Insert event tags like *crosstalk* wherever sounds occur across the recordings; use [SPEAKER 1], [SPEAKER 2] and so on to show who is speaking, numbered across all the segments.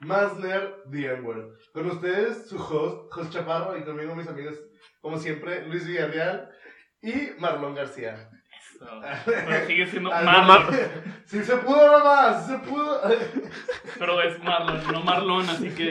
[SPEAKER 1] Más Nerd The N-Word. Con ustedes, su host, Jos Chaparro, y conmigo mis amigos, como siempre, Luis Villarreal y Marlon García.
[SPEAKER 2] No, pero sigue siendo
[SPEAKER 1] Al-
[SPEAKER 2] Marlon.
[SPEAKER 1] Sí se pudo, mamá, sí se pudo.
[SPEAKER 2] Pero es Marlon, no Marlon, así que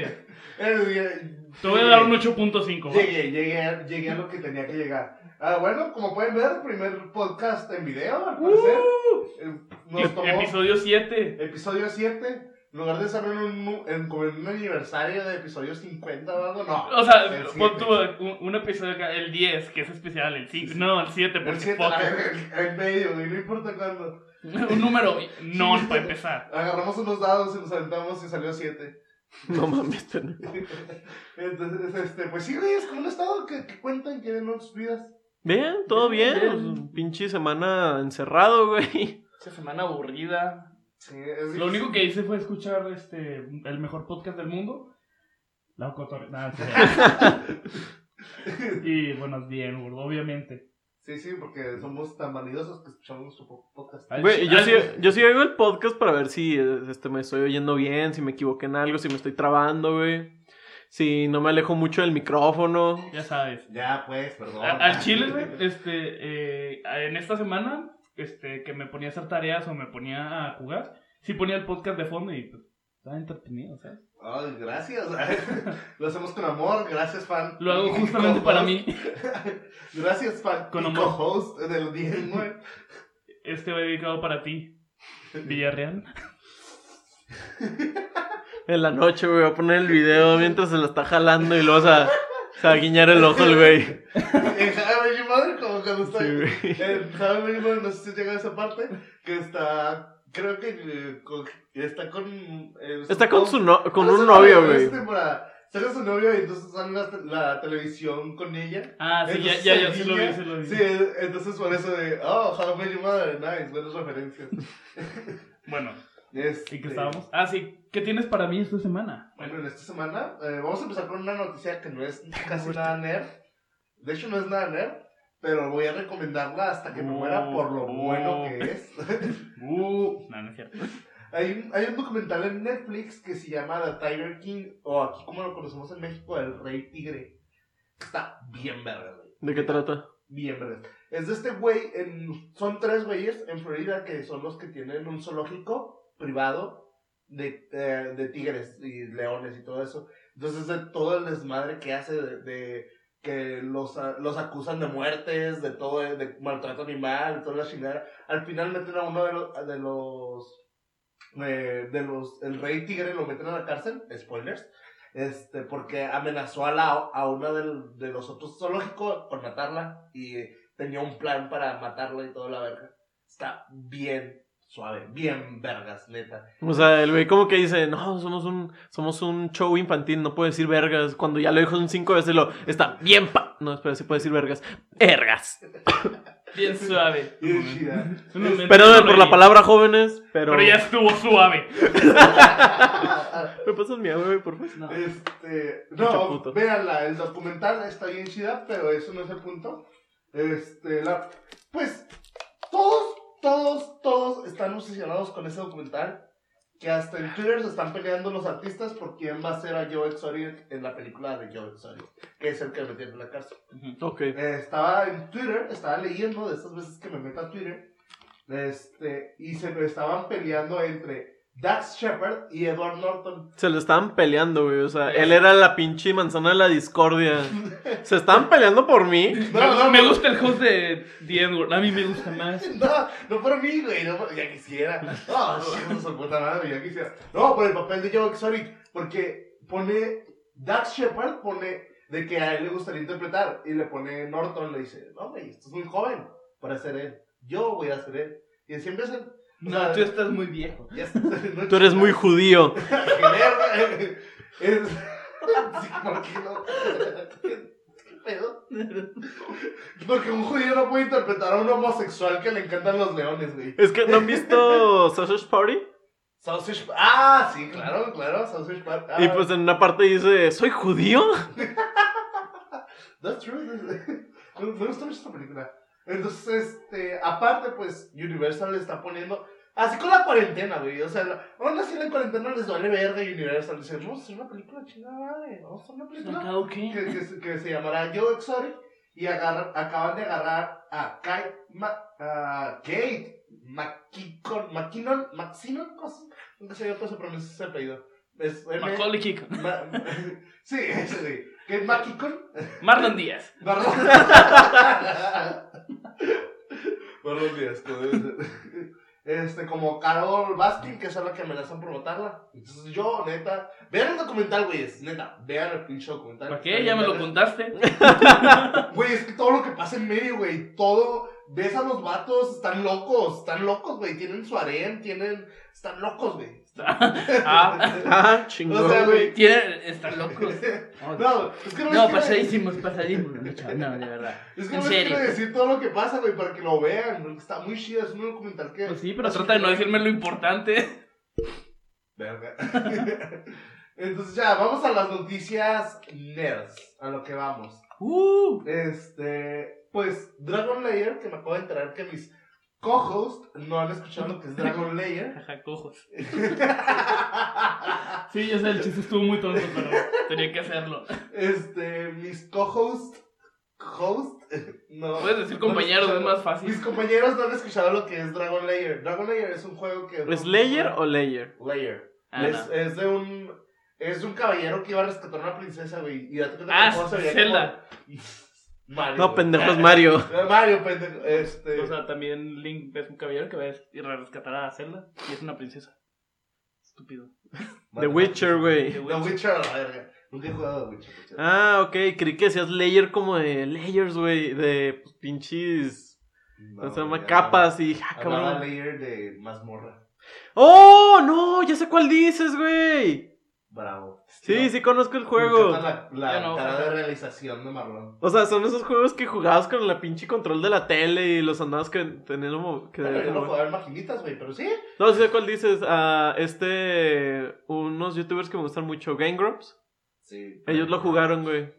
[SPEAKER 1] Eh,
[SPEAKER 2] te voy a dar un 8.5. va.
[SPEAKER 1] Llegué, llegué, a- llegué a lo que tenía que llegar. Ah, bueno, como pueden ver, primer podcast en video, al parecer.
[SPEAKER 2] Uh.
[SPEAKER 1] Eh, Nos tomó
[SPEAKER 2] Episodio 7.
[SPEAKER 1] episodio 7. En lugar de hacerlo en un, nu- en, como en un aniversario de episodio 50 o algo, no.
[SPEAKER 2] O sea,
[SPEAKER 1] el
[SPEAKER 2] pon
[SPEAKER 1] siete.
[SPEAKER 2] tú eh, un, un episodio acá, el 10, que es especial, el 5, no, el 7,
[SPEAKER 1] El
[SPEAKER 2] porque
[SPEAKER 1] 7,
[SPEAKER 2] *laughs* poca.
[SPEAKER 1] en medio, güey, no importa cuándo.
[SPEAKER 2] Un número no
[SPEAKER 1] Sí.
[SPEAKER 2] para empezar.
[SPEAKER 1] Agarramos unos dados y nos aventamos y salió 7.
[SPEAKER 3] No mames, ten-
[SPEAKER 1] *laughs* Entonces, este, pues sí, güey, es como un estado que, que cuentan que no sus vidas.
[SPEAKER 3] Bien, todo bien.
[SPEAKER 2] Bien.
[SPEAKER 3] pues, pinche semana encerrado, güey.
[SPEAKER 2] Esta semana aburrida.
[SPEAKER 1] Sí, es
[SPEAKER 2] Lo único que hice fue escuchar este el mejor podcast del mundo. La cotorre. Nada,
[SPEAKER 1] *laughs*
[SPEAKER 2] sí. y buenos días, gordo, obviamente.
[SPEAKER 1] Sí, sí, porque somos tan vanidosos que escuchamos su po- podcast.
[SPEAKER 2] Al-
[SPEAKER 3] Güey, yo
[SPEAKER 2] al-
[SPEAKER 3] sí, yo sí oigo el podcast para ver si eh, este, me estoy oyendo bien, si me equivoqué en algo, si me estoy trabando, güey. Si no me alejo mucho del micrófono.
[SPEAKER 2] Ya sabes.
[SPEAKER 1] Ya, pues, perdón.
[SPEAKER 2] A- al chile, güey, este, eh, en esta semana, este, que me ponía a hacer tareas o me ponía a jugar, sí ponía el podcast de fondo y pues, estaba entretenido, ¿sabes?
[SPEAKER 1] Ay, gracias. *laughs* Lo hacemos con amor, gracias, fan.
[SPEAKER 2] Lo
[SPEAKER 1] *laughs*
[SPEAKER 2] hago
[SPEAKER 1] Y
[SPEAKER 2] justamente
[SPEAKER 1] co-host.
[SPEAKER 2] para mí.
[SPEAKER 1] *laughs* Gracias, fan. Con
[SPEAKER 2] Con amor.
[SPEAKER 1] co-host del bien, *laughs* güey.
[SPEAKER 2] Este va dedicado para ti, Villarreal.
[SPEAKER 3] En la noche, güey, voy a poner el video mientras se la está jalando y luego se va, se va a guiñar el ojo el güey.
[SPEAKER 1] En Javi y ah, Madre, como cuando está.
[SPEAKER 3] Sí, güey.
[SPEAKER 1] En Javi y Madre, no sé si llega a esa parte, que está. Creo que eh, con- está con. eh,
[SPEAKER 3] Está con, su no- con
[SPEAKER 1] No,
[SPEAKER 3] un
[SPEAKER 1] su
[SPEAKER 3] novio,
[SPEAKER 1] es
[SPEAKER 3] güey.
[SPEAKER 1] temporada. Está con su novio y entonces sale la, la televisión con ella.
[SPEAKER 2] Ah, sí, ya,
[SPEAKER 1] Entonces,
[SPEAKER 2] ya, ya, sí lo
[SPEAKER 1] Sevilla,
[SPEAKER 2] vi, sí lo vi.
[SPEAKER 1] Sí, eh, entonces por eso de, oh, How I Met Your Mother, nice, buenas referencias.
[SPEAKER 2] Bueno,
[SPEAKER 1] Este,
[SPEAKER 2] ¿y qué estábamos? Ah, sí, ¿qué tienes para mí esta semana?
[SPEAKER 1] Bueno, en esta semana eh, vamos a empezar con una noticia que no es casi nada nerd. De hecho, no es nada nerd, pero voy a recomendarla hasta que me
[SPEAKER 2] Oh,
[SPEAKER 1] muera por lo
[SPEAKER 2] oh.
[SPEAKER 1] bueno que es. *laughs*
[SPEAKER 2] Uh, no, no es cierto.
[SPEAKER 1] hay, un, hay un documental en Netflix que se llama The Tiger King, o aquí como lo conocemos en México, El Rey Tigre. Está bien verde, güey.
[SPEAKER 3] ¿De qué trata?
[SPEAKER 1] bien verdad. Es de este güey, en- son tres güeyes en Florida que son los que tienen un zoológico privado de, eh, de tigres y leones y todo eso. Entonces, de todo el desmadre que hace de, de que los, a- los acusan de muertes, de todo, eh, de maltrato animal, de toda la chingada. Al final meten a uno de los, de los, eh, de los, el rey tigre lo meten a la cárcel, spoilers este, porque amenazó a, la, a una del- de los otros zoológicos con matarla y tenía un plan para matarla y toda la verga. Está bien suave, bien vergas, neta.
[SPEAKER 3] O sea, el güey como que dice, no, somos un, somos un show infantil, no puedo decir vergas. Cuando ya lo dijo un cinco veces lo está bien pa. No, espera, sí puede decir vergas. Ergas.
[SPEAKER 2] Bien suave.
[SPEAKER 1] Bien chida.
[SPEAKER 2] Un momento,
[SPEAKER 3] Perdónenme
[SPEAKER 2] no lo
[SPEAKER 3] por la
[SPEAKER 2] vi.
[SPEAKER 3] palabra, jóvenes, pero.
[SPEAKER 2] Pero ya estuvo suave.
[SPEAKER 3] ¿Me pasas mi agua, güey, por favor?
[SPEAKER 1] Este,
[SPEAKER 3] Mucho
[SPEAKER 1] no,
[SPEAKER 3] puto.
[SPEAKER 1] véanla, el documental está bien chida, pero eso no es el punto. Este, la, pues, todos, todos, todos están obsesionados con ese documental. Que hasta en Twitter se están peleando los artistas por quién va a ser a Joe Exotic en la película de Joe Exotic, que es el que metieron en la cárcel.
[SPEAKER 3] Ok.
[SPEAKER 1] Eh, estaba en Twitter, estaba leyendo de estas veces que me meto a Twitter, este, y se me estaban peleando entre Dax Shepard y Edward Norton.
[SPEAKER 3] Se lo estaban peleando, güey. O sea, él era la pinche manzana de la discordia. Se estaban peleando por mí.
[SPEAKER 1] No, no,
[SPEAKER 2] me
[SPEAKER 1] no.
[SPEAKER 2] gusta el host de The Edward. A mí me gusta más.
[SPEAKER 1] No, no por mí, güey, no por- ya quisiera. No, sí, su puta madre, ya quisiera. No, por el papel de Joe Exotic, porque pone, Dax Shepard pone de que a él le gustaría interpretar, y le pone Norton, le dice, no, güey, estás muy joven para ser él, yo voy a ser él. Y siempre es el...
[SPEAKER 2] No, tú estás muy viejo.
[SPEAKER 1] ya está, *laughs* no
[SPEAKER 3] Tú eres muy judío.
[SPEAKER 1] ¡Qué verga! *laughs* Es... Sí, ¿Por qué no? *laughs* ¿Qué pedo? *laughs* Porque un judío no puede interpretar a un homosexual que le encantan los leones, güey.
[SPEAKER 3] Es que no han visto Sausage Party.
[SPEAKER 1] Sausage... Ah, sí, claro, claro, Sausage Party. Ah,
[SPEAKER 3] Y pues en una parte dice, ¿soy judío?
[SPEAKER 1] That's true. *laughs* Me me gustó mucho esta película. Entonces, este, aparte, pues, Universal le está poniendo Así con la cuarentena, güey. O sea, la- aún así la cuarentena les duele verga y Universal dice, vamos a hacer una película chingada madre, vamos a hacer una película
[SPEAKER 2] ¿Sacado qué?
[SPEAKER 1] que, que se- que se llamará Joe Exotic y agarra- acaban de agarrar a Kai Ma- a Kate McKinnon, McKinnon, McKinnon, cos- nunca sabía cómo se pronuncia ese apellido. Es M-
[SPEAKER 2] Macaulay Kick.
[SPEAKER 1] Ma- *laughs* sí, ese güey. Kate McKinnon.
[SPEAKER 2] Marlon Díaz.
[SPEAKER 1] Barro- Buenos días, ¿cómo es? Este, como Carol Baskin, que es a la que amenazan por matarla. Entonces yo, neta, vean el documental, güeyes, neta, vean el pinche documental.
[SPEAKER 2] ¿Para qué? Ya me lo contaste.
[SPEAKER 1] Güey, es que todo lo que pasa en medio, güey, todo, ves a los vatos, están locos, están locos, güey, tienen su harén, tienen, están locos, güey. *laughs*
[SPEAKER 2] *laughs* Ah,
[SPEAKER 3] Ah, chingón.
[SPEAKER 1] o sea, güey.
[SPEAKER 2] tienen, están locos.
[SPEAKER 1] *laughs* No, es que no,
[SPEAKER 2] No, pues
[SPEAKER 1] les quiero-
[SPEAKER 2] pasadísimos, pasadísimos. No, chaval, no, de verdad.
[SPEAKER 1] Es que
[SPEAKER 2] En
[SPEAKER 1] no les
[SPEAKER 2] serio.
[SPEAKER 1] quiero decir todo lo que pasa, güey, para que lo vean. porque Está muy chido, es un documental que.
[SPEAKER 2] Pues sí, pero trata de no decirme lo importante.
[SPEAKER 1] Verga. *laughs* Entonces, ya, vamos a las noticias nerds. A lo que vamos.
[SPEAKER 2] Uh,
[SPEAKER 1] Este. Pues, Dragon Layer, que me acabo de enterar que mis co-hosts no han escuchado lo que es Dragon Layer. *laughs*
[SPEAKER 2] jaja, cojos. Sí, yo sé, el chiste estuvo muy tonto, pero tenía que hacerlo.
[SPEAKER 1] este, mis co-hosts. Host, no.
[SPEAKER 2] Puedes decir
[SPEAKER 1] no han
[SPEAKER 2] compañeros, es
[SPEAKER 1] escuchado-
[SPEAKER 2] más fácil.
[SPEAKER 1] Mis compañeros no han escuchado lo que es Dragon Layer. Dragon Layer es un juego que.
[SPEAKER 3] ¿Es layer o layer?
[SPEAKER 1] Layer.
[SPEAKER 2] Ah,
[SPEAKER 1] es,
[SPEAKER 2] no.
[SPEAKER 1] es de un. Es de un caballero que iba a rescatar a una princesa, güey. Y date cuenta que
[SPEAKER 2] Ah,
[SPEAKER 1] el juego se veía
[SPEAKER 2] Zelda.
[SPEAKER 1] como- *laughs* Mario.
[SPEAKER 3] No,
[SPEAKER 1] güey. *laughs*
[SPEAKER 3] pendejo, es Mario.
[SPEAKER 1] Eh, Mario, pendejo. Este.
[SPEAKER 2] O sea, también Link es un caballero que va a ir a rescatar a Zelda y es una princesa. Estúpido.
[SPEAKER 3] The
[SPEAKER 1] Mario.
[SPEAKER 3] Witcher,
[SPEAKER 2] Qué
[SPEAKER 3] güey.
[SPEAKER 1] The
[SPEAKER 2] güey.
[SPEAKER 1] Witcher, a la verga. Nunca he jugado a The Witcher. güey.
[SPEAKER 3] Ah, ok, creí que decías layer como de layers, güey, de pues, pinches,
[SPEAKER 1] No,
[SPEAKER 3] ¿cómo se llama?
[SPEAKER 1] ya
[SPEAKER 3] Capas y, ah,
[SPEAKER 1] hablaba- hablaba
[SPEAKER 3] cabrón.
[SPEAKER 1] layer de mazmorra.
[SPEAKER 3] ¡Oh, no! Ya sé cuál dices, güey.
[SPEAKER 1] Bravo.
[SPEAKER 3] Sí, sí conozco el
[SPEAKER 1] Me
[SPEAKER 3] juego.
[SPEAKER 1] encanta La, la
[SPEAKER 2] Ya no.
[SPEAKER 1] cara de realización de Marlon.
[SPEAKER 3] O sea, son esos juegos que jugabas con la pinche control de la tele y los andabas que tenían como... Que
[SPEAKER 1] Pero yo no
[SPEAKER 3] como-
[SPEAKER 1] jugaba en maquinitas, güey, pero sí.
[SPEAKER 3] No, sí sé cuál dices. A este. Unos youtubers que me gustan mucho, Game Grumps.
[SPEAKER 1] Sí.
[SPEAKER 3] Ellos lo jugaron, güey.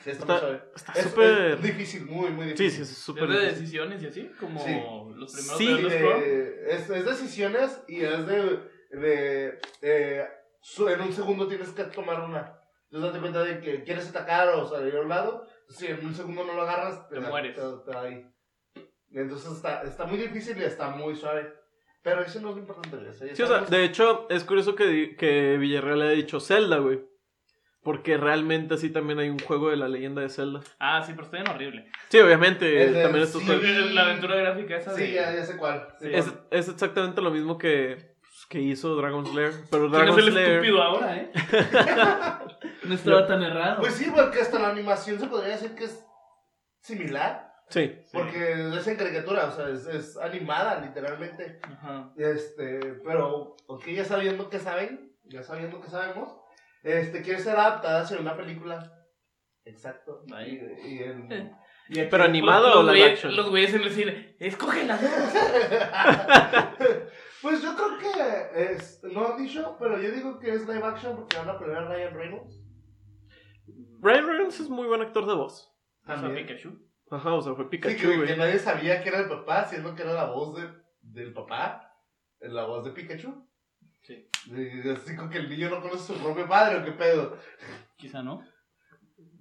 [SPEAKER 1] Sí, está
[SPEAKER 3] Está-
[SPEAKER 1] muy suave.
[SPEAKER 3] Está
[SPEAKER 1] Es-
[SPEAKER 3] súper.
[SPEAKER 1] es difícil, muy, muy
[SPEAKER 3] Sí,
[SPEAKER 1] difícil.
[SPEAKER 3] sí, es
[SPEAKER 2] Es de
[SPEAKER 3] súper. difícil.
[SPEAKER 2] decisiones y así, como
[SPEAKER 1] Sí.
[SPEAKER 2] los primeros
[SPEAKER 3] Sí,
[SPEAKER 2] de
[SPEAKER 1] Sí,
[SPEAKER 2] Elder
[SPEAKER 1] de-
[SPEAKER 2] Scrolls.
[SPEAKER 1] es, es decisiones y es de. de- eh, su- en un segundo tienes que tomar una. Entonces date cuenta de que quieres atacar o salir a un lado. Si en un segundo no lo agarras,
[SPEAKER 2] Te
[SPEAKER 1] da-
[SPEAKER 2] mueres.
[SPEAKER 1] Te, te da ahí. Entonces está, está muy difícil y está muy suave. Pero eso no es lo importante. güey. Eso ya
[SPEAKER 3] Sí, o sea,
[SPEAKER 1] sabemos.
[SPEAKER 3] de hecho, es curioso que, di- que Villarreal haya dicho Zelda, güey. Porque realmente así también hay un juego de la leyenda de Zelda.
[SPEAKER 2] Ah, sí, pero está bien horrible.
[SPEAKER 3] Sí, obviamente,
[SPEAKER 1] El de-
[SPEAKER 3] también estos
[SPEAKER 1] sí.
[SPEAKER 3] juegos.
[SPEAKER 2] La aventura gráfica esa
[SPEAKER 1] Sí,
[SPEAKER 2] de...
[SPEAKER 1] ya, ya sé cuál. Eh, Sí,
[SPEAKER 2] Sí,
[SPEAKER 1] bueno.
[SPEAKER 3] Es, es exactamente lo mismo que, pues, que hizo Dragon Slayer. Pero
[SPEAKER 2] ¿Quién
[SPEAKER 3] Dragon
[SPEAKER 2] es el
[SPEAKER 3] Slayer.
[SPEAKER 2] estúpido ahora,
[SPEAKER 3] *laughs*
[SPEAKER 2] eh? no estaba tan errado.
[SPEAKER 1] Pues sí, porque hasta la animación se podría decir que es similar.
[SPEAKER 3] Sí.
[SPEAKER 2] Sí.
[SPEAKER 1] Porque es en caricatura, o sea, es- es animada literalmente.
[SPEAKER 2] Ajá.
[SPEAKER 1] Este, pero, ok, ya sabiendo que saben, ya sabiendo que sabemos, este, quiere ser adaptada hacia una película. Exacto.
[SPEAKER 2] Ahí.
[SPEAKER 1] Y, y en- y aquí-
[SPEAKER 3] Pero animado o
[SPEAKER 2] los,
[SPEAKER 3] live
[SPEAKER 2] güeyes,
[SPEAKER 3] action.
[SPEAKER 2] los güeyes en el cine, escoge las dos.
[SPEAKER 1] pues yo creo que es, no han dicho, pero yo digo que es live action porque van a poner a Ryan Reynolds.
[SPEAKER 3] Ryan Reynolds es muy buen actor de voz.
[SPEAKER 2] También.
[SPEAKER 1] También.
[SPEAKER 2] Pikachu.
[SPEAKER 3] Ajá, o sea, fue
[SPEAKER 1] Sí,
[SPEAKER 3] Pikachu,
[SPEAKER 1] que,
[SPEAKER 3] güey.
[SPEAKER 1] que nadie sabía que era el papá, siendo que era la voz de, del papá, la voz de Pikachu.
[SPEAKER 2] Sí.
[SPEAKER 1] Y así como que el niño no conoce a su propio padre, ¿o qué pedo?
[SPEAKER 2] Quizá no.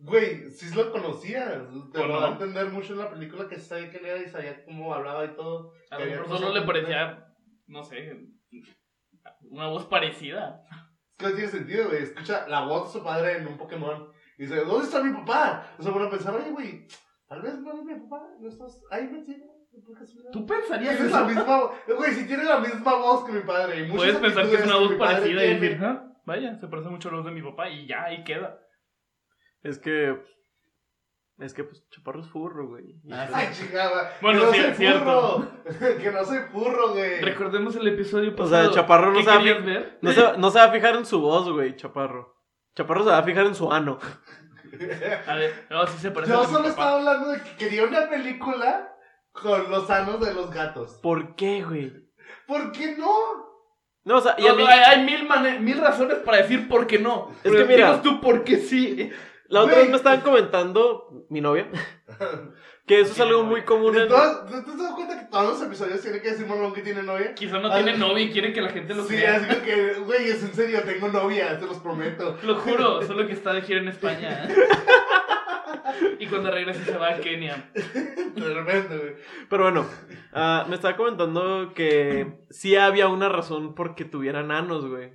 [SPEAKER 1] Güey, sí lo conocía. Te
[SPEAKER 2] ¿O
[SPEAKER 1] lo
[SPEAKER 2] no?
[SPEAKER 1] va a entender mucho en la película que sabía quién era y sabía cómo hablaba y todo.
[SPEAKER 2] A
[SPEAKER 1] Que
[SPEAKER 2] lo
[SPEAKER 1] había
[SPEAKER 2] mejor
[SPEAKER 1] cosas
[SPEAKER 2] solo le
[SPEAKER 1] que-
[SPEAKER 2] parecía, no sé, una voz parecida.
[SPEAKER 1] Es que no tiene sentido, güey. Escucha la voz de su padre en un Pokémon. Y dice, ¿dónde está mi papá? O sea, bueno, pensaba, oye, güey, tal vez no es mi papá. No estás ahí metido. ¿Por qué es mi
[SPEAKER 2] ¿Tú
[SPEAKER 1] Y
[SPEAKER 2] pensarías
[SPEAKER 1] esa es la
[SPEAKER 2] eso?
[SPEAKER 1] misma voz. Güey, si tiene la misma voz que mi padre. Y muchas
[SPEAKER 2] Puedes pensar que es una
[SPEAKER 1] actitudes
[SPEAKER 2] voz
[SPEAKER 1] mi padre
[SPEAKER 2] parecida y
[SPEAKER 1] tiene.
[SPEAKER 2] decir, ah, vaya, se parece mucho a la voz de mi papá y ya, ahí queda.
[SPEAKER 3] Es que. Es que, pues, Chaparro es furro, güey.
[SPEAKER 1] Ay, chingada.
[SPEAKER 2] Bueno,
[SPEAKER 1] que no
[SPEAKER 2] sí,
[SPEAKER 1] soy
[SPEAKER 2] es cierto.
[SPEAKER 1] furro. *laughs* que no soy furro, güey. *laughs*
[SPEAKER 2] Recordemos el episodio
[SPEAKER 3] O sea,
[SPEAKER 2] pasado.
[SPEAKER 3] Chaparro no
[SPEAKER 2] ¿Qué
[SPEAKER 3] sabe-
[SPEAKER 2] querías ver?
[SPEAKER 3] No se, no se va a fijar en su voz, güey, Chaparro. Chaparro se va a fijar en su ano.
[SPEAKER 2] A ver, no, sí se parece a
[SPEAKER 1] Yo
[SPEAKER 2] mi
[SPEAKER 1] solo
[SPEAKER 2] papá.
[SPEAKER 1] estaba hablando de que quería una película con los sanos de los gatos.
[SPEAKER 3] ¿Por qué, güey?
[SPEAKER 1] ¿Por qué no?
[SPEAKER 3] No, o sea, y a
[SPEAKER 2] No,
[SPEAKER 3] mí-
[SPEAKER 2] no, hay, hay mil, mane- mil razones para decir por qué no. Pero
[SPEAKER 3] que mira-
[SPEAKER 2] dinos tú por qué sí.
[SPEAKER 3] la otra
[SPEAKER 1] güey. *laughs*
[SPEAKER 3] vez me estaban comentando, mi novia, Que eso es algo
[SPEAKER 2] Tiene
[SPEAKER 3] muy común en...
[SPEAKER 1] Entonces, ¿Tú te das cuenta que todos los episodios tienen que decir Morlón que tiene novia?
[SPEAKER 2] Quizá no
[SPEAKER 1] Ah,
[SPEAKER 2] tiene novia y quieren que la gente lo
[SPEAKER 1] Sí,
[SPEAKER 2] crea.
[SPEAKER 1] así como que, güey, es en serio, tengo novia, te los
[SPEAKER 2] *laughs*
[SPEAKER 1] prometo.
[SPEAKER 2] Lo juro, solo que está de gira en España. ¿eh? Y cuando regrese se va a Kenia.
[SPEAKER 1] De repente, güey.
[SPEAKER 3] Pero bueno, ah, me estaba comentando que sí había una razón por qué tuvieran anos, güey.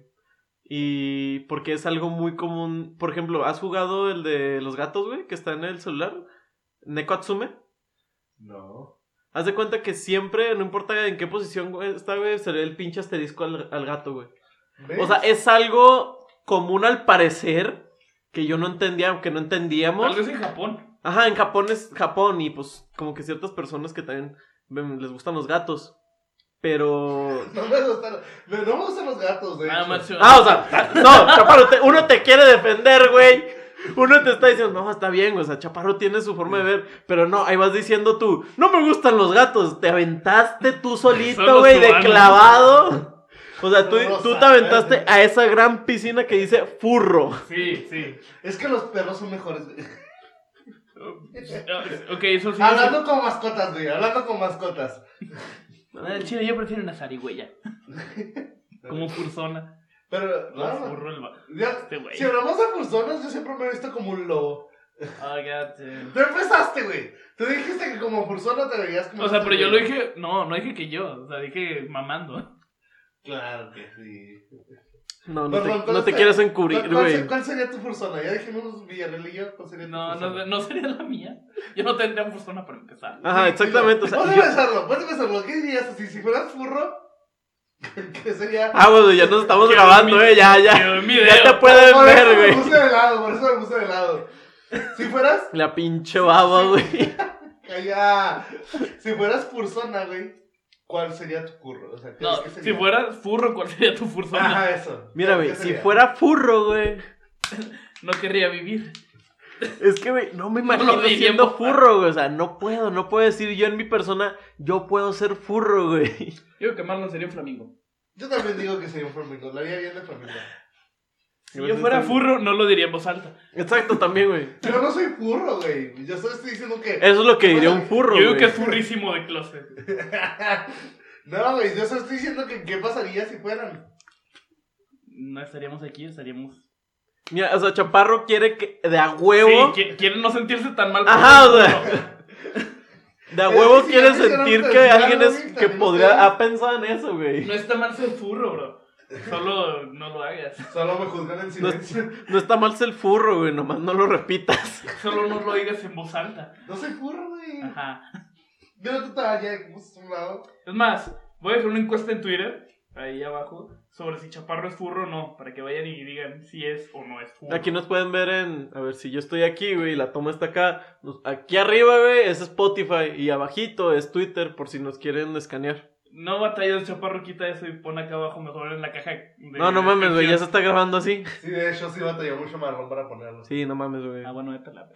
[SPEAKER 3] Y porque es algo muy común. Por ejemplo, ¿has jugado el de los gatos, güey? Que está en el celular. Neko Atsume.
[SPEAKER 1] No.
[SPEAKER 3] Haz de cuenta que siempre, no importa en qué posición güey, está, güey, se le ve el pinche asterisco al, al gato, güey. O sea, es algo común al parecer que yo no entendía, que no entendíamos.
[SPEAKER 2] Algo es en Japón.
[SPEAKER 3] Ajá, en Japón es Japón y pues como que ciertas personas que también ven- les gustan los gatos.
[SPEAKER 2] *laughs*
[SPEAKER 3] Pero...
[SPEAKER 1] No me gustan, no no me gustan los gatos, de
[SPEAKER 2] Nada
[SPEAKER 1] hecho.
[SPEAKER 2] más.
[SPEAKER 3] Ah, o sea, no, Chaparro, te- uno te quiere defender, güey. Uno te está diciendo, no, está bien, güey, o sea, Chaparro tiene su forma de ver, pero no, ahí vas diciendo tú, no me gustan los gatos, te aventaste tú
[SPEAKER 2] Solo
[SPEAKER 3] solito, güey, de
[SPEAKER 2] tu ano.
[SPEAKER 3] clavado. O sea, tú,
[SPEAKER 1] No
[SPEAKER 3] tú te
[SPEAKER 1] sabes.
[SPEAKER 3] aventaste a esa gran piscina que dice furro.
[SPEAKER 2] Sí, sí.
[SPEAKER 1] Es que los perros son mejores, güey.
[SPEAKER 2] Ok, eso sí.
[SPEAKER 1] Hablando con mascotas, güey, hablando con mascotas.
[SPEAKER 2] Ah, el Chile, yo prefiero
[SPEAKER 1] *laughs*
[SPEAKER 2] una zarigüeya. Como persona.
[SPEAKER 1] Pero,
[SPEAKER 2] No,
[SPEAKER 1] no,
[SPEAKER 2] furro el va-
[SPEAKER 1] ya,
[SPEAKER 2] Este güey.
[SPEAKER 1] si hablamos de personas, yo siempre me he visto como un lobo.
[SPEAKER 2] Ah, ya te-
[SPEAKER 1] Tú empezaste, güey. Tú dijiste que como persona te veías como.
[SPEAKER 2] O sea, pero yo lo dije. No, no dije que yo. O sea, dije mamando.
[SPEAKER 1] Claro que sí.
[SPEAKER 3] No, no,
[SPEAKER 1] Perdón,
[SPEAKER 3] te,
[SPEAKER 1] ¿cuál
[SPEAKER 3] no te
[SPEAKER 1] es-
[SPEAKER 3] quieres
[SPEAKER 1] ¿Cuál,
[SPEAKER 3] encubrir,
[SPEAKER 1] cuál
[SPEAKER 3] güey.
[SPEAKER 1] se- cuál sería tu persona? Ya dijimos Villarreal y yo. ¿Cuál sería tu
[SPEAKER 2] No,
[SPEAKER 1] persona?
[SPEAKER 2] no, no sería la mía. Yo no tendría persona para empezar.
[SPEAKER 3] Ajá, exactamente. O sea,
[SPEAKER 1] Puedes
[SPEAKER 3] yo-
[SPEAKER 1] pensarlo, puedes pensarlo. ¿Qué dirías así? Si fueras furro, *laughs* ¿qué sería?
[SPEAKER 3] Ah, bueno, ya nos estamos
[SPEAKER 2] Quiero
[SPEAKER 3] grabando,
[SPEAKER 2] mi-
[SPEAKER 3] eh, ya, ya.
[SPEAKER 2] Quiero un
[SPEAKER 3] *laughs* Ya te
[SPEAKER 2] video.
[SPEAKER 3] pueden
[SPEAKER 1] por eso
[SPEAKER 3] ver,
[SPEAKER 1] me
[SPEAKER 3] güey.
[SPEAKER 1] puse de lado, por eso me puse de lado. Si fueras.
[SPEAKER 3] La pinche baba, güey.
[SPEAKER 1] Calla. Si fueras persona, güey, ¿cuál sería tu curro? O sea, ¿qué-
[SPEAKER 2] No,
[SPEAKER 1] qué sería?
[SPEAKER 2] si fueras furro, ¿cuál sería tu persona?
[SPEAKER 1] Ajá, eso. ¿Qué
[SPEAKER 3] Mira, güey, si
[SPEAKER 1] sería?
[SPEAKER 3] fuera furro, güey.
[SPEAKER 2] No querría vivir.
[SPEAKER 3] Es que, güey, no me
[SPEAKER 2] No lo
[SPEAKER 3] imagino
[SPEAKER 2] diría en
[SPEAKER 3] siendo
[SPEAKER 2] voz
[SPEAKER 3] furro, güey. O sea, no puedo, no puedo decir yo en mi persona, yo puedo ser furro, güey.
[SPEAKER 2] Yo creo que Marlon sería un flamingo.
[SPEAKER 1] Yo también digo que sería un flamingo. La haría bien de flamingo.
[SPEAKER 2] Si yo fuera furro, no lo diría en voz alta.
[SPEAKER 3] Exacto, también, güey.
[SPEAKER 1] Yo no soy furro, güey. Yo solo estoy diciendo que.
[SPEAKER 3] Eso es lo que diría un furro,
[SPEAKER 2] Yo digo
[SPEAKER 3] güey.
[SPEAKER 2] que es furrísimo de closet.
[SPEAKER 1] *laughs* no, güey. Yo solo estoy diciendo que qué pasaría si fueran.
[SPEAKER 2] No estaríamos aquí, estaríamos.
[SPEAKER 3] Mira, o sea, Chaparro quiere que de a
[SPEAKER 2] Sí,
[SPEAKER 3] huevo.
[SPEAKER 2] qui- quieren no sentirse tan mal.
[SPEAKER 3] Ajá,
[SPEAKER 2] por
[SPEAKER 3] o
[SPEAKER 2] el
[SPEAKER 3] sea.
[SPEAKER 2] furro.
[SPEAKER 3] De a
[SPEAKER 1] Es que
[SPEAKER 3] huevo
[SPEAKER 1] si
[SPEAKER 3] quiere
[SPEAKER 1] ya quisieran
[SPEAKER 3] sentir que
[SPEAKER 1] terminar,
[SPEAKER 3] alguien
[SPEAKER 1] güey,
[SPEAKER 3] es que
[SPEAKER 1] también
[SPEAKER 3] podría.
[SPEAKER 1] ustedes.
[SPEAKER 3] Ha pensado en eso, güey.
[SPEAKER 2] No está mal ser furro, bro. Solo no lo hagas.
[SPEAKER 1] Solo me juzgan en silencio.
[SPEAKER 3] No está mal ser furro, güey. Nomás no lo repitas.
[SPEAKER 2] Solo no lo digas en voz alta.
[SPEAKER 1] No soy furro, güey.
[SPEAKER 2] Ajá.
[SPEAKER 1] Yo no te estaba ya como a un lado.
[SPEAKER 2] Es más, voy a dejar una encuesta en Twitter, ahí abajo, sobre si Chaparro es furro o no, para que vayan y digan si es o no es furro.
[SPEAKER 3] Aquí nos pueden ver en. A ver, si yo estoy aquí, güey, y la toma está acá. nos- Aquí arriba, güey, es Spotify. Y abajito es Twitter, por si nos quieren escanear.
[SPEAKER 2] No batallas, Chaparro, quita eso y pon acá abajo mejor en la caja. de-
[SPEAKER 3] No, no mames, güey, ya se
[SPEAKER 2] descripción.
[SPEAKER 3] está grabando así.
[SPEAKER 1] Sí, de hecho, sí batalló mucho marrón para ponerlo.
[SPEAKER 3] *laughs* Sí, no mames, güey.
[SPEAKER 2] Ah, bueno, vete a la-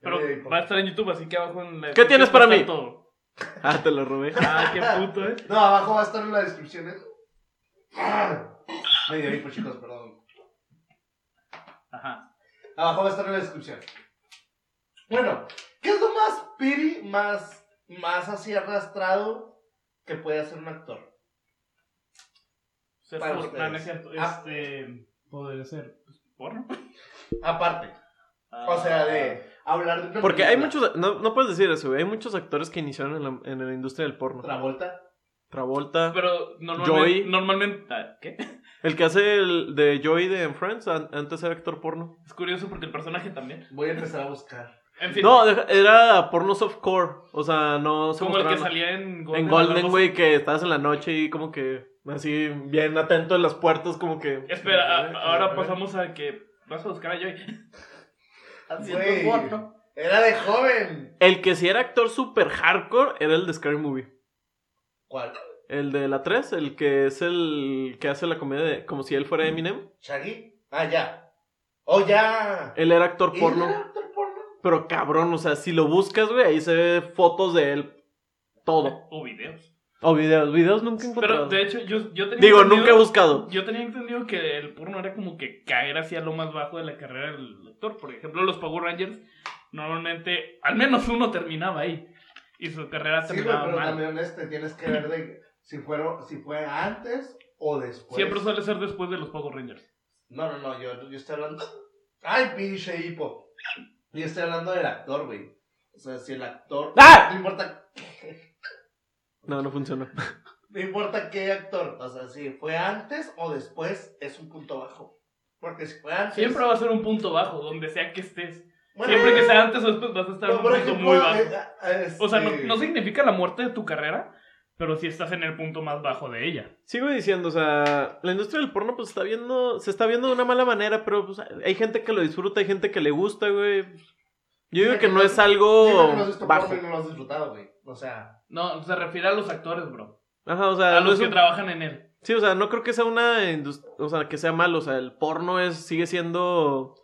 [SPEAKER 2] Pero
[SPEAKER 1] Ey, por-
[SPEAKER 2] va a estar en YouTube, así que abajo en la.
[SPEAKER 3] ¿Qué tienes para
[SPEAKER 2] va a
[SPEAKER 3] mí?
[SPEAKER 2] estar todo.
[SPEAKER 3] Ah, te lo robé.
[SPEAKER 2] Ah, qué puto, eh.
[SPEAKER 1] No, abajo va a estar en la descripción. ¿eh? Ah, Me dio hipo, chicos, perdón.
[SPEAKER 2] Ajá.
[SPEAKER 1] Abajo va a estar en la descripción. Bueno, ¿qué es lo más piri, más, más así arrastrado que puede hacer un actor?
[SPEAKER 2] Ser
[SPEAKER 1] Para
[SPEAKER 2] furro.
[SPEAKER 1] ustedes.
[SPEAKER 2] No, no es cierto.
[SPEAKER 1] Ah.
[SPEAKER 2] Este. Poder ser pues, porno.
[SPEAKER 1] Aparte, o
[SPEAKER 2] Ah.
[SPEAKER 1] sea, de hablar de una
[SPEAKER 3] Porque hay
[SPEAKER 1] película.
[SPEAKER 3] muchos. No, no puedes decir eso, güey. Hay muchos actores que iniciaron en la, en la industria del porno.
[SPEAKER 1] Travolta.
[SPEAKER 3] Travolta.
[SPEAKER 2] Ah, Pero normalmente.
[SPEAKER 3] Joy.
[SPEAKER 2] Normalmente. ah, ¿Qué?
[SPEAKER 3] El que hace el de Joey de Friends, an- antes era actor porno.
[SPEAKER 2] Es curioso porque el personaje también.
[SPEAKER 1] Voy a empezar a buscar.
[SPEAKER 2] En fin.
[SPEAKER 3] No, deja- era porno softcore. O sea, no se
[SPEAKER 2] como el que
[SPEAKER 3] mostraban-
[SPEAKER 2] salía en Golden.
[SPEAKER 3] En Golden,
[SPEAKER 2] Globes.
[SPEAKER 3] güey, que estabas en la noche y como que así, bien atento en las puertas, como que.
[SPEAKER 2] Espera,
[SPEAKER 3] Eh,
[SPEAKER 2] a- ahora
[SPEAKER 3] eh,
[SPEAKER 2] pasamos a que. Vas a buscar a Joy.
[SPEAKER 1] Güey,
[SPEAKER 2] Haciendo porno.
[SPEAKER 1] Era de joven.
[SPEAKER 3] El que sí era actor super hardcore era el de Scary Movie.
[SPEAKER 1] ¿Cuál?
[SPEAKER 3] El de la 3, el que es el que hace la comedia de como si él fuera Eminem.
[SPEAKER 1] ¿Shaggy? Ah, ya. Oh, ya.
[SPEAKER 3] Él era actor
[SPEAKER 1] ¿Y era
[SPEAKER 3] porno.
[SPEAKER 1] actor porno?
[SPEAKER 3] Pero cabrón, o sea, si lo buscas, güey, ahí se ve fotos de él. Todo.
[SPEAKER 2] O videos.
[SPEAKER 3] O videos. Videos nunca he
[SPEAKER 2] Pero
[SPEAKER 3] encontrado.
[SPEAKER 2] de hecho, yo, yo tenía.
[SPEAKER 3] Digo,
[SPEAKER 2] entendido-
[SPEAKER 3] nunca he buscado.
[SPEAKER 2] Yo tenía entendido que el porno era como que caer hacia lo más bajo de la carrera del actor. Por ejemplo, los Power Rangers normalmente al menos uno terminaba ahí. Y su carrera
[SPEAKER 1] Sí, güey,
[SPEAKER 2] terminaba
[SPEAKER 1] pero
[SPEAKER 2] mal.
[SPEAKER 1] también este, tienes que ver de si, fueron, si fue antes o después.
[SPEAKER 2] Siempre suele ser después de los Power Rangers.
[SPEAKER 1] No, no, no, yo, yo estoy hablando. *laughs* ¡Ay, pinche hipo! Yo estoy hablando del actor, güey. O sea, si el actor.
[SPEAKER 3] ¡Ah!
[SPEAKER 1] No importa,
[SPEAKER 3] No, no funcionó.
[SPEAKER 1] no importa qué actor. O sea, si fue antes o después, es un punto bajo. Porque si fue antes.
[SPEAKER 2] Siempre va a ser un punto bajo, donde sea que estés.
[SPEAKER 1] Bueno,
[SPEAKER 2] Siempre que sea antes o después vas a estar
[SPEAKER 1] pero
[SPEAKER 2] en un
[SPEAKER 1] por
[SPEAKER 2] punto
[SPEAKER 1] ejemplo,
[SPEAKER 2] muy bajo.
[SPEAKER 1] eh, eh,
[SPEAKER 2] O sea, no,
[SPEAKER 1] este,
[SPEAKER 2] no significa la muerte de tu carrera, pero sí estás en el punto más bajo de ella.
[SPEAKER 3] Sigo diciendo, o sea, la industria del porno pues está viendo, se está viendo de una mala manera, pero pues, hay gente que lo disfruta, hay gente que le gusta, güey. Yo digo que no es
[SPEAKER 1] Dime
[SPEAKER 3] algo
[SPEAKER 1] que no has visto
[SPEAKER 3] bajo.
[SPEAKER 1] porno y no lo has disfrutado, güey. O sea,
[SPEAKER 2] No, se refiere a los actores, bro.
[SPEAKER 3] Ajá, o
[SPEAKER 2] A
[SPEAKER 3] sea, no
[SPEAKER 2] los
[SPEAKER 3] es
[SPEAKER 2] que
[SPEAKER 3] un-
[SPEAKER 2] trabajan en él.
[SPEAKER 3] sí, o sea, no creo que sea una, indus- o sea, que sea malo, o sea, el porno es sigue siendo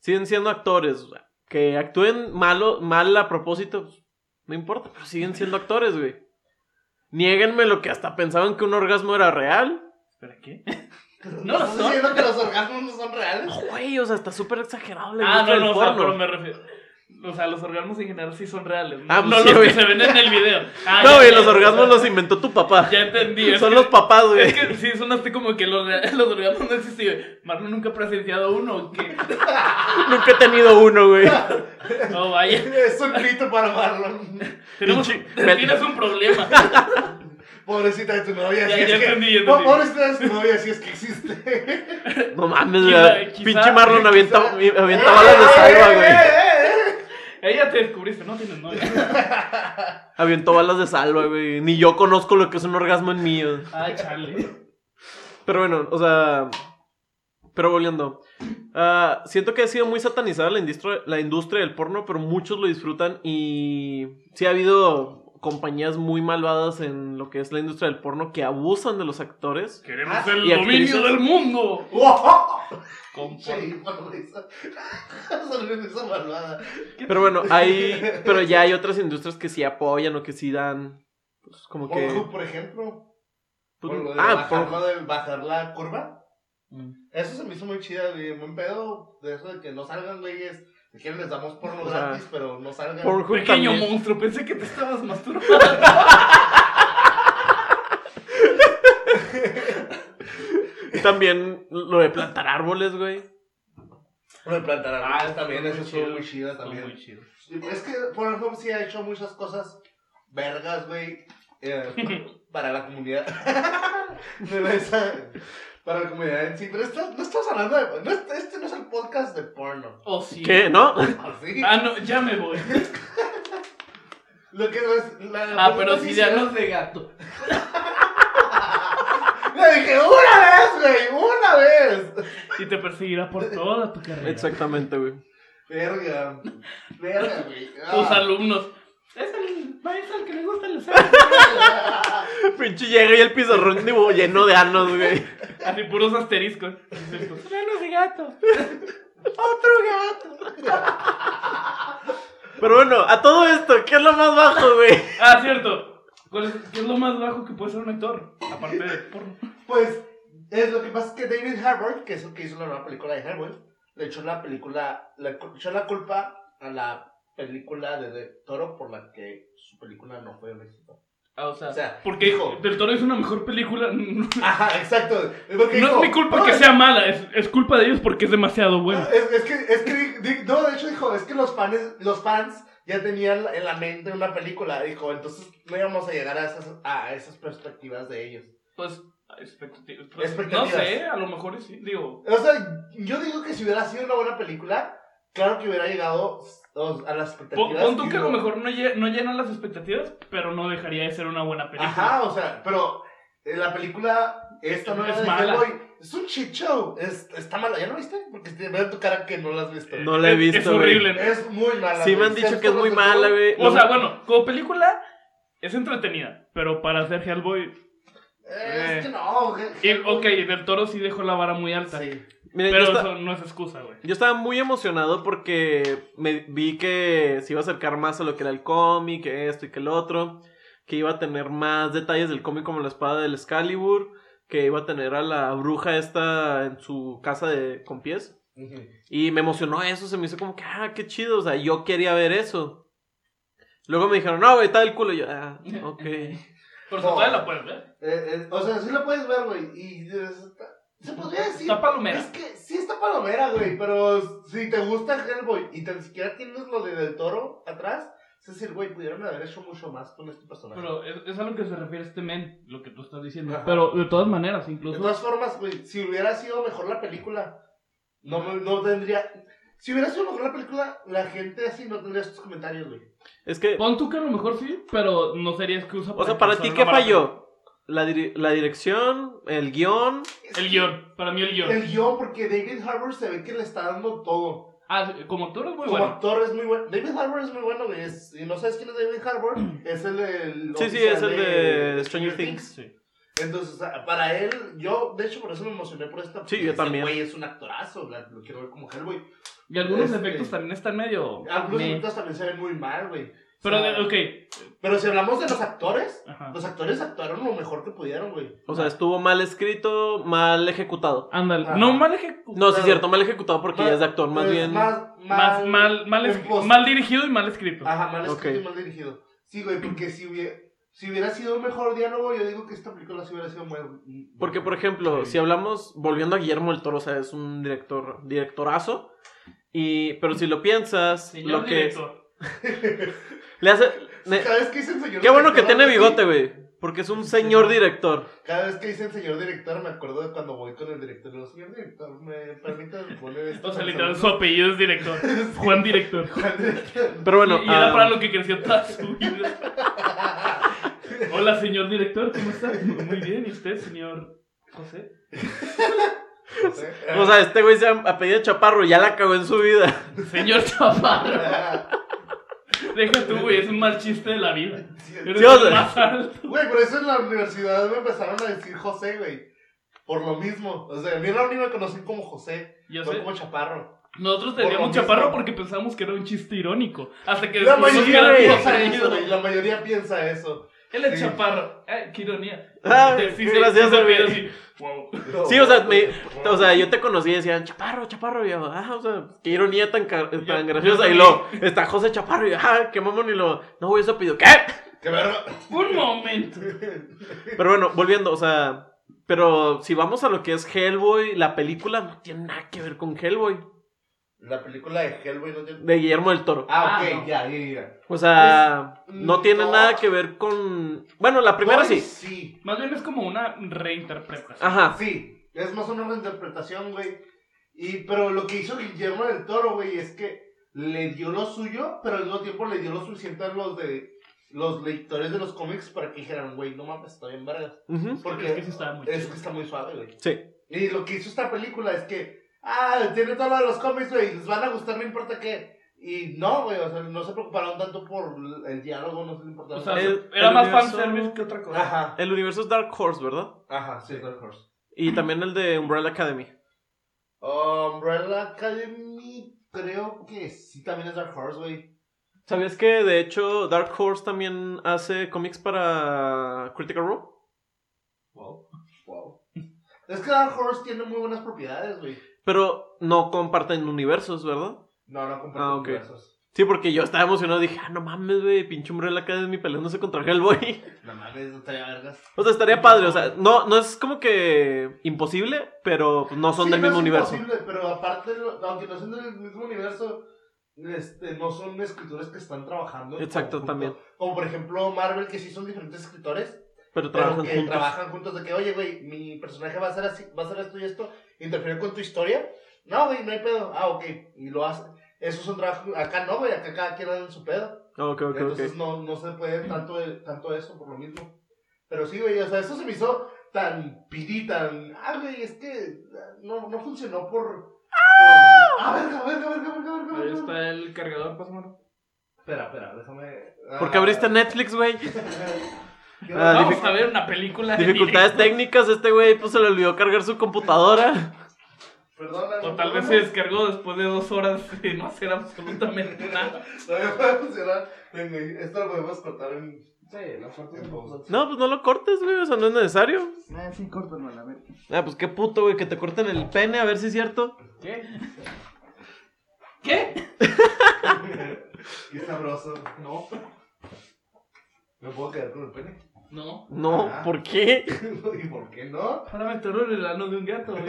[SPEAKER 3] siguen siendo actores, o sea, que actúen malo mal a propósito, pues, no importa, pero siguen siendo actores, güey. Niéguenme lo que hasta pensaban que un orgasmo era real.
[SPEAKER 2] ¿Espera qué? No lo
[SPEAKER 1] ¿estás
[SPEAKER 2] son.
[SPEAKER 1] diciendo que los orgasmos no son reales?
[SPEAKER 3] Güey, o sea, está súper exagerado la
[SPEAKER 2] Ah,
[SPEAKER 3] industria
[SPEAKER 2] no,
[SPEAKER 3] del
[SPEAKER 2] no, o sea,
[SPEAKER 3] porno.
[SPEAKER 2] pero me refiero. O sea, los orgasmos en general sí son reales.
[SPEAKER 3] Ah,
[SPEAKER 2] no
[SPEAKER 3] pues sí,
[SPEAKER 2] los
[SPEAKER 3] güey.
[SPEAKER 2] que se ven en el
[SPEAKER 3] *laughs*
[SPEAKER 2] video. Ah,
[SPEAKER 3] No,
[SPEAKER 2] ya
[SPEAKER 3] güey,
[SPEAKER 2] entendí,
[SPEAKER 3] los orgasmos
[SPEAKER 2] o sea,
[SPEAKER 3] los inventó tu papá.
[SPEAKER 2] Ya entendí. es
[SPEAKER 3] Son
[SPEAKER 2] que-
[SPEAKER 3] los papás, güey.
[SPEAKER 2] Es que sí, son así como que los, *laughs* los orgasmos no existen. güey. Marlon nunca ha presenciado uno. ¿qué?
[SPEAKER 3] *laughs* Nunca he tenido uno, güey.
[SPEAKER 2] No,
[SPEAKER 3] *laughs*
[SPEAKER 2] vaya.
[SPEAKER 1] Es un grito para Marlon.
[SPEAKER 2] Tenemos,
[SPEAKER 3] Pinche-
[SPEAKER 2] tienes un
[SPEAKER 3] *laughs*
[SPEAKER 2] problema.
[SPEAKER 1] Pobrecita de tu novia.
[SPEAKER 2] Ya-
[SPEAKER 1] si es
[SPEAKER 2] ya
[SPEAKER 1] que-
[SPEAKER 2] entendí, ya
[SPEAKER 1] po-
[SPEAKER 2] entendí.
[SPEAKER 1] Pobrecita de tu novia, si es que existe.
[SPEAKER 3] No mames,
[SPEAKER 2] Quizá-
[SPEAKER 3] güey.
[SPEAKER 2] quizá-
[SPEAKER 3] Pinche Marlon avienta,
[SPEAKER 1] Quizá-
[SPEAKER 3] avienta balas de
[SPEAKER 1] *laughs*
[SPEAKER 3] salva, güey.
[SPEAKER 2] Ella te descubriste, no tienes novia.
[SPEAKER 3] Avientó balas de salva, güey. Ni yo conozco lo que es un orgasmo en mí. güey.
[SPEAKER 2] Ah, chale.
[SPEAKER 3] Pero bueno, o sea. Pero volviendo. Ah, siento que ha sido muy satanizada la industria, la industria del porno, pero muchos lo disfrutan y sí ha habido compañías muy malvadas en lo que es la industria del porno que abusan de los actores.
[SPEAKER 2] Queremos
[SPEAKER 1] Ah,
[SPEAKER 2] el
[SPEAKER 3] ¿y
[SPEAKER 2] dominio
[SPEAKER 3] actrices?
[SPEAKER 2] del mundo. Con por-
[SPEAKER 1] Sí, por risa. *laughs* Sonrisa malvada.
[SPEAKER 3] Pero bueno, hay. Pero ya hay otras industrias que sí apoyan o que sí dan. Pues como que.
[SPEAKER 1] Pornhub, por ejemplo.
[SPEAKER 3] pues,
[SPEAKER 1] por lo de
[SPEAKER 3] ah,
[SPEAKER 1] bajar,
[SPEAKER 3] por-
[SPEAKER 1] lo de bajar la curva.
[SPEAKER 2] Mm.
[SPEAKER 1] Eso se me hizo muy chida, güey. Buen pedo. De eso de que no salgan, güeyes. Si quieren les damos porno
[SPEAKER 3] O sea,
[SPEAKER 1] gratis, pero no salgan.
[SPEAKER 3] Pornhub
[SPEAKER 2] Pequeño
[SPEAKER 3] también.
[SPEAKER 2] monstruo, pensé que te estabas masturbando.
[SPEAKER 3] También lo de plantar árboles, güey.
[SPEAKER 1] Lo de plantar
[SPEAKER 2] Ah,
[SPEAKER 1] árboles también, eso
[SPEAKER 2] estuvo muy
[SPEAKER 1] estuvo
[SPEAKER 2] chido,
[SPEAKER 1] muy chida
[SPEAKER 2] estuvo
[SPEAKER 1] también.
[SPEAKER 2] muy chido.
[SPEAKER 1] Es que Pornhub sí ha hecho muchas cosas vergas, güey. eh, *laughs* para la comunidad. *laughs* No, no, esa- para la comunidad en sí. Pero esto- no estamos hablando de. no, este este no es el podcast de porno.
[SPEAKER 2] *laughs*
[SPEAKER 1] *laughs*
[SPEAKER 2] Oh, sí.
[SPEAKER 3] ¿Qué? ¿No?
[SPEAKER 1] Así.
[SPEAKER 2] Ah, no, ya me voy.
[SPEAKER 1] Lo que no es. La,
[SPEAKER 2] Ah, pero
[SPEAKER 1] sí
[SPEAKER 2] si ya no es de gato.
[SPEAKER 1] *laughs* Le dije una vez, güey, una vez.
[SPEAKER 2] Y te perseguirá por toda tu carrera.
[SPEAKER 3] Exactamente, güey.
[SPEAKER 1] Verga. Verga, güey.
[SPEAKER 2] Tus
[SPEAKER 1] Ah.
[SPEAKER 2] alumnos. Es el maestro al que le gustan los
[SPEAKER 3] Pinche llega y el pizarrón dibu- lleno de anos, güey.
[SPEAKER 2] Así puros asteriscos. Renos de gato.
[SPEAKER 3] Otro gato. Pero bueno, a todo esto, ¿qué es lo más bajo, güey?
[SPEAKER 2] Ah, cierto. ¿Cuál es, ¿Qué es lo más bajo que puede ser un actor? Aparte de porno.
[SPEAKER 1] *laughs* Pues es lo que pasa es que David Harbour, que es el que hizo la nueva película de Harbour, le echó la película, le cu- echó la culpa a la película de, Del Toro por la que su película no fue un éxito.
[SPEAKER 2] Ah, o sea,
[SPEAKER 1] O sea,
[SPEAKER 2] porque
[SPEAKER 1] dijo-
[SPEAKER 2] Del Toro es una mejor película. *laughs* No
[SPEAKER 1] Ajá, exacto. porque dijo,
[SPEAKER 2] es mi culpa
[SPEAKER 1] "No,
[SPEAKER 2] que
[SPEAKER 1] es-
[SPEAKER 2] sea mala, es, es culpa de ellos porque es demasiado bueno.
[SPEAKER 1] Es, es que, es que, di- di- no, de hecho dijo, es que los fans, los fans ya tenían en la mente una película, dijo, entonces no íbamos a llegar a esas, a esas perspectivas de ellos.
[SPEAKER 2] Pues, expectativas. pues, No
[SPEAKER 1] Expectativas.
[SPEAKER 2] sé, a lo mejor es- sí. Digo,
[SPEAKER 1] O sea, yo digo que si hubiera sido una buena película, claro que hubiera llegado o- a las
[SPEAKER 2] pon,
[SPEAKER 1] expectativas.
[SPEAKER 2] pon tú que a
[SPEAKER 1] hubo.
[SPEAKER 2] lo mejor no, lle- no llenan las expectativas, pero no dejaría de ser una buena película.
[SPEAKER 1] Ajá, o sea, pero eh, la película, esta
[SPEAKER 2] Es
[SPEAKER 1] nueva de
[SPEAKER 2] mala.
[SPEAKER 1] Hellboy, es un shit show. Es, está mala, ¿ya lo viste? Porque te veo tu cara que no la has visto.
[SPEAKER 3] No la he
[SPEAKER 2] Es-
[SPEAKER 3] visto,
[SPEAKER 2] Es
[SPEAKER 3] güey.
[SPEAKER 2] horrible, ¿no?
[SPEAKER 1] Es muy mala.
[SPEAKER 3] Sí me
[SPEAKER 1] güey. ¿Sí
[SPEAKER 3] han dicho
[SPEAKER 1] has
[SPEAKER 3] que es
[SPEAKER 1] visto
[SPEAKER 3] muy
[SPEAKER 1] los de
[SPEAKER 3] mala,
[SPEAKER 1] Hellboy?
[SPEAKER 3] güey.
[SPEAKER 2] O sea, bueno, como película es entretenida, pero para hacer Hellboy...
[SPEAKER 1] Eh, Es que no, güey.
[SPEAKER 2] y, ok, Del Toro sí dejó la vara muy alta,
[SPEAKER 1] Sí.
[SPEAKER 3] Miren,
[SPEAKER 2] pero
[SPEAKER 3] yo, esta-
[SPEAKER 2] eso no es excusa, güey.
[SPEAKER 3] yo estaba muy emocionado porque me vi que se iba a acercar más a lo que era el cómic, que esto y que el otro, que iba a tener más detalles del cómic como la espada del Excalibur, que iba a tener a la bruja esta en su casa de con pies.
[SPEAKER 1] Ujú.
[SPEAKER 3] Y me emocionó eso, se me hizo como que, ah, qué chido, o sea, yo quería ver eso. Luego me dijeron, no, güey, está del culo. Y yo, ah, ok.
[SPEAKER 2] Por su todavía la puedes ver.
[SPEAKER 1] Eh, eh, o sea, sí lo puedes ver, güey. Y dices, está- se podría decir.
[SPEAKER 2] Está palomera.
[SPEAKER 1] Es que sí está palomera, güey. Pero si te gusta Hellboy y tan siquiera tienes lo de Del Toro atrás, es decir, güey, pudieron haber hecho mucho más con este personaje.
[SPEAKER 2] Pero es, es a lo que se refiere este men, lo que tú estás diciendo.
[SPEAKER 1] Ajá.
[SPEAKER 2] Pero de todas maneras,
[SPEAKER 1] de
[SPEAKER 2] incluso.
[SPEAKER 1] todas formas, güey, si hubiera sido mejor la película, no, me- no tendría. Si hubiera sido mejor la película, la gente así no tendría estos comentarios, güey.
[SPEAKER 3] Es que,
[SPEAKER 2] Pon tú que a lo mejor sí, pero no sería excusa.
[SPEAKER 3] o sea, para
[SPEAKER 2] causar
[SPEAKER 3] ti,
[SPEAKER 2] una
[SPEAKER 3] ¿qué
[SPEAKER 2] mala
[SPEAKER 3] falló? La, diri- la dirección, el guión.
[SPEAKER 2] película. El guión, para mí el guión.
[SPEAKER 1] El guión, porque David Harbour se ve que le está dando todo.
[SPEAKER 2] Ah, como tú eres muy
[SPEAKER 1] Como
[SPEAKER 2] bueno.
[SPEAKER 1] actor es muy bueno. David Harbour es muy bueno, güey. Es- si no sabes quién es David Harbour, es el del.
[SPEAKER 3] Mm. Sí, sí,
[SPEAKER 1] oficial
[SPEAKER 3] es el de Stranger Things.
[SPEAKER 2] Sí.
[SPEAKER 1] Entonces, o sea, para él, yo, de hecho, por eso me emocioné por esta.
[SPEAKER 3] Sí, yo
[SPEAKER 1] porque ese
[SPEAKER 3] también.
[SPEAKER 1] güey es un actorazo, la- lo quiero ver como Hellboy.
[SPEAKER 2] Y algunos
[SPEAKER 1] Este-
[SPEAKER 2] efectos también están medio.
[SPEAKER 1] Algunos
[SPEAKER 2] meh.
[SPEAKER 1] efectos también se ven muy mal, güey.
[SPEAKER 2] Pero,
[SPEAKER 1] O sea, pues,
[SPEAKER 2] de- ok.
[SPEAKER 1] Pero si hablamos de los actores,
[SPEAKER 2] Ajá.
[SPEAKER 1] los actores actuaron lo mejor que pudieron, güey.
[SPEAKER 3] O sea,
[SPEAKER 2] Ah.
[SPEAKER 3] estuvo mal escrito, mal ejecutado.
[SPEAKER 2] Ándale.
[SPEAKER 1] Ajá.
[SPEAKER 2] No mal ejecutado.
[SPEAKER 3] No, sí,
[SPEAKER 1] Claro.
[SPEAKER 3] es cierto, mal ejecutado porque
[SPEAKER 1] Mal-
[SPEAKER 3] ya es de actor, más
[SPEAKER 1] Es
[SPEAKER 3] bien.
[SPEAKER 1] Más,
[SPEAKER 2] Más,
[SPEAKER 1] más,
[SPEAKER 2] mal, mal,
[SPEAKER 1] en
[SPEAKER 2] es-
[SPEAKER 1] post.
[SPEAKER 2] mal dirigido y mal escrito.
[SPEAKER 1] Ajá, mal escrito
[SPEAKER 3] Ok.
[SPEAKER 1] y mal dirigido. Sí, güey, porque si hubiera, si hubiera sido un mejor diálogo, yo digo que esta película sí hubiera sido muy.
[SPEAKER 3] Porque, por ejemplo,
[SPEAKER 1] Sí.
[SPEAKER 3] si hablamos, volviendo a Guillermo del Toro, o sea, es un director, directorazo. Y, pero si lo piensas,
[SPEAKER 2] Señor
[SPEAKER 3] lo que
[SPEAKER 2] director.
[SPEAKER 3] le hace. ne-
[SPEAKER 1] Cada vez que dicen señor
[SPEAKER 3] qué bueno que
[SPEAKER 1] director,
[SPEAKER 3] tiene
[SPEAKER 1] algo así,
[SPEAKER 3] bigote, güey. Porque es un señor director.
[SPEAKER 1] Cada vez que dicen señor director, me acuerdo de cuando voy con el director. Le digo, señor director, ¿me permite poner esto?
[SPEAKER 2] O sea,
[SPEAKER 1] por
[SPEAKER 2] literal, su
[SPEAKER 1] favor?"
[SPEAKER 2] apellido
[SPEAKER 1] *laughs*
[SPEAKER 2] es director. Juan Director.
[SPEAKER 1] Juan director.
[SPEAKER 3] Pero bueno.
[SPEAKER 2] y, y era
[SPEAKER 3] ah,
[SPEAKER 2] para lo que creció toda
[SPEAKER 1] *laughs*
[SPEAKER 2] su vida. Hola, señor director, ¿cómo está? Muy bien, ¿y usted, señor José?
[SPEAKER 1] No sé.
[SPEAKER 3] *laughs* O sea, este güey se ha apellido Chaparro, ya la cagó en su vida.
[SPEAKER 1] *laughs*
[SPEAKER 2] Señor Chaparro. Deja tú, güey, es un mal chiste de la vida.
[SPEAKER 1] Sí,
[SPEAKER 2] Eres
[SPEAKER 3] Sí, o
[SPEAKER 2] el
[SPEAKER 3] sea.
[SPEAKER 2] más alto.
[SPEAKER 1] *laughs* Güey, por eso en la universidad me empezaron a decir José, güey. Por lo mismo. O sea, a mí en la uni me conocen como José,
[SPEAKER 2] Yo
[SPEAKER 1] no
[SPEAKER 2] sé.
[SPEAKER 1] como Chaparro.
[SPEAKER 2] Nosotros
[SPEAKER 1] Por lo
[SPEAKER 2] teníamos
[SPEAKER 1] mismo.
[SPEAKER 2] chaparro porque pensábamos que era un chiste irónico. Hasta que
[SPEAKER 1] La
[SPEAKER 3] pues,
[SPEAKER 2] descubrimos que
[SPEAKER 1] mayoría
[SPEAKER 2] era tu
[SPEAKER 1] piensa eso,
[SPEAKER 2] apellido.
[SPEAKER 1] güey. La mayoría piensa eso.
[SPEAKER 2] Él es
[SPEAKER 1] Sí.
[SPEAKER 2] chaparro. Ay, qué ironía.
[SPEAKER 3] Ah,
[SPEAKER 2] *laughs* Sí, sí,
[SPEAKER 3] qué
[SPEAKER 2] sí,
[SPEAKER 3] gracioso,
[SPEAKER 2] sí, se veía
[SPEAKER 3] güey.
[SPEAKER 2] así. Wow.
[SPEAKER 3] Sí, o sea, me- o sea, yo te conocí y decían Chaparro, Chaparro. Y yo, ah, o sea, qué ironía tan, car-
[SPEAKER 2] Yo-
[SPEAKER 3] tan
[SPEAKER 2] yo
[SPEAKER 3] graciosa. Y
[SPEAKER 2] también.
[SPEAKER 3] luego está José Chaparro. Y yo, ah, qué mamón. Y lo, no, güey, eso pidió, ¿qué?
[SPEAKER 1] Qué verga.
[SPEAKER 2] Un momento.
[SPEAKER 3] Pero bueno, volviendo, o sea, pero si vamos a lo que es Hellboy, la película no tiene nada que ver con Hellboy,
[SPEAKER 1] La película de Hellboy no tiene.
[SPEAKER 3] de Guillermo del Toro.
[SPEAKER 1] Ah,
[SPEAKER 2] Ah,
[SPEAKER 1] ok,
[SPEAKER 2] no.
[SPEAKER 1] ya, ya, ya.
[SPEAKER 3] O sea,
[SPEAKER 1] Pues,
[SPEAKER 3] no tiene
[SPEAKER 1] no.
[SPEAKER 3] nada que ver con... Bueno, la primera
[SPEAKER 1] Ay,
[SPEAKER 3] sí. Ah.
[SPEAKER 1] Sí.
[SPEAKER 2] Más bien es como una reinterpretación.
[SPEAKER 3] Ajá.
[SPEAKER 1] Sí, es más una reinterpretación, güey. Y, pero lo que hizo Guillermo del Toro, güey, es que le dio lo suyo, pero al mismo tiempo le dio lo suficiente a los de los lectores de los cómics para que dijeran, güey, no mames, está bien vergas.
[SPEAKER 3] Ujú.
[SPEAKER 2] Porque es que sí estaba muy
[SPEAKER 1] Es
[SPEAKER 2] chido.
[SPEAKER 1] que está muy suave, güey.
[SPEAKER 3] Sí.
[SPEAKER 1] Y lo que hizo esta película es que, ah, tiene todo lo de los cómics, güey, les van a gustar, no importa qué. Y no, güey, o sea, no se preocuparon tanto por el diálogo, no se le importaba.
[SPEAKER 2] O sea,
[SPEAKER 3] El-
[SPEAKER 2] era
[SPEAKER 3] el
[SPEAKER 2] más
[SPEAKER 3] universo-
[SPEAKER 2] fanservice que otra cosa.
[SPEAKER 1] ajá,
[SPEAKER 3] El universo es Dark Horse, ¿verdad?
[SPEAKER 1] ajá, sí, Dark Horse.
[SPEAKER 3] Y también el de Umbrella Academy.
[SPEAKER 1] Umbrella Academy, creo que sí, también es Dark Horse, güey.
[SPEAKER 3] ¿Sabías que de hecho Dark Horse también hace cómics para Critical Role?
[SPEAKER 1] Wow. Wow. Es que Dark Horse tiene muy buenas propiedades, güey.
[SPEAKER 3] Pero no comparten universos, ¿verdad?
[SPEAKER 1] No, no comparto
[SPEAKER 3] Ah, ok.
[SPEAKER 1] universos.
[SPEAKER 3] Sí, porque yo estaba emocionado, dije, ah, no mames, güey, pinche Umbrella Academy peleándose contra Hellboy. *laughs*
[SPEAKER 1] No mames, no estaría vergas.
[SPEAKER 3] O sea, estaría padre, o sea, no, no es como que imposible, pero pues, no son
[SPEAKER 1] Sí,
[SPEAKER 3] del
[SPEAKER 1] no
[SPEAKER 3] mismo
[SPEAKER 1] es
[SPEAKER 3] universo.
[SPEAKER 1] imposible, pero aparte, lo- aunque no sean del mismo universo, este, no son escritores que están trabajando. en
[SPEAKER 3] Exacto, también.
[SPEAKER 1] Como por ejemplo Marvel, que sí son diferentes escritores, pero
[SPEAKER 3] Pero trabajan
[SPEAKER 1] que
[SPEAKER 3] juntos.
[SPEAKER 1] trabajan juntos de que, oye, güey, mi personaje va a ser así, va a ser esto y esto, interfiere con tu historia. No, güey, no hay pedo. Ah, ok. Y lo hace. Eso es un trabajo. Acá no, güey, acá cada quien anda en su pedo.
[SPEAKER 3] Ah, Ok, ok, ok.
[SPEAKER 1] Entonces no, no se puede tanto, el- tanto eso por lo mismo. Pero sí, güey, o sea, eso se me hizo tan pidi, tan. Ah, güey, es que ah, no, no funcionó por. por- Ah, verga, verga, verga, verga, verga,
[SPEAKER 2] Ahí
[SPEAKER 1] verga.
[SPEAKER 2] está el cargador, pásamelo.
[SPEAKER 1] Espera, espera, déjame. ah,
[SPEAKER 3] ¿Por qué abriste Netflix, güey? *laughs* Ah,
[SPEAKER 1] Vamos
[SPEAKER 2] Vamos a ver una película. en
[SPEAKER 3] Dificultades
[SPEAKER 2] directo.
[SPEAKER 3] técnicas, este güey pues se le olvidó cargar su computadora. *laughs*
[SPEAKER 1] Perdona.
[SPEAKER 2] O tal vez se descargó después de dos horas de no hacer absolutamente nada.
[SPEAKER 1] Todavía puede funcionar. Venga, esto lo podemos cortar en. Sí, las partes en pausa.
[SPEAKER 3] No, pues no lo cortes, güey, o sea, no es necesario.
[SPEAKER 4] Ah, sí, córtalo a la verga.
[SPEAKER 3] Ah, pues qué puto, güey, que te corten el pene, a ver si es cierto.
[SPEAKER 2] ¿Qué? ¿Qué?
[SPEAKER 1] Qué sabroso. No. ¿Me puedo quedar con el pene? *laughs*
[SPEAKER 2] No.
[SPEAKER 3] No,
[SPEAKER 1] Ah.
[SPEAKER 3] ¿por qué?
[SPEAKER 1] ¿Y por qué no?
[SPEAKER 2] Ahora me enteró en el ano de un gato, *laughs* güey.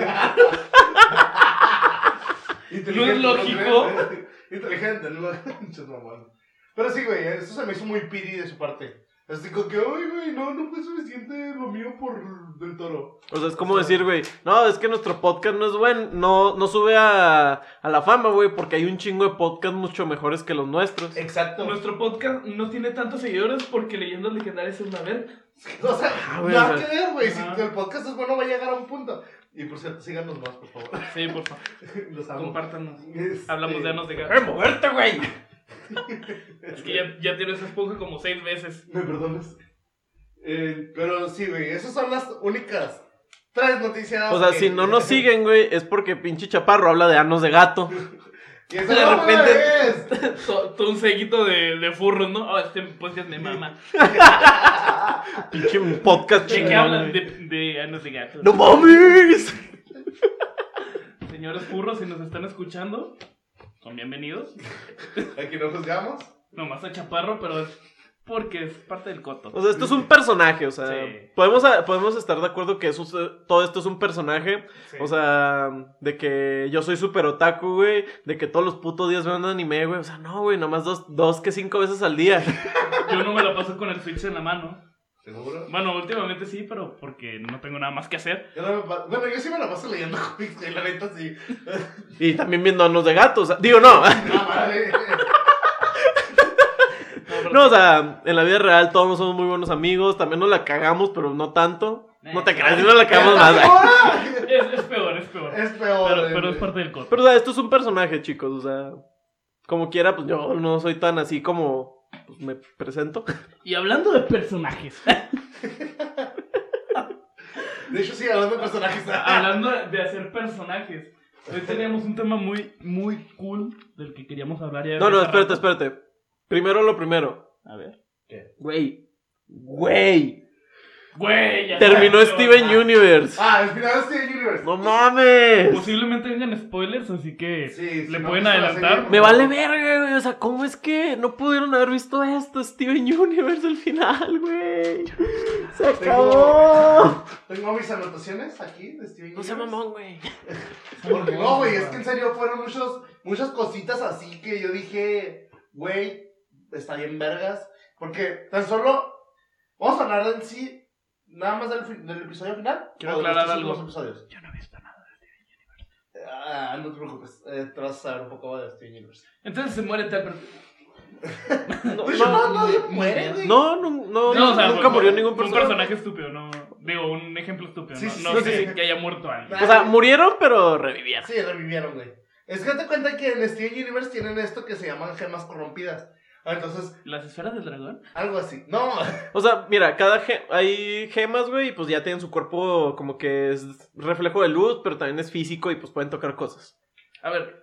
[SPEAKER 1] Inteligente,
[SPEAKER 2] No es lógico.
[SPEAKER 1] crees, eh? Inteligente, no *laughs* Muchos mamón. Pero sí, güey, eso se me hizo muy piri de su parte. Así como que, uy, güey, no, no fue suficiente lo mío por del toro.
[SPEAKER 3] O sea, es como decir, güey, no, es que nuestro podcast no es bueno, no, no sube a, a la fama, güey, porque hay un chingo de podcasts mucho mejores que los nuestros.
[SPEAKER 2] Eh,
[SPEAKER 1] Exacto.
[SPEAKER 2] Nuestro podcast no tiene tantos seguidores porque leyendas legendarias es una verga.
[SPEAKER 1] O sea,
[SPEAKER 3] Ah, güey,
[SPEAKER 1] nada
[SPEAKER 3] o sea.
[SPEAKER 1] que ver, güey. Si
[SPEAKER 2] Ajá.
[SPEAKER 1] el podcast es bueno, va a llegar a un punto. Y por cierto, síganos más, por favor. *laughs*
[SPEAKER 2] Sí, por favor,
[SPEAKER 1] Los amo.
[SPEAKER 2] compártanos.
[SPEAKER 1] Este,
[SPEAKER 2] Hablamos de anos de gato.
[SPEAKER 3] moverte, güey!
[SPEAKER 2] Es que ya, ya tienes esponja como seis veces.
[SPEAKER 1] ¿Me perdonas? Eh, pero sí, güey, esas son las únicas tres noticias.
[SPEAKER 3] O sea,
[SPEAKER 1] que-
[SPEAKER 3] si no nos siguen, güey, es porque pinche chaparro habla de anos de
[SPEAKER 2] *laughs*
[SPEAKER 3] gato.
[SPEAKER 1] Y eso
[SPEAKER 2] De
[SPEAKER 1] no
[SPEAKER 2] repente-
[SPEAKER 1] es.
[SPEAKER 2] *laughs*
[SPEAKER 3] *laughs*
[SPEAKER 2] To- Todo un seguito de, de furros, ¿no? Ah, este podcast me mama.
[SPEAKER 3] Pinche podcast
[SPEAKER 2] ¿De
[SPEAKER 3] chingón.
[SPEAKER 2] qué hablan?
[SPEAKER 3] güey.
[SPEAKER 2] De, de anos de gato.
[SPEAKER 3] ¡No mames!
[SPEAKER 2] Señores furros, si nos están escuchando, son bienvenidos.
[SPEAKER 1] Aquí no juzgamos.
[SPEAKER 2] Nomás a Chaparro, pero es porque es parte del coto.
[SPEAKER 3] O sea, esto es un personaje, o sea,
[SPEAKER 2] Sí.
[SPEAKER 3] podemos, ah, podemos estar de acuerdo que eso es- todo esto es un personaje,
[SPEAKER 2] Sí.
[SPEAKER 3] o sea, de que yo soy super otaku, güey, de que todos los putos días veo un anime, güey, o sea, no, güey, nomás dos, dos que cinco veces al día.
[SPEAKER 2] yo no me la paso con el Switch en la mano.
[SPEAKER 1] ¿Seguro?
[SPEAKER 2] Bueno, últimamente sí, pero porque no tengo nada más que hacer.
[SPEAKER 1] Yo no me pa- Bueno, yo sí me la paso leyendo *laughs* cómics, güey, la neta sí.
[SPEAKER 3] Y también viendo anos de gatos, digo, no, *laughs*
[SPEAKER 1] No, madre.
[SPEAKER 2] No, pero-
[SPEAKER 3] no, o sea, en la vida real todos somos muy buenos amigos, también nos la cagamos, pero no tanto. No te creas, no la cagamos más, *laughs* güey.
[SPEAKER 2] *laughs*
[SPEAKER 1] ¡Ah!
[SPEAKER 2] es, es peor, es peor.
[SPEAKER 1] Es peor.
[SPEAKER 2] pero,
[SPEAKER 1] güey.
[SPEAKER 2] pero es parte del coto.
[SPEAKER 3] Pero, o sea, esto es un personaje, chicos, o sea, como quiera, pues yo no soy tan así como pues, me
[SPEAKER 2] *laughs*
[SPEAKER 3] presento.
[SPEAKER 2] Y hablando de personajes,
[SPEAKER 1] De hecho, sí, hablando de personajes.
[SPEAKER 2] *laughs*
[SPEAKER 1] ah,
[SPEAKER 2] hablando de hacer personajes, hoy teníamos un tema muy, muy cool del que queríamos hablar ya.
[SPEAKER 3] No, no,
[SPEAKER 2] hace rato.
[SPEAKER 3] espérate, espérate. Primero lo primero.
[SPEAKER 2] A ver.
[SPEAKER 3] Güey. Güey.
[SPEAKER 2] Güey, ya
[SPEAKER 3] Terminó
[SPEAKER 2] está,
[SPEAKER 3] Steven
[SPEAKER 2] ah.
[SPEAKER 3] Universe.
[SPEAKER 1] Ah, el final de Steven Universe.
[SPEAKER 3] No mames.
[SPEAKER 2] Posiblemente vengan spoilers, así que
[SPEAKER 1] Sí,
[SPEAKER 2] le
[SPEAKER 1] si no pues, viste
[SPEAKER 2] pueden
[SPEAKER 1] la
[SPEAKER 2] adelantar.
[SPEAKER 1] serie,
[SPEAKER 3] Me vale verga, güey. O sea, ¿cómo es que no pudieron haber visto esto? Steven Universe al final, güey. Se acabó.
[SPEAKER 1] Tengo mis anotaciones aquí de Steven
[SPEAKER 3] No sea
[SPEAKER 1] Universe.
[SPEAKER 3] mamón, güey.
[SPEAKER 1] Porque no, güey, es que en serio fueron muchos, muchas cositas así que yo dije, güey, está bien vergas. Porque tan solo, vamos a hablar en sí, nada más del, fi- del episodio final.
[SPEAKER 2] Quiero
[SPEAKER 1] o de los
[SPEAKER 2] aclarar
[SPEAKER 1] tres
[SPEAKER 2] algo.
[SPEAKER 1] últimos episodios.
[SPEAKER 2] Yo no he visto nada.
[SPEAKER 1] Ah, no te preocupes, eh, te vas a saber un poco de Steven Universe.
[SPEAKER 2] Entonces se muere Tepper.
[SPEAKER 3] *laughs* No,
[SPEAKER 1] Pues yo
[SPEAKER 3] no,
[SPEAKER 1] no, nadie
[SPEAKER 2] ni-
[SPEAKER 1] muere,
[SPEAKER 2] ni-
[SPEAKER 1] güey.
[SPEAKER 3] no, no, no,
[SPEAKER 2] No, o sea,
[SPEAKER 3] nunca
[SPEAKER 2] fue-
[SPEAKER 3] murió
[SPEAKER 2] fue
[SPEAKER 3] ningún
[SPEAKER 2] Un
[SPEAKER 3] personaje.
[SPEAKER 2] personaje estúpido, no. Digo, un ejemplo estúpido.
[SPEAKER 1] Sí,
[SPEAKER 2] no
[SPEAKER 1] sí,
[SPEAKER 2] no
[SPEAKER 1] sí, Ah.
[SPEAKER 2] sé
[SPEAKER 1] sí.
[SPEAKER 2] que haya muerto alguien.
[SPEAKER 3] O sea, murieron, pero revivieron.
[SPEAKER 1] Sí, revivieron, güey. Es que te cuenta que en Steven Universe tienen esto que se llaman gemas corrompidas. Ah, Entonces,
[SPEAKER 2] ¿Las esferas del dragón?
[SPEAKER 1] algo así. No,
[SPEAKER 3] O sea, mira, cada ge- hay gemas, güey, y pues ya tienen su cuerpo como que es reflejo de luz, pero también es físico y pues pueden tocar cosas.
[SPEAKER 2] A ver,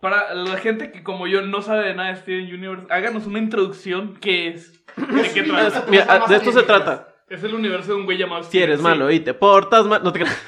[SPEAKER 2] para la gente que como yo no sabe de nada de Steven Universe, háganos una introducción. ¿Qué es? ¿De qué
[SPEAKER 1] Mira,
[SPEAKER 2] trata?
[SPEAKER 3] Mira,
[SPEAKER 1] Cosa
[SPEAKER 3] ah,
[SPEAKER 1] más
[SPEAKER 3] de esto se
[SPEAKER 1] alienígenas.
[SPEAKER 3] trata.
[SPEAKER 2] Es el universo de un güey llamado
[SPEAKER 3] Si
[SPEAKER 2] Steven,
[SPEAKER 3] eres
[SPEAKER 2] sí. Ah,
[SPEAKER 3] malo ¿eh? y te portas mal. No te creas.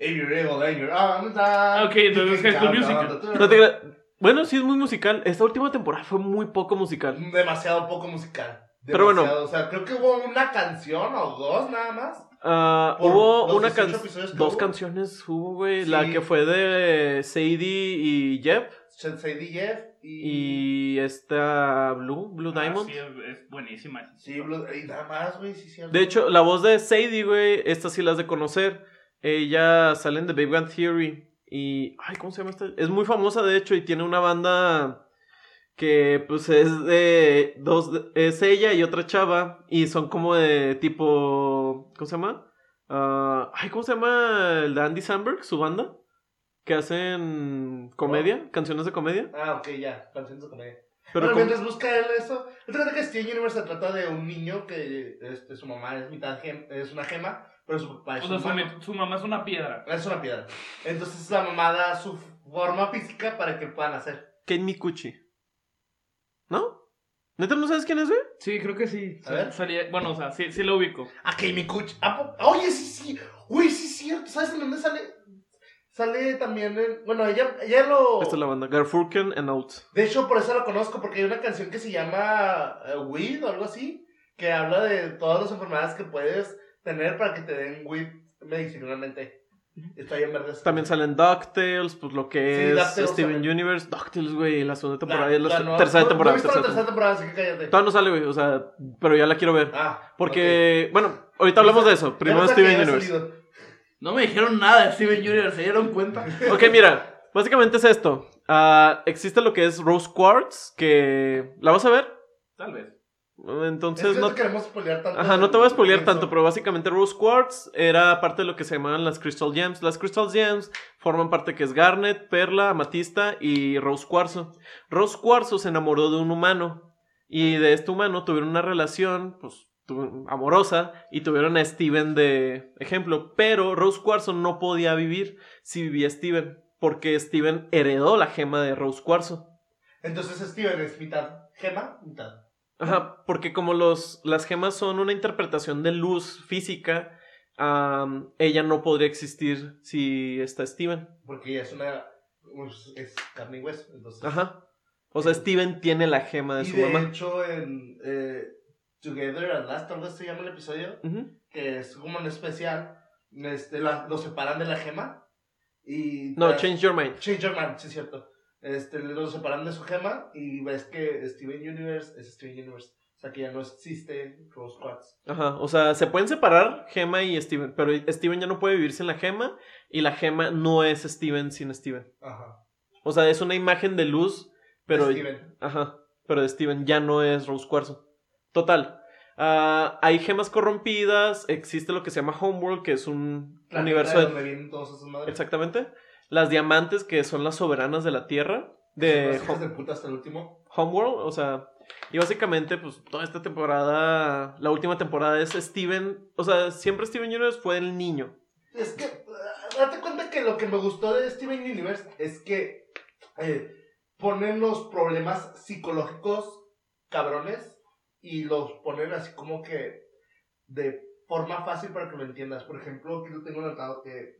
[SPEAKER 1] If you're evil, then you're on Ah,
[SPEAKER 2] ok, entonces High School Musical.
[SPEAKER 3] no te creas. Bueno, sí es muy musical. Esta última temporada fue muy poco musical.
[SPEAKER 1] demasiado poco musical.
[SPEAKER 3] Pero bueno.
[SPEAKER 1] Demasiado, O sea, creo que hubo una canción o dos nada más.
[SPEAKER 3] Ah,
[SPEAKER 1] Por
[SPEAKER 3] hubo
[SPEAKER 1] los
[SPEAKER 3] una
[SPEAKER 1] 18
[SPEAKER 3] canción.
[SPEAKER 1] episodios que
[SPEAKER 3] Dos
[SPEAKER 1] hubo.
[SPEAKER 3] canciones hubo, güey.
[SPEAKER 1] Sí.
[SPEAKER 3] La que fue de Sadie y Jeff.
[SPEAKER 1] Sensei DF y...
[SPEAKER 3] Y esta Blue, Blue
[SPEAKER 2] Ah,
[SPEAKER 3] Diamond.
[SPEAKER 2] sí, es, es buenísima.
[SPEAKER 1] Sí, Blue- y nada más, güey, sí, cierto.
[SPEAKER 3] De hecho, la voz de Sadie, güey, esta sí la has de conocer. Eh, Ella sale en The Big Bang Theory. Y. Ay, ¿cómo se llama esta? Es muy famosa, de hecho, y tiene una banda que, pues, es de. dos Es ella y otra chava. Y son como de tipo. ¿Cómo se llama? Ah, ay, ¿cómo se llama el de Andy Samberg, su banda? Que hacen comedia, canciones de comedia.
[SPEAKER 1] Ah, ok, ya, canción de comedia. Pero
[SPEAKER 3] Pero como-
[SPEAKER 1] mientras busca él eso, trata que Steven Universe se trata de un niño que este, su mamá es mitad gem- es una gema, pero su papá es
[SPEAKER 2] O sea,
[SPEAKER 1] un
[SPEAKER 2] su,
[SPEAKER 1] humano.
[SPEAKER 2] mi- su mamá es una piedra.
[SPEAKER 1] Es una piedra. Entonces la mamá da su forma física para que puedan hacer.
[SPEAKER 3] Ken Mikuchi. ¿No? ¿Neta no sabes quién es, güey?
[SPEAKER 2] Sí, creo que sí.
[SPEAKER 1] A ver.
[SPEAKER 2] Salía- bueno, o sea, sí, sí lo ubico.
[SPEAKER 1] A Kami Kuch. ¿a po- Oye, sí, sí. Uy, sí, es cierto. ¿Sabes en dónde sale? Sale también en. Bueno, ella, ella lo.
[SPEAKER 3] Esta es la banda. Garfurken and Out.
[SPEAKER 1] De hecho, por eso la conozco, porque hay una canción que se llama eh, Weed o algo así, que habla de todas las enfermedades que puedes tener para que te den weed medicinalmente. Está bien verde. esa.
[SPEAKER 3] También salen DuckTales, pues lo que
[SPEAKER 1] Sí,
[SPEAKER 3] es
[SPEAKER 1] DuckTales
[SPEAKER 3] Steven
[SPEAKER 1] también.
[SPEAKER 3] Universe. DuckTales, güey, la segunda temporada
[SPEAKER 1] La-
[SPEAKER 3] y la,
[SPEAKER 1] la
[SPEAKER 3] se-
[SPEAKER 1] nueva-
[SPEAKER 3] tercera
[SPEAKER 1] no-
[SPEAKER 3] temporada.
[SPEAKER 1] No he visto la
[SPEAKER 3] tercera
[SPEAKER 1] tercera temporada, así que cállate.
[SPEAKER 3] temporada. Todavía no sale, güey, o sea, pero ya la quiero ver.
[SPEAKER 1] Ah, ok.
[SPEAKER 3] Porque, bueno, ahorita hablamos de eso. Primero
[SPEAKER 1] Ya no sé
[SPEAKER 3] Steven
[SPEAKER 1] qué haya
[SPEAKER 3] Universe.
[SPEAKER 1] salido.
[SPEAKER 4] No me dijeron nada de Steven Jr., ¿se dieron cuenta?
[SPEAKER 3] Ok, mira, básicamente es esto. Ah, existe lo que es Rose Quartz, que la vas a ver.
[SPEAKER 4] Tal vez.
[SPEAKER 3] Entonces
[SPEAKER 1] Es que
[SPEAKER 3] no,
[SPEAKER 1] no queremos spoilear tanto.
[SPEAKER 3] Ajá, no te voy a spoilear
[SPEAKER 1] Eso.
[SPEAKER 3] tanto, pero básicamente Rose Quartz era parte de lo que se llamaban las Crystal Gems. Las Crystal Gems forman parte que es Garnet, Perla, Amatista y Rose Cuarzo. Rose Cuarzo se enamoró de un humano y de este humano tuvieron una relación, pues, tu- amorosa y tuvieron a Steven de ejemplo, pero Rose Cuarzo no podía vivir si vivía Steven, porque Steven heredó la gema de Rose Cuarzo.
[SPEAKER 1] Entonces Steven es mitad gema, mitad.
[SPEAKER 3] Ajá, porque como los, las gemas son una interpretación de luz física, am, ella no podría existir si está Steven.
[SPEAKER 1] Porque ella es una. pues, Es carne y hueso. Entonces.
[SPEAKER 3] Ajá. O sea, Steven tiene la gema de
[SPEAKER 1] y
[SPEAKER 3] su
[SPEAKER 1] de
[SPEAKER 3] mamá.
[SPEAKER 1] hecho, en eh, Together at Last, tal vez se llama el episodio,
[SPEAKER 3] Ujú.
[SPEAKER 1] que es como un especial. Este, la- lo separan de la gema. Y
[SPEAKER 3] No,
[SPEAKER 1] tras-
[SPEAKER 3] Change Your Mind.
[SPEAKER 1] Change Your Mind, sí, es cierto. Este, lo separan de su gema y ves que Steven Universe es Steven Universe. O sea, que ya no existe Rose Quartz.
[SPEAKER 3] Ajá. O sea, se pueden separar gema y Steven, pero Steven ya no puede vivir sin la gema y la gema no es Steven sin Steven.
[SPEAKER 1] Ajá.
[SPEAKER 3] O sea, es una imagen de luz, pero...
[SPEAKER 1] Steven.
[SPEAKER 3] Ajá, pero de Steven ya no es Rose Cuarzo. Total. ah, hay gemas corrompidas, existe lo que se llama Homeworld, que es un
[SPEAKER 1] Planeta
[SPEAKER 3] universo
[SPEAKER 1] de
[SPEAKER 3] de...
[SPEAKER 1] donde vienen todas esas madres.
[SPEAKER 3] Exactamente. Las diamantes, que son las soberanas de la Tierra,
[SPEAKER 1] Son
[SPEAKER 3] de
[SPEAKER 1] las
[SPEAKER 3] Home-
[SPEAKER 1] hijas de puta hasta el último.
[SPEAKER 3] Homeworld, o sea... Y básicamente, pues, toda esta temporada, la última temporada es Steven, o sea, siempre Steven Universe fue el niño.
[SPEAKER 1] Es que, eh, date cuenta que lo que me gustó de Steven Universe es que eh, ponen los problemas psicológicos cabrones y los ponen así como que de forma fácil para que lo entiendas. Por ejemplo, aquí lo tengo anotado que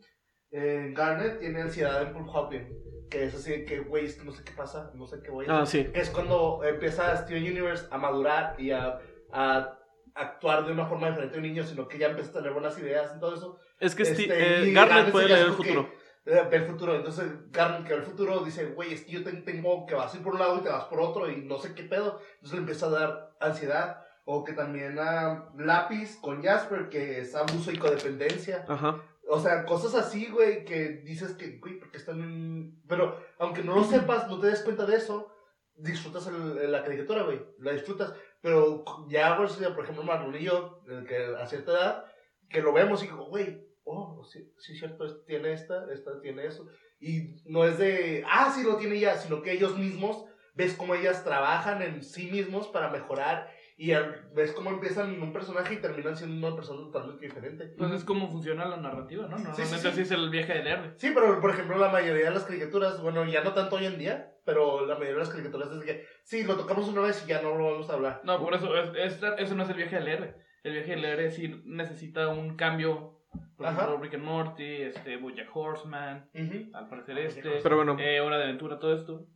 [SPEAKER 1] eh, Garnet tiene ansiedad en Pulp Hopping, que es así de que, güey, es que no sé qué pasa, no sé qué voy a
[SPEAKER 3] Ah, sí.
[SPEAKER 1] que es cuando empieza Steven Universe a madurar y a, a actuar de una forma diferente a un niño, sino que ya empieza a tener buenas ideas y todo eso.
[SPEAKER 3] Es que
[SPEAKER 1] Este,
[SPEAKER 3] Sti-
[SPEAKER 1] y
[SPEAKER 3] eh,
[SPEAKER 1] Garnet
[SPEAKER 3] Garnet
[SPEAKER 1] se
[SPEAKER 3] puede
[SPEAKER 1] queda
[SPEAKER 3] leer el
[SPEAKER 1] como que-
[SPEAKER 3] futuro.
[SPEAKER 1] eh, Ve el futuro, entonces Garnet que ve el futuro dice, güey, es que yo ten- tengo que vas a ir por un lado y te vas por otro y no sé qué pedo. Entonces le empieza a dar ansiedad. O que también a Lápiz con Jasper, que es abuso y codependencia.
[SPEAKER 3] Ajá.
[SPEAKER 1] O sea, cosas así, güey, que dices que, güey, porque están en... Pero aunque no lo sepas, no te des cuenta de eso, disfrutas el- el- la caricatura, güey, la disfrutas. Pero ya, güey, o sea, por ejemplo, Marlon y yo, eh, que a cierta edad, que lo vemos y digo, güey, oh, sí, sí es cierto, es- tiene esta, esta tiene eso. Y no es de, ah, sí lo tiene ya, sino que ellos mismos, ves cómo ellas trabajan en sí mismos para mejorar y al- ves cómo empiezan en un personaje y terminan siendo una persona totalmente diferente.
[SPEAKER 4] Pues es como funciona la narrativa, ¿no? Normalmente
[SPEAKER 1] sí, sí.
[SPEAKER 4] así es el viaje del héroe.
[SPEAKER 1] Sí, pero por ejemplo, la mayoría de las caricaturas, bueno, ya no tanto hoy en día, pero la mayoría de las caricaturas es de que, sí, lo tocamos una vez y ya no lo vamos a hablar.
[SPEAKER 4] No, por eso, es, es- eso no es el viaje del héroe. El viaje del héroe sí necesita un cambio. Por
[SPEAKER 1] Ajá.
[SPEAKER 4] ejemplo, Rick and Morty, este, Bojack Horseman,
[SPEAKER 1] Ujú.
[SPEAKER 4] al parecer este,
[SPEAKER 3] Pero bueno.
[SPEAKER 4] eh, Hora de Aventura, todo esto.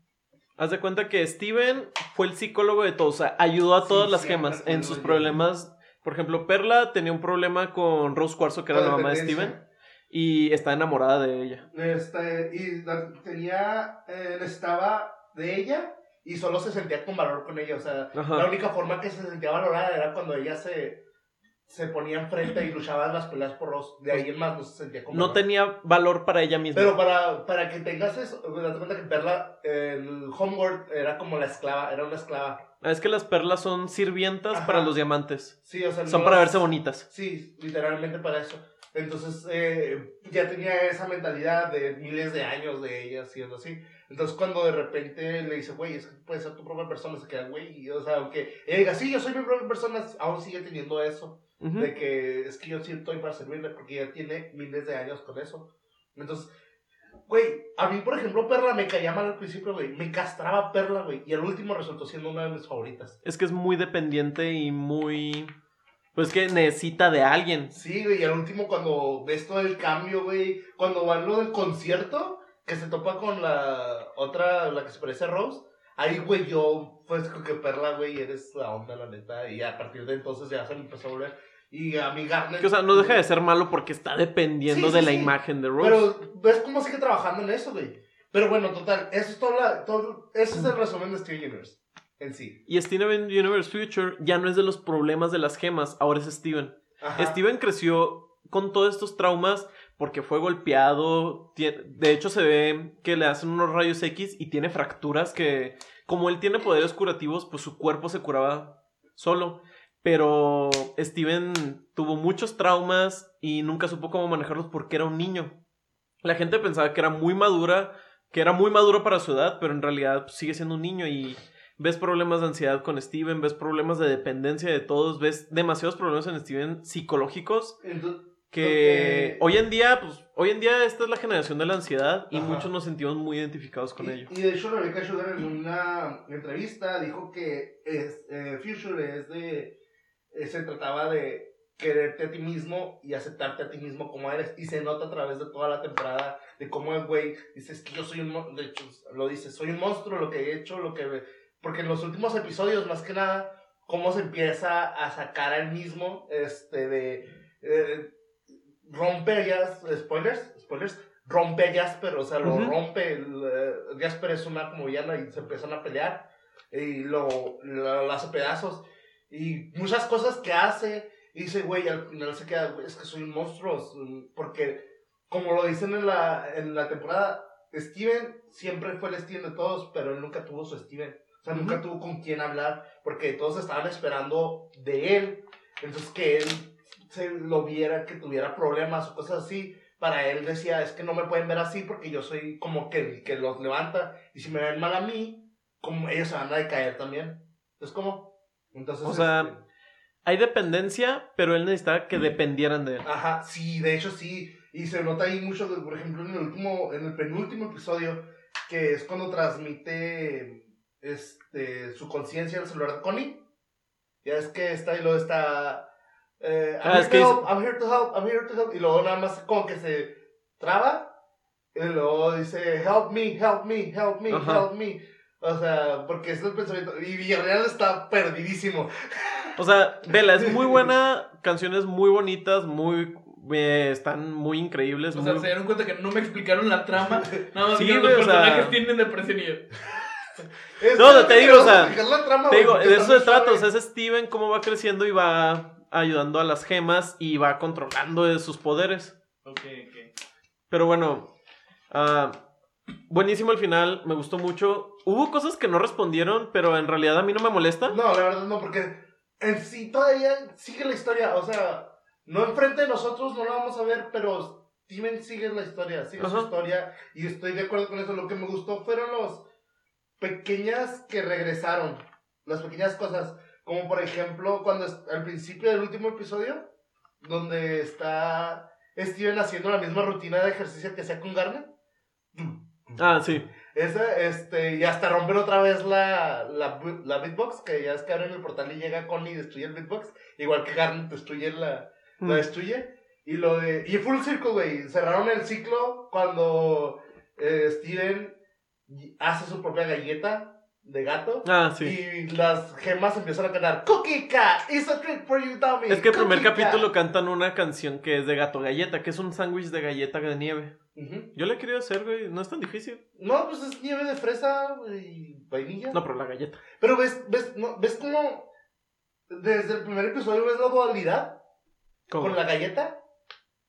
[SPEAKER 3] Haz de cuenta que Steven fue el psicólogo de todo, o sea, ayudó a
[SPEAKER 1] Sí,
[SPEAKER 3] todas las
[SPEAKER 1] siempre
[SPEAKER 3] gemas
[SPEAKER 1] fue
[SPEAKER 3] en
[SPEAKER 1] el
[SPEAKER 3] sus
[SPEAKER 1] dueño.
[SPEAKER 3] problemas. Por ejemplo, Perla tenía un problema con Rose Cuarzo, que era la mamá de Steven,
[SPEAKER 1] Codependencia.
[SPEAKER 3] y está enamorada de ella.
[SPEAKER 1] Este, y la- tenía, eh, estaba de ella y solo se sentía con valor con ella, o sea, la
[SPEAKER 3] Ajá.
[SPEAKER 1] única forma que se sentía valorada era cuando ella se, se ponía enfrente y luchaba en las peleas por los, de ahí en más no se sentía con
[SPEAKER 3] No
[SPEAKER 1] valor.
[SPEAKER 3] tenía valor para ella misma.
[SPEAKER 1] Pero para, para que tengas eso, date cuenta que Perla, el homework era como la esclava, era una esclava.
[SPEAKER 3] Ah, Es que las perlas son sirvientas
[SPEAKER 1] Ajá.
[SPEAKER 3] para los diamantes.
[SPEAKER 1] Sí, o sea,
[SPEAKER 3] Son
[SPEAKER 1] no-
[SPEAKER 3] para verse bonitas.
[SPEAKER 1] Sí, literalmente para eso. Entonces, eh, ya tenía esa mentalidad de miles de años de ella siendo así. Entonces, cuando de repente le dice, güey, es que puedes ser tu propia persona, se queda, güey. y, O sea, aunque ella diga, sí, yo soy mi propia persona, aún sigue teniendo eso.
[SPEAKER 3] Ujú.
[SPEAKER 1] De que es que yo sí estoy para servirle, porque ya tiene miles de años con eso. Entonces, güey, a mí, por ejemplo, Perla me caía mal al principio, güey. Me castraba Perla, güey. Y al último resultó siendo una de mis favoritas.
[SPEAKER 3] Es que es muy dependiente y muy... Pues que necesita de alguien.
[SPEAKER 1] Sí, güey, y al último cuando ves todo el cambio, güey, cuando va lo del concierto, que se topa con la otra, la que se parece a Rose, ahí, güey, yo, pues, con que Perla, güey, eres la onda, la neta, y a partir de entonces ya se le empezó a volver, y a mi Garnet...
[SPEAKER 3] Que, o sea, no deja de ser malo porque está dependiendo
[SPEAKER 1] Sí, sí,
[SPEAKER 3] de la
[SPEAKER 1] sí.
[SPEAKER 3] imagen de Rose.
[SPEAKER 1] Pero ves cómo sigue trabajando en eso, güey. Pero bueno, total, eso es, todo la, todo, eso es el resumen de Steven Universe, en sí.
[SPEAKER 3] Y Steven Universe Future ya no es de los problemas de las gemas, ahora es Steven.
[SPEAKER 1] Ajá.
[SPEAKER 3] Steven creció con todos estos traumas porque fue golpeado. tie- De hecho, se ve que le hacen unos rayos X y tiene fracturas que, como él tiene poderes curativos, pues su cuerpo se curaba solo. Pero Steven tuvo muchos traumas y nunca supo cómo manejarlos porque era un niño. La gente pensaba que era muy madura, que era muy maduro para su edad, pero en realidad pues, sigue siendo un niño y ves problemas de ansiedad con Steven, ves problemas de dependencia de todos, ves demasiados problemas en Steven psicológicos
[SPEAKER 1] Entonces,
[SPEAKER 3] que
[SPEAKER 1] Ok.
[SPEAKER 3] hoy en día, pues, hoy en día esta es la generación de la ansiedad y
[SPEAKER 1] Ajá.
[SPEAKER 3] muchos nos sentimos muy identificados con
[SPEAKER 1] y,
[SPEAKER 3] ello.
[SPEAKER 1] y de hecho, Rebecca Sugar en una entrevista dijo que es, eh, Future es de. eh, se trataba de quererte a ti mismo y aceptarte a ti mismo como eres. Y se nota a través de toda la temporada de cómo el güey dice: Es que yo soy un. mon-", De hecho, lo dice: Soy un monstruo, lo que he hecho, lo que. Porque en los últimos episodios, más que nada, cómo se empieza a sacar al mismo, este, de. eh, rompe ellas, spoilers, spoilers, rompe a Jasper, o sea, lo
[SPEAKER 3] Ujú.
[SPEAKER 1] rompe. el, eh, Jasper es una como villana y se empiezan a pelear y lo, lo, lo hace pedazos. Y muchas cosas que hace, y dice, güey, al final se queda, "Güey, es que soy un monstruo, soy- porque como lo dicen en la, en la temporada, Steven siempre fue el Steven de todos, pero él nunca tuvo su Steven. O sea, nunca tuvo con quién hablar, porque todos estaban esperando de él. Entonces, que él se lo viera, que tuviera problemas o cosas así. Para él decía, es que no me pueden ver así porque yo soy como que el que los levanta. Y si me ven mal a mí, como ellos se van a decaer también. Entonces, ¿cómo? Entonces,
[SPEAKER 3] O sea,
[SPEAKER 1] este,
[SPEAKER 3] Hay dependencia, pero él necesitaba
[SPEAKER 1] Mm.
[SPEAKER 3] que dependieran de él.
[SPEAKER 1] Ajá, sí, de hecho sí. Y se nota ahí mucho, de- por ejemplo, en el último, en el penúltimo episodio, que es cuando transmite este su conciencia al celular de Connie. Ya es que está y luego está. eh, I'm,
[SPEAKER 3] Ah,
[SPEAKER 1] here
[SPEAKER 3] es
[SPEAKER 1] to
[SPEAKER 3] que
[SPEAKER 1] help, I'm here to help, I'm here to help. Y luego nada más como que se traba. Y luego dice, help me, help me, help me,
[SPEAKER 3] Ajá.
[SPEAKER 1] help me. O sea, porque es el pensamiento. Y Villarreal está perdidísimo.
[SPEAKER 3] O sea, vela, es muy buena, canciones muy bonitas, muy eh, están muy increíbles.
[SPEAKER 4] O sea,
[SPEAKER 3] muy-
[SPEAKER 4] se dieron cuenta que no me explicaron la *laughs* trama. Nada más
[SPEAKER 3] Sí,
[SPEAKER 4] que los
[SPEAKER 3] güey, o sea-
[SPEAKER 4] personajes tienen depresión y yo.
[SPEAKER 1] Es-
[SPEAKER 3] No, te digo, o sea,
[SPEAKER 1] explicar la trama,
[SPEAKER 3] Te
[SPEAKER 1] güey,
[SPEAKER 3] digo,
[SPEAKER 1] porque
[SPEAKER 3] de
[SPEAKER 1] está
[SPEAKER 3] eso se
[SPEAKER 1] muy
[SPEAKER 3] trata,
[SPEAKER 1] suave.
[SPEAKER 3] o sea, es Steven cómo va creciendo y va ayudando a las gemas y va controlando de sus poderes.
[SPEAKER 4] Ok, ok.
[SPEAKER 3] Pero bueno, ah, buenísimo el final, me gustó mucho. Hubo cosas que no respondieron, pero en realidad a mí no me molesta.
[SPEAKER 1] No, la verdad no, porque en sí todavía sigue la historia. O sea, no enfrente de nosotros, no la vamos a ver, pero Steven sigue la historia, sigue su
[SPEAKER 3] Ajá.
[SPEAKER 1] historia. Y estoy de acuerdo con eso. Lo que me gustó fueron los pequeñas que regresaron. Las pequeñas cosas. Como por ejemplo, cuando es- al principio del último episodio, donde está Steven haciendo la misma rutina de ejercicio que hacía con Garnet.
[SPEAKER 3] Ah, sí.
[SPEAKER 1] Esa, este, y hasta romper otra vez la, la, bu- la beatbox, que ya es que abren el portal y llega Connie y destruye el beatbox, igual que Garnet destruye la,
[SPEAKER 3] Mm.
[SPEAKER 1] la destruye. Y lo de, y full circle, güey, cerraron el ciclo cuando eh, Steven hace su propia galleta de gato.
[SPEAKER 3] Ah, sí.
[SPEAKER 1] Y las gemas empiezan a cantar Cookie Cat, it's a trick for you, dummy.
[SPEAKER 3] Es que el primer
[SPEAKER 1] Cookie Cat".
[SPEAKER 3] capítulo cantan una canción que es de gato galleta, que es un sándwich de galleta de nieve.
[SPEAKER 1] Ujú.
[SPEAKER 3] Yo la he querido hacer, güey, no es tan difícil.
[SPEAKER 1] No, pues es nieve de fresa y vainilla.
[SPEAKER 3] No, pero la galleta.
[SPEAKER 1] Pero ves, ves, no, ves cómo desde el primer episodio ves la dualidad
[SPEAKER 3] ¿Cómo?
[SPEAKER 1] con la galleta.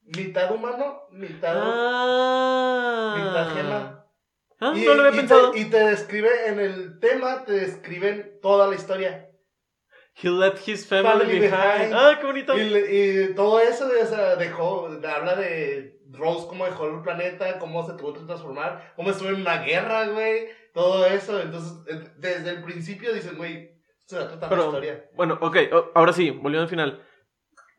[SPEAKER 1] Mitad humano, mitad.
[SPEAKER 3] Ah.
[SPEAKER 1] Mitad gema.
[SPEAKER 3] Ah, no lo había pensado.
[SPEAKER 1] Te, y te describe en el tema, te describen toda la historia.
[SPEAKER 3] He left his family,
[SPEAKER 1] Family
[SPEAKER 3] behind.
[SPEAKER 1] behind.
[SPEAKER 3] Ah, qué bonito.
[SPEAKER 1] Y, le- y todo eso o sea, dejó, habla de Rose, cómo dejó el planeta, cómo se tuvo que transformar, cómo estuvo en una guerra, güey. Todo eso. Entonces, eh, desde el principio dicen, güey, se va a tratar la
[SPEAKER 3] Pero-
[SPEAKER 1] historia.
[SPEAKER 3] Bueno, ok, o- ahora sí, volviendo al final.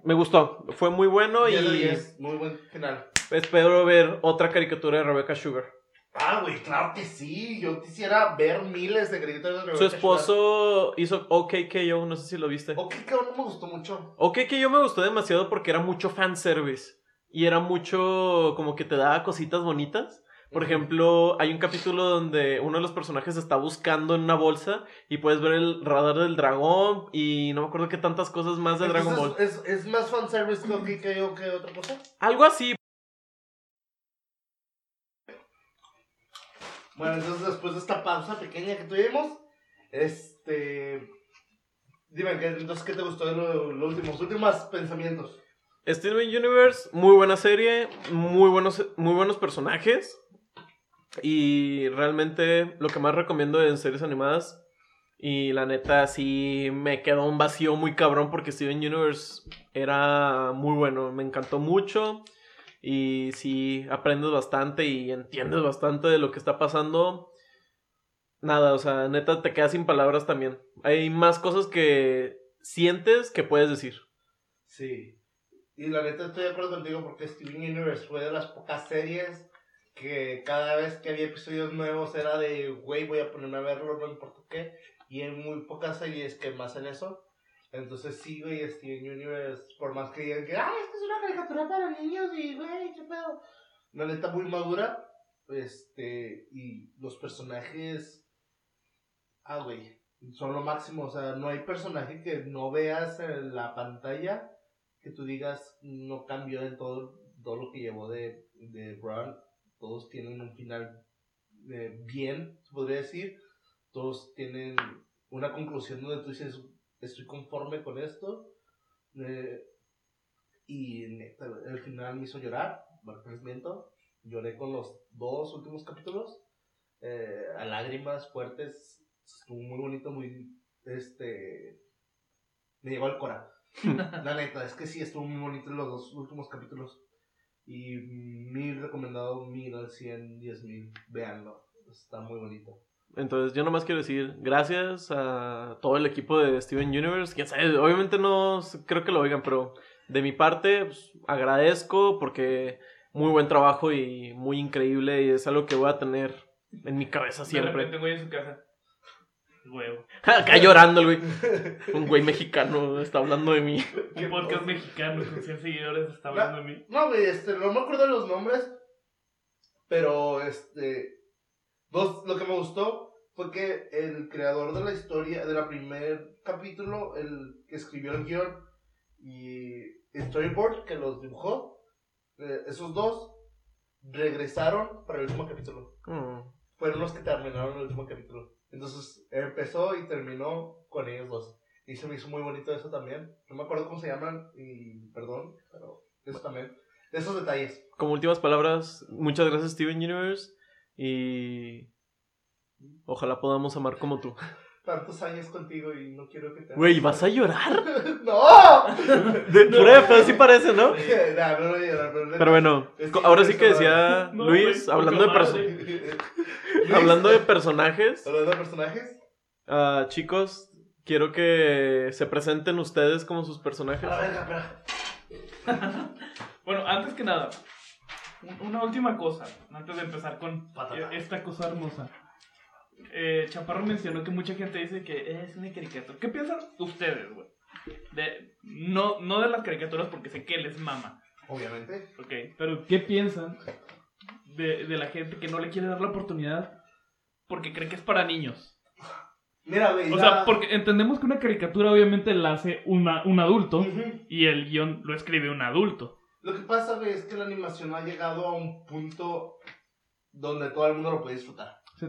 [SPEAKER 3] Me gustó, fue muy bueno y
[SPEAKER 1] Diez de diez, muy buen final.
[SPEAKER 3] espero ver otra caricatura de Rebecca Sugar.
[SPEAKER 1] Ah, güey, claro que sí. Yo quisiera ver miles de gritos de
[SPEAKER 3] Su esposo hizo OKKO, no sé si lo viste.
[SPEAKER 1] Ok, Oh, cabrón, no me gustó mucho.
[SPEAKER 3] OKKO me gustó demasiado porque era mucho fanservice. Y era mucho como que te daba cositas bonitas. Por ejemplo, hay un capítulo donde uno de los personajes está buscando en una bolsa y puedes ver el radar del dragón y no me acuerdo qué tantas cosas más de Dragon Ball.
[SPEAKER 1] Entonces, ¿Es, es más fanservice que ok, que yo que otra cosa?
[SPEAKER 3] Algo así.
[SPEAKER 1] Bueno, entonces después de esta pausa pequeña que tuvimos, este... Dime, ¿qué- entonces, ¿qué te gustó de lo- los últimos, últimos pensamientos?
[SPEAKER 3] Steven Universe, muy buena serie, muy buenos, muy buenos personajes. Y realmente lo que más recomiendo en series animadas. Y la neta, sí me quedó un vacío muy cabrón porque Steven Universe era muy bueno. Me encantó mucho. Y sí, aprendes bastante y entiendes bastante de lo que está pasando. Nada, o sea, neta, te quedas sin palabras también. Hay más cosas que sientes que puedes decir.
[SPEAKER 1] Sí. Y la neta estoy de acuerdo contigo porque Steven Universe fue de las pocas series que cada vez que había episodios nuevos era de, güey, voy a ponerme a verlo, no importa qué. Y hay muy pocas series que más en eso. Entonces sí, güey, Steven Universe, por más que digan que, ah, esta es una caricatura para niños y, güey, qué pedo. La neta muy madura. Este, y los personajes... Ah, güey, son lo máximo. O sea, no hay personaje que no veas en la pantalla que tú digas no cambió en todo, todo lo que llevó de, de Brown. Todos tienen un final eh, bien, se podría decir. Todos tienen una conclusión donde tú dices estoy conforme con esto. Eh, y neta, el final me hizo llorar, ¿para qué les miento? Lloré con los dos últimos capítulos. eh, a lágrimas fuertes estuvo muy bonito, muy, este, me llegó al cora. La neta, es que sí, estuvo muy bonito los dos últimos capítulos. Y mil recomendado, mil al cien, diez mil, véanlo, está muy bonito.
[SPEAKER 3] Entonces, yo nomás quiero decir gracias a todo el equipo de Steven Universe. Quién sabe, obviamente no s- creo que lo oigan, pero de mi parte pues, agradezco porque muy buen trabajo y muy increíble. Y es algo que voy a tener en mi cabeza
[SPEAKER 4] De repente
[SPEAKER 2] *laughs*
[SPEAKER 3] siempre. *laughs*
[SPEAKER 4] un güey en su casa.
[SPEAKER 2] Huevo.
[SPEAKER 3] Acá llorando el güey. Un güey mexicano está hablando de mí.
[SPEAKER 1] Qué
[SPEAKER 2] Un podcast
[SPEAKER 1] cosa.
[SPEAKER 2] mexicano con 100 seguidores está hablando de mí.
[SPEAKER 1] No, güey, este, no me acuerdo de los nombres, pero, este, dos, lo que me gustó fue que el creador de la historia, de la primer capítulo, el que escribió el guión y storyboard, que los dibujó, eh, esos dos regresaron para el último capítulo.
[SPEAKER 3] Mm.
[SPEAKER 1] Fueron los que terminaron el último capítulo. Entonces, empezó y terminó con ellos dos. Y se me hizo muy bonito eso también. No me acuerdo cómo se llaman, y perdón, pero eso también. Esos detalles.
[SPEAKER 3] Como últimas palabras, muchas gracias Steven Universe y ojalá podamos amar como tú.
[SPEAKER 1] Tantos años contigo y no quiero que te...
[SPEAKER 3] Güey, ¿vas a llorar?
[SPEAKER 1] *laughs* ¡No!
[SPEAKER 3] De prueba, así parece, ¿no?
[SPEAKER 1] *laughs* Nah, no, no, no, no, no, no. *laughs*
[SPEAKER 3] Pero bueno,
[SPEAKER 1] Es
[SPEAKER 3] co-
[SPEAKER 1] que
[SPEAKER 3] ahora sí que
[SPEAKER 1] eso,
[SPEAKER 3] decía
[SPEAKER 2] No,
[SPEAKER 3] Luis,
[SPEAKER 2] güey,
[SPEAKER 3] hablando de,
[SPEAKER 2] poca
[SPEAKER 3] perso-
[SPEAKER 2] madre.
[SPEAKER 1] Luis,
[SPEAKER 3] *laughs* hablando de personajes,
[SPEAKER 1] hablando de personajes.
[SPEAKER 3] ah, chicos, quiero que se presenten ustedes como sus
[SPEAKER 1] A
[SPEAKER 3] personajes.
[SPEAKER 1] la verga, espera.
[SPEAKER 4] Bueno, antes que nada, un- una última cosa, antes de empezar con
[SPEAKER 1] Patata.
[SPEAKER 4] eh, esta cosa hermosa. Eh, Chaparro mencionó que mucha gente dice que es una caricatura. ¿Qué piensan ustedes, güey? De, no, no de las caricaturas porque sé que les mama,
[SPEAKER 1] Obviamente.
[SPEAKER 4] ¿ok?
[SPEAKER 2] Pero, ¿qué piensan?
[SPEAKER 4] De, de la gente que no le quiere dar la oportunidad porque cree que es para niños.
[SPEAKER 1] Mira, güey.
[SPEAKER 2] O
[SPEAKER 1] la-
[SPEAKER 2] sea, porque entendemos que una caricatura obviamente la hace una, un adulto
[SPEAKER 1] Ujú.
[SPEAKER 2] y el guión lo escribe un adulto.
[SPEAKER 1] Lo que pasa, güey, es que la animación ha llegado a un punto donde todo el mundo lo puede disfrutar.
[SPEAKER 2] Sí.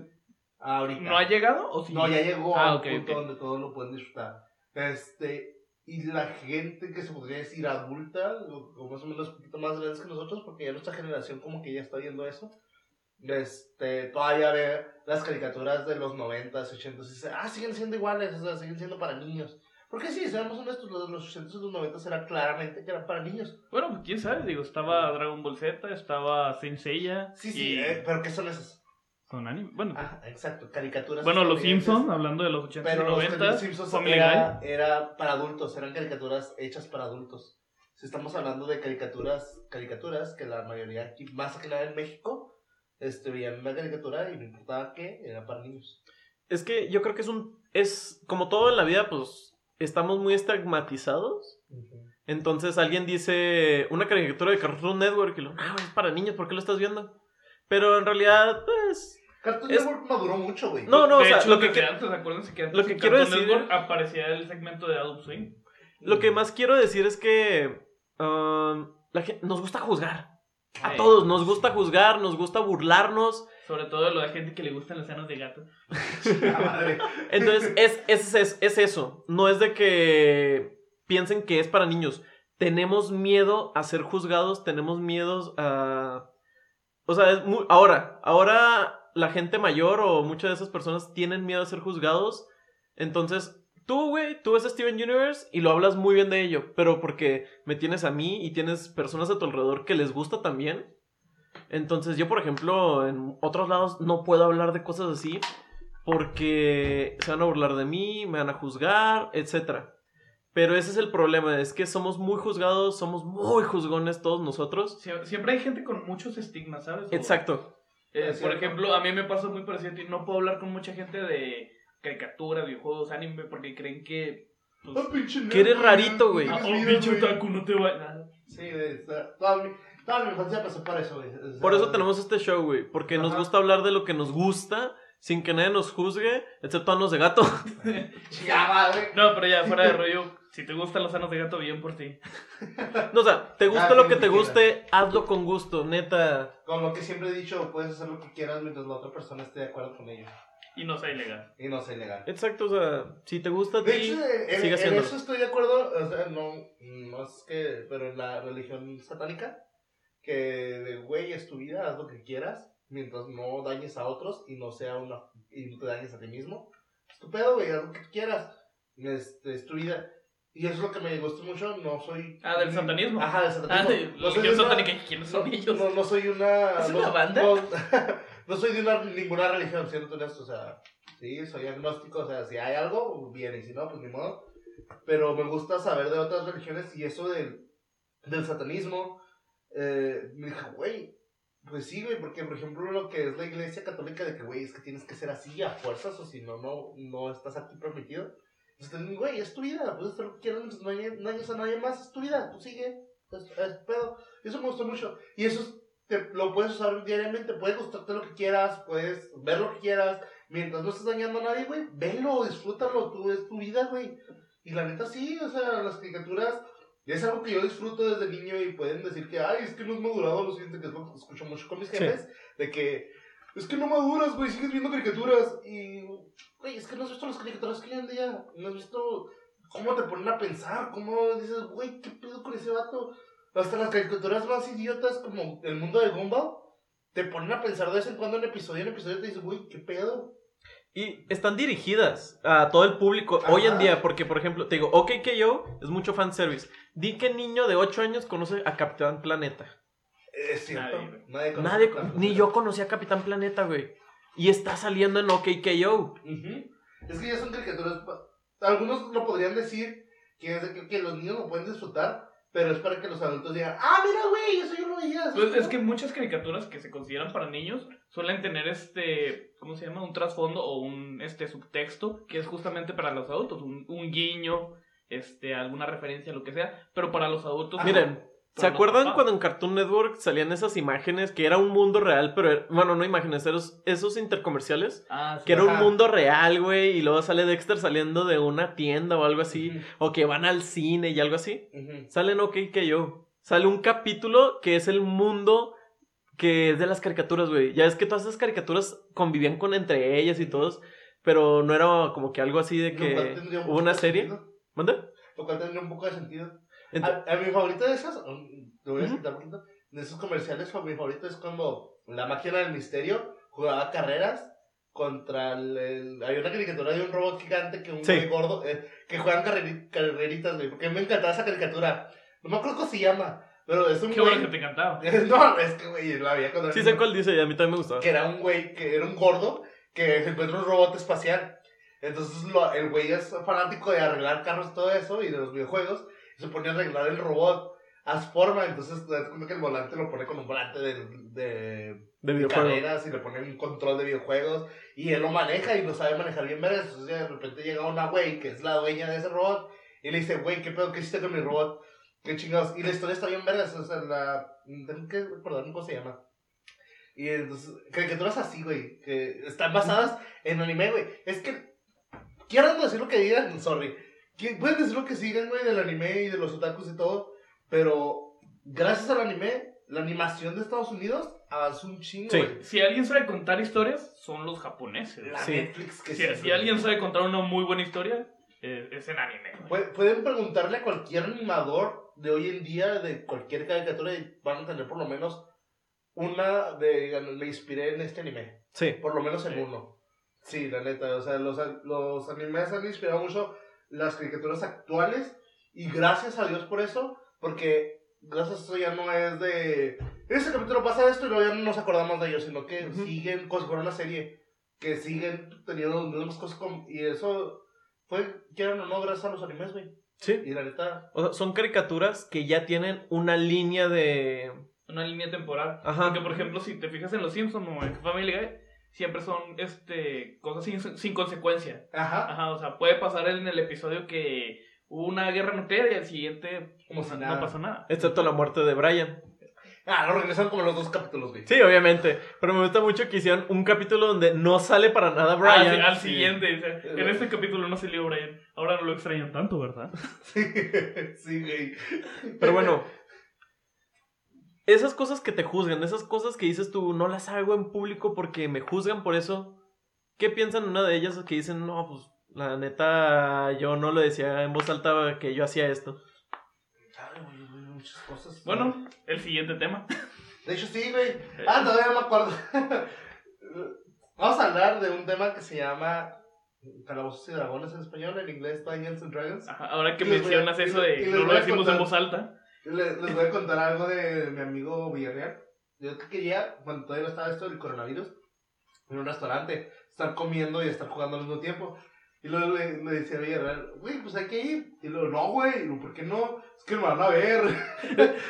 [SPEAKER 1] Ahorita.
[SPEAKER 4] ¿No ha llegado o sí?
[SPEAKER 1] No, ya llegó
[SPEAKER 4] Ah,
[SPEAKER 1] a un
[SPEAKER 4] ok,
[SPEAKER 1] punto
[SPEAKER 4] ok.
[SPEAKER 1] donde todos lo pueden disfrutar. Este, y la gente que se podría decir adulta, o, o más o menos un poquito más grandes que nosotros, porque ya nuestra generación como que ya está viendo eso. Este, todavía ve las caricaturas de los 90s, 80s, y dice, ah, siguen siendo iguales, o sea, siguen siendo para niños. Porque sí, seamos honestos, los de los 80s y los 90s era claramente que eran para niños.
[SPEAKER 4] Bueno, pues, quién sabe, digo, estaba Dragon Ball Z, estaba Saint Seiya.
[SPEAKER 1] Sí, sí,
[SPEAKER 4] y-
[SPEAKER 1] eh, pero Ah, ¿qué son esas?
[SPEAKER 2] Son anime. Bueno,
[SPEAKER 1] Ajá, exacto, caricaturas.
[SPEAKER 2] bueno los
[SPEAKER 1] estadounidenses.
[SPEAKER 2] Simpsons, hablando de los 80 y
[SPEAKER 1] Pero los
[SPEAKER 2] 90.
[SPEAKER 1] Los Simpsons
[SPEAKER 2] Family
[SPEAKER 1] era, era para adultos, eran caricaturas hechas para adultos. Si estamos hablando de caricaturas, caricaturas que la mayoría aquí, más que nada en México, este, veían una caricatura y no importaba qué, era para niños.
[SPEAKER 3] Es que yo creo que es un. Es como todo en la vida, pues estamos muy estigmatizados. Entonces alguien dice una caricatura de Cartoon Network y lo, no, es para niños, ¿por qué lo estás viendo? Pero en realidad, pues.
[SPEAKER 1] Cartoon
[SPEAKER 3] Es-
[SPEAKER 1] Network maduró mucho, güey.
[SPEAKER 3] No, no,
[SPEAKER 4] de
[SPEAKER 3] o sea,
[SPEAKER 4] hecho,
[SPEAKER 3] lo que,
[SPEAKER 4] desde
[SPEAKER 3] que-
[SPEAKER 4] antes, acuérdense que antes
[SPEAKER 3] lo que
[SPEAKER 4] en
[SPEAKER 3] quiero
[SPEAKER 4] Cartoon
[SPEAKER 3] decir-
[SPEAKER 4] Network aparecía el segmento de Adult Swing.
[SPEAKER 3] lo que más quiero decir es que. um, la gen- nos gusta juzgar. A
[SPEAKER 4] Sí.
[SPEAKER 3] todos, nos gusta juzgar, nos gusta burlarnos.
[SPEAKER 4] Sobre todo lo de gente que le gustan las senos de gato.
[SPEAKER 1] *laughs* La madre.
[SPEAKER 3] *laughs* Entonces, es, es, es, es eso. No es de que piensen que es para niños. Tenemos miedo a ser juzgados, tenemos miedos a... O sea, es muy... ahora, ahora la gente mayor o muchas de esas personas tienen miedo a ser juzgados. Entonces, tú, güey, tú ves a Steven Universe y lo hablas muy bien de ello, pero porque me tienes a mí y tienes personas a tu alrededor que les gusta también. Entonces, yo, por ejemplo, en otros lados no puedo hablar de cosas así porque se van a burlar de mí, me van a juzgar, etc. Pero ese es el problema, es que somos muy juzgados, somos muy juzgones todos nosotros.
[SPEAKER 4] Sie- Siempre hay gente con muchos estigmas, ¿sabes? O-
[SPEAKER 3] Exacto.
[SPEAKER 4] Eh,
[SPEAKER 1] Es
[SPEAKER 4] por
[SPEAKER 1] cierto.
[SPEAKER 4] ejemplo, a mí me pasa muy parecido a ti. No puedo hablar con mucha gente de caricaturas, videojuegos, anime, porque creen que. pues,
[SPEAKER 1] Ah, pinche nerd,
[SPEAKER 3] Que eres rarito, güey.
[SPEAKER 1] No
[SPEAKER 4] ah,
[SPEAKER 1] tienes
[SPEAKER 4] oh,
[SPEAKER 1] vida,
[SPEAKER 4] pinche
[SPEAKER 1] güey.
[SPEAKER 4] otaku, no te va.
[SPEAKER 1] Sí, güey, está- toda mi, toda mi infancia pasó por eso, güey. O sea,
[SPEAKER 3] Por eso tenemos este show, güey, porque nos
[SPEAKER 1] Ajá.
[SPEAKER 3] gusta hablar de lo que nos gusta sin que nadie nos juzgue, excepto a nos de gato.
[SPEAKER 1] Ya, madre.
[SPEAKER 4] No, pero ya, fuera de rollo. Si te gustan los sanos de gato, bien por ti.
[SPEAKER 3] No, o sea, te gusta
[SPEAKER 1] Ah,
[SPEAKER 3] lo
[SPEAKER 1] sí,
[SPEAKER 3] que te
[SPEAKER 1] siquiera.
[SPEAKER 3] guste, hazlo con gusto, neta.
[SPEAKER 1] Con lo que siempre he dicho, puedes hacer lo que quieras mientras la otra persona esté de acuerdo con ello.
[SPEAKER 4] Y no sea ilegal.
[SPEAKER 1] Y no sea ilegal.
[SPEAKER 3] Exacto, o sea, si te gusta a
[SPEAKER 1] De
[SPEAKER 3] ti,
[SPEAKER 1] hecho, eh, en,
[SPEAKER 3] sigue
[SPEAKER 1] en
[SPEAKER 3] haciéndolo.
[SPEAKER 1] eso estoy de acuerdo, o sea, no, no es que, pero en la religión satánica, que de güey es tu vida, haz lo que quieras, mientras no dañes a otros y no sea una, y no te dañes a ti mismo. Es tu pedo, güey, haz lo que quieras, este, es tu vida. Y eso es lo que me gustó mucho, no soy...
[SPEAKER 4] Ah, del satanismo.
[SPEAKER 1] Ajá, del
[SPEAKER 4] Ah,
[SPEAKER 1] satanismo.
[SPEAKER 4] de,
[SPEAKER 1] no,
[SPEAKER 4] los
[SPEAKER 1] soy
[SPEAKER 4] que
[SPEAKER 1] de una-
[SPEAKER 4] son tan que- ¿quiénes son ellos?
[SPEAKER 1] no, no soy una...
[SPEAKER 4] ¿Es
[SPEAKER 1] no,
[SPEAKER 4] una banda?
[SPEAKER 1] No, *laughs* no soy de una, ninguna religión, siendo honesto, o sea, sí, soy agnóstico, o sea, si hay algo, bien, y si no, pues ni modo. Pero me gusta saber de otras religiones y eso del, del satanismo, eh, me dije, güey, pues sí, güey, porque por ejemplo lo que es la iglesia católica de que, güey, es que tienes que ser así a fuerzas o si no, no, no estás aquí permitido. Entonces, güey, es tu vida, puedes hacer lo que quieras, mientras no dañes- no dañes a nadie más, es tu vida, tú sigue, es, es pedo. Y eso me gustó mucho. Y eso es- te- lo puedes usar diariamente, puedes gustarte lo que quieras, puedes ver lo que quieras. Mientras no estés dañando a nadie, güey, velo, disfrútalo, tú, es tu vida, güey. Y la neta sí, o sea, las caricaturas es algo que yo disfruto desde niño y pueden decir que, ay, es que no es madurado, lo siguiente que es lo que escucho mucho con mis
[SPEAKER 3] Sí.
[SPEAKER 1] jefes, de que, es que no maduras, güey, sigues viendo caricaturas y, güey, es que no has visto las caricaturas que hay hoy en día, no has visto cómo te ponen a pensar, cómo dices, güey, qué pedo con ese vato. Hasta las caricaturas más idiotas como el mundo de Gumball te ponen a pensar de vez en cuando en episodio en episodio te dices, güey, qué pedo.
[SPEAKER 3] Y están dirigidas a todo el público hoy en
[SPEAKER 1] Ajá.
[SPEAKER 3] día, porque por ejemplo, te digo, OKKO es mucho fanservice. Di que niño de 8 años conoce a Capitán Planeta.
[SPEAKER 1] Es cierto.
[SPEAKER 4] Nadie, güey.
[SPEAKER 1] Nadie, conoce
[SPEAKER 3] Nadie,
[SPEAKER 1] tanto.
[SPEAKER 3] ni yo conocía a Capitán Planeta, güey. Y está saliendo en OKKO.
[SPEAKER 1] Ujú. Es que ya son caricaturas. pa- Algunos lo podrían decir que, es de que, que los niños lo pueden disfrutar, pero es para que los adultos digan, ah, mira, güey, eso yo lo veía. eso
[SPEAKER 4] Pues
[SPEAKER 1] yo
[SPEAKER 4] es
[SPEAKER 1] lo-
[SPEAKER 4] que muchas caricaturas que se consideran para niños suelen tener este, ¿cómo se llama? Un trasfondo o un este subtexto que es justamente para los adultos, un, un guiño, este, alguna referencia, lo que sea, pero para los adultos. no.
[SPEAKER 3] Miren, ¿se
[SPEAKER 4] Pero no,
[SPEAKER 3] acuerdan
[SPEAKER 4] papá.
[SPEAKER 3] cuando en Cartoon Network salían esas imágenes que era un mundo real, pero era- bueno, no imágenes, esos, esos intercomerciales?
[SPEAKER 4] Ah, sí.
[SPEAKER 3] Que era un
[SPEAKER 1] Ajá.
[SPEAKER 3] mundo real, güey, y luego sale Dexter saliendo de una tienda o algo así,
[SPEAKER 1] Ujú,
[SPEAKER 3] o que van al cine y algo así.
[SPEAKER 1] ujú.
[SPEAKER 3] Salen OKKO. Sale un capítulo que es el mundo que es de las caricaturas, güey. Ya es que todas esas caricaturas convivían con entre ellas y todos, pero no era como que algo así de
[SPEAKER 1] Lo cual
[SPEAKER 3] que
[SPEAKER 1] tendría un
[SPEAKER 3] hubo
[SPEAKER 1] poco
[SPEAKER 3] una
[SPEAKER 1] de
[SPEAKER 3] serie.
[SPEAKER 1] sentido, Ah,
[SPEAKER 3] ¿Mande?
[SPEAKER 1] Lo cual tendría un poco de sentido.
[SPEAKER 3] Ent-
[SPEAKER 1] A, a mi favorito de esas, um, te voy a
[SPEAKER 3] Ujú.
[SPEAKER 1] explicar un poquito, de esos comerciales, a mi favorito es cuando la máquina del misterio jugaba carreras contra el, el- Hay una caricatura de un robot gigante que un
[SPEAKER 3] Sí.
[SPEAKER 1] güey gordo, eh, que juegan carreri- carreritas, güey, porque me encantaba esa caricatura. No me acuerdo cómo se llama, pero es un
[SPEAKER 4] Qué bueno que
[SPEAKER 1] güey...
[SPEAKER 4] te
[SPEAKER 1] *laughs*
[SPEAKER 4] encantaba.
[SPEAKER 1] No, es que, güey, la había cuando...
[SPEAKER 3] Sí
[SPEAKER 1] era
[SPEAKER 3] sé cuál dice, y a mí también me gustaba.
[SPEAKER 1] que era un güey, que era un gordo, que se encuentra un robot espacial. Entonces lo- el güey es fanático de arreglar carros y todo eso, y de los videojuegos, y se ponía a arreglar el robot. haz forma, entonces te das cuenta que el volante lo pone con un volante de, de,
[SPEAKER 3] De
[SPEAKER 1] de
[SPEAKER 3] videojuego.
[SPEAKER 1] carreras y le pone un control de videojuegos y él lo maneja y lo sabe manejar bien vergas. Entonces de repente llega una güey que es la dueña de ese robot y le dice, güey, ¿qué pedo que hiciste con mi robot? ¿Qué chingados? Y la historia está bien vergas, o sea, la... Tengo que recordarme cómo se llama. Y entonces, caricaturas así, güey, que están basadas en anime, güey. Es que, quieran decir lo que digan, *laughs* sorry. Que- Pueden decir lo que sigan, güey, del anime y de los otakus y todo, pero gracias al anime, la animación de Estados Unidos avanzó un chingo,
[SPEAKER 3] Sí.
[SPEAKER 1] güey.
[SPEAKER 2] Si alguien sabe contar historias, son los japoneses.
[SPEAKER 1] La
[SPEAKER 3] Sí.
[SPEAKER 1] Netflix que
[SPEAKER 2] Si,
[SPEAKER 1] sí,
[SPEAKER 2] si
[SPEAKER 1] güey.
[SPEAKER 2] alguien sabe contar una muy buena historia, eh, es en anime. güey.
[SPEAKER 1] Pu- Pueden preguntarle a cualquier animador de hoy en día, de cualquier caricatura, y van a tener por lo menos una de. Me inspiré en este anime.
[SPEAKER 3] Sí.
[SPEAKER 1] Por lo menos en
[SPEAKER 2] Sí.
[SPEAKER 1] uno. Sí, la neta. O sea, los, los animes han inspirado mucho las caricaturas actuales. Y gracias a Dios por eso. Porque gracias a eso ya no es de. Ese capítulo pasa esto y luego ya no nos acordamos de ello, sino que
[SPEAKER 3] Ujú.
[SPEAKER 1] siguen como si fuera una serie. Que siguen teniendo las mismas cosas. con- y eso fue, quieran o no, gracias a los animes, güey.
[SPEAKER 3] Sí.
[SPEAKER 1] Y la neta,
[SPEAKER 3] O sea, son caricaturas que ya tienen una línea de.
[SPEAKER 2] Una línea temporal.
[SPEAKER 3] Ajá.
[SPEAKER 2] Porque, por ejemplo, si te fijas en Los Simpsons o en Family Guy, siempre son este cosas sin, sin consecuencia.
[SPEAKER 1] ajá,
[SPEAKER 2] Ajá, o sea, puede pasar en el episodio que hubo una guerra nuclear y al siguiente
[SPEAKER 1] como si
[SPEAKER 2] no,
[SPEAKER 1] Pues nada.
[SPEAKER 2] pasó nada.
[SPEAKER 3] Excepto la muerte de Brian.
[SPEAKER 1] Ah, lo regresan como los dos capítulos, güey. *laughs*
[SPEAKER 3] Sí, obviamente. Pero me gusta mucho que hicieron un capítulo donde no sale para nada
[SPEAKER 2] Ah, sí,
[SPEAKER 3] Brian.
[SPEAKER 2] al
[SPEAKER 1] sí. Pues.
[SPEAKER 2] siguiente, dice, en este capítulo no salió Brian. Ahora no lo extrañan tanto, ¿verdad?
[SPEAKER 1] Sí, sí, güey.
[SPEAKER 3] Pero bueno. Esas cosas que te juzgan, esas cosas que dices tú, no las hago en público porque me juzgan por eso. ¿Qué piensan una de ellas que dicen, no, pues la neta, yo no lo decía en voz alta que yo hacía esto?
[SPEAKER 1] Ay, güey, güey, muchas cosas.
[SPEAKER 2] Bueno, el siguiente tema.
[SPEAKER 1] De hecho, sí, güey. Ah, todavía me acuerdo. *laughs* Vamos a hablar de un tema que se llama Calabozos y Dragones en español, en inglés Dungeons and Dragons.
[SPEAKER 2] Ajá, ahora que
[SPEAKER 1] Y les voy a-
[SPEAKER 2] mencionas
[SPEAKER 1] y-
[SPEAKER 2] eso
[SPEAKER 1] y
[SPEAKER 2] de
[SPEAKER 1] les
[SPEAKER 2] no lo
[SPEAKER 1] voy a
[SPEAKER 2] decimos
[SPEAKER 1] contar.
[SPEAKER 2] en voz alta,
[SPEAKER 1] Le- Les voy a contar algo de mi amigo Villarreal. Yo que quería, cuando todavía no estaba esto del coronavirus, en un restaurante, estar comiendo y estar jugando al mismo tiempo. Y luego le, le decía a Villarreal, güey, pues hay que ir. Y luego, no, güey, Y luego, ¿por qué no? Es que me van a ver.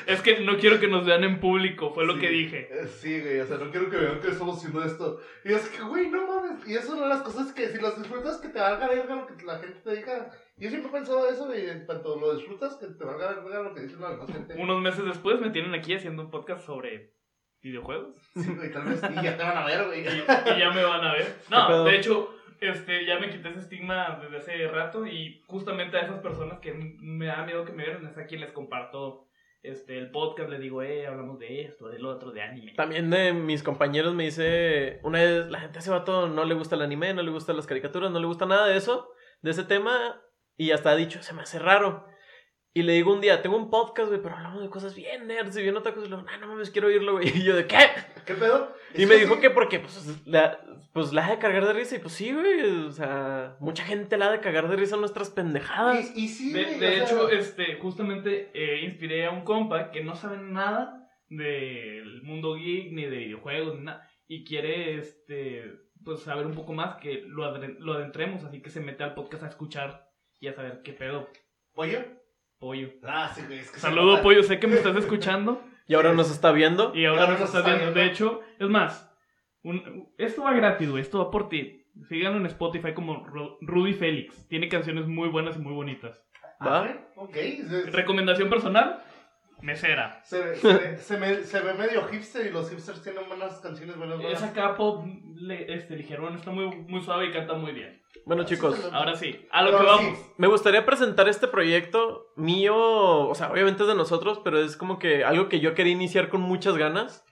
[SPEAKER 2] es que no quiero que nos vean en público, fue lo
[SPEAKER 1] Sí.
[SPEAKER 2] que dije.
[SPEAKER 1] Eh, Sí, güey, o sea, no quiero que vean que estamos haciendo esto. Y es que, güey, no mames. Y es una de las cosas que si las disfrutas, que te valga verga lo que la gente te diga. Yo siempre he pensado eso, güey, en cuanto lo disfrutas, que te valga verga lo que dice la demás gente.
[SPEAKER 2] Unos meses después me tienen aquí haciendo un podcast sobre videojuegos.
[SPEAKER 1] Sí, güey, tal vez, y ya te van a ver, güey.
[SPEAKER 2] y, y ya me van a
[SPEAKER 3] *laughs*
[SPEAKER 2] ver.
[SPEAKER 3] ¿Qué pedo?
[SPEAKER 2] No, de hecho, este, ya me quité ese estigma desde hace rato y justamente a esas personas que m- me da miedo que me vieran es a quien les comparto este, el podcast, les digo, eh, hablamos de esto, del otro, de anime.
[SPEAKER 3] También de mis compañeros me dice, una vez, la gente a ese vato no le gusta el anime, no le gustan las caricaturas, no le gusta nada de eso, de ese tema, y hasta ha dicho, se me hace raro. Y le digo un día, tengo un podcast, güey, pero hablamos de cosas bien nerds y bien otras cosas. Y luego, no, no mames, quiero oírlo, güey. *laughs* Y yo, ¿de qué?
[SPEAKER 1] ¿Qué pedo?
[SPEAKER 3] Y
[SPEAKER 1] Es
[SPEAKER 3] me dijo
[SPEAKER 1] sí.
[SPEAKER 3] que porque, pues la, pues la ha de cargar de risa. Y pues sí, güey. O sea, mucha gente la ha de cagar de risa en nuestras pendejadas.
[SPEAKER 1] Y, y sí,
[SPEAKER 2] De,
[SPEAKER 1] güey,
[SPEAKER 2] de
[SPEAKER 1] o sea,
[SPEAKER 2] hecho, este, justamente eh, inspiré a un compa que no sabe nada del mundo geek, ni de videojuegos, ni nada, y quiere este, pues, saber un poco más, que lo, adre- lo adentremos, así que se mete al podcast a escuchar y a saber qué pedo,
[SPEAKER 1] ¿Pollo?
[SPEAKER 2] pollo.
[SPEAKER 1] Ah, sí, güey, es que se
[SPEAKER 2] Saludo,
[SPEAKER 1] mata.
[SPEAKER 2] Pollo. Sé que me estás escuchando
[SPEAKER 3] Y ahora nos está viendo.
[SPEAKER 2] y ahora nos estás viendo. De hecho, es más, un- esto va gratis, güey, Esto va por ti. Síganlo en Spotify como Ru- Rudy Félix. Tiene canciones muy buenas y muy bonitas.
[SPEAKER 1] Ah,
[SPEAKER 3] ¿Va?
[SPEAKER 1] ok, se,
[SPEAKER 2] Recomendación personal: Mesera.
[SPEAKER 1] se- se- se me- se ve medio hipster y los hipsters tienen buenas canciones, buenas, buenas.
[SPEAKER 2] Esa capo le, este, ligerón está muy, muy suave y canta muy bien.
[SPEAKER 3] Bueno, chicos.
[SPEAKER 2] Ahora sí, a lo que
[SPEAKER 1] Ahora sí.
[SPEAKER 2] vamos.
[SPEAKER 3] Me gustaría presentar este proyecto mío, o sea, obviamente es de nosotros, pero es como que algo que yo quería iniciar con muchas ganas.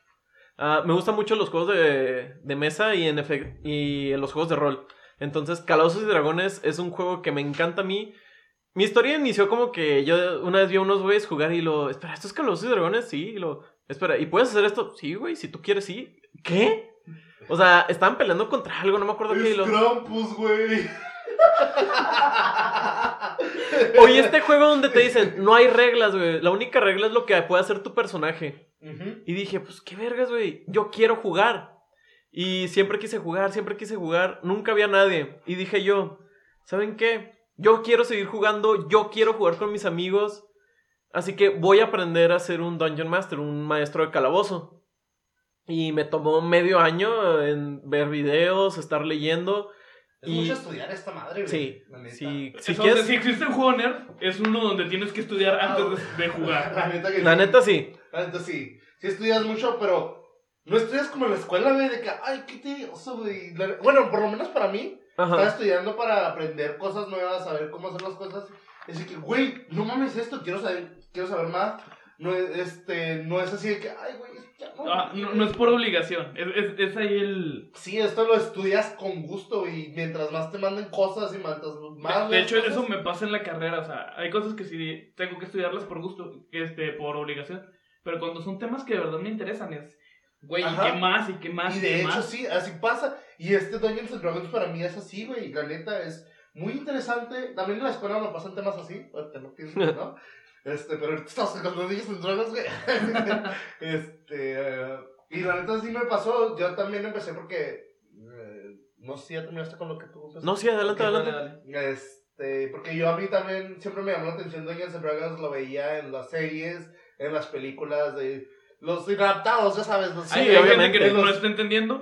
[SPEAKER 3] Ah, me gustan mucho los juegos de, de mesa y en, efe- y en los juegos de rol. Entonces, Calabozos y Dragones es un juego que me encanta a mí. Mi historia inició como que yo una vez vi a unos güeyes jugar y lo, espera, ¿esto es Calabozos y Dragones? Sí, y lo, espera, ¿y puedes hacer esto? Sí, güey, si tú quieres, sí. ¿Qué? O sea, estaban peleando contra algo, no me acuerdo qué. y
[SPEAKER 1] Es
[SPEAKER 3] lo-
[SPEAKER 1] Krampus, güey.
[SPEAKER 3] Oye, este juego donde te dicen, no hay reglas, güey. La única regla es lo que puede hacer tu personaje.
[SPEAKER 1] Ujú.
[SPEAKER 3] Y dije, pues qué vergas, güey. Yo quiero jugar. Y siempre quise jugar, siempre quise jugar. Nunca había nadie. Y dije yo, ¿saben qué? Yo quiero seguir jugando, yo quiero jugar con mis amigos. Así que voy a aprender a ser un Dungeon Master, un maestro de calabozo. Y me tomó medio año en ver videos, estar leyendo.
[SPEAKER 1] Es
[SPEAKER 3] Y-
[SPEAKER 1] mucho estudiar esta madre, güey.
[SPEAKER 3] Sí,
[SPEAKER 1] la neta.
[SPEAKER 3] Si, si
[SPEAKER 2] Entonces,
[SPEAKER 3] quieres,
[SPEAKER 2] si existe un juego nerd, es uno donde tienes que estudiar
[SPEAKER 1] Ah,
[SPEAKER 2] antes de
[SPEAKER 1] *laughs*
[SPEAKER 2] de jugar.
[SPEAKER 1] La neta que
[SPEAKER 3] la
[SPEAKER 1] sí.
[SPEAKER 3] neta sí.
[SPEAKER 1] La neta sí. Sí estudias mucho, pero no estudias como en la escuela, güey, de que, ay, qué tedioso, güey. La- Bueno, por lo menos para mí, estaba
[SPEAKER 3] Ajá.
[SPEAKER 1] estudiando para aprender cosas nuevas, saber cómo hacer las cosas. Así que, güey, no mames esto, quiero saber, quiero saber más. No es, este, no es así de que, ay, güey, ya no.
[SPEAKER 2] Ah, no, no es por obligación, es, es- es ahí el...
[SPEAKER 1] Sí, esto lo estudias con gusto y mientras más te manden cosas y mientras más...
[SPEAKER 2] De hecho,
[SPEAKER 1] lees
[SPEAKER 2] eso
[SPEAKER 1] cosas-
[SPEAKER 2] me pasa en la carrera, o sea, hay cosas que sí tengo que estudiarlas por gusto, este, por obligación, pero cuando son temas que de verdad me interesan es, güey, ¿y
[SPEAKER 1] Ajá.
[SPEAKER 2] qué más? ¿Y qué más?
[SPEAKER 1] Y de
[SPEAKER 2] qué
[SPEAKER 1] hecho,
[SPEAKER 2] más?
[SPEAKER 1] sí, así pasa. Y este Dungeons and Dragons para mí es así, güey. La neta es muy interesante. También en la escuela me pasan temas así. Ahorita no pienso,
[SPEAKER 2] *laughs*
[SPEAKER 1] ¿no? Este, pero ahorita estamos con los Dungeons and Dragons, güey. este. eh, y la neta sí me pasó. Yo también empecé porque. eh, no sé si ya terminaste con lo que tú empezaste.
[SPEAKER 3] No, sí, adelante,
[SPEAKER 1] Ok,
[SPEAKER 3] adelante.
[SPEAKER 2] Dale, dale.
[SPEAKER 1] Este, porque yo a mí también siempre me llamó la atención Dungeons and Dragons, lo veía en las series, en las películas de los inadaptados, ya sabes, los
[SPEAKER 3] Sí,
[SPEAKER 2] hay, hay gente
[SPEAKER 3] obviamente.
[SPEAKER 2] que no,
[SPEAKER 1] los-
[SPEAKER 2] no está entendiendo.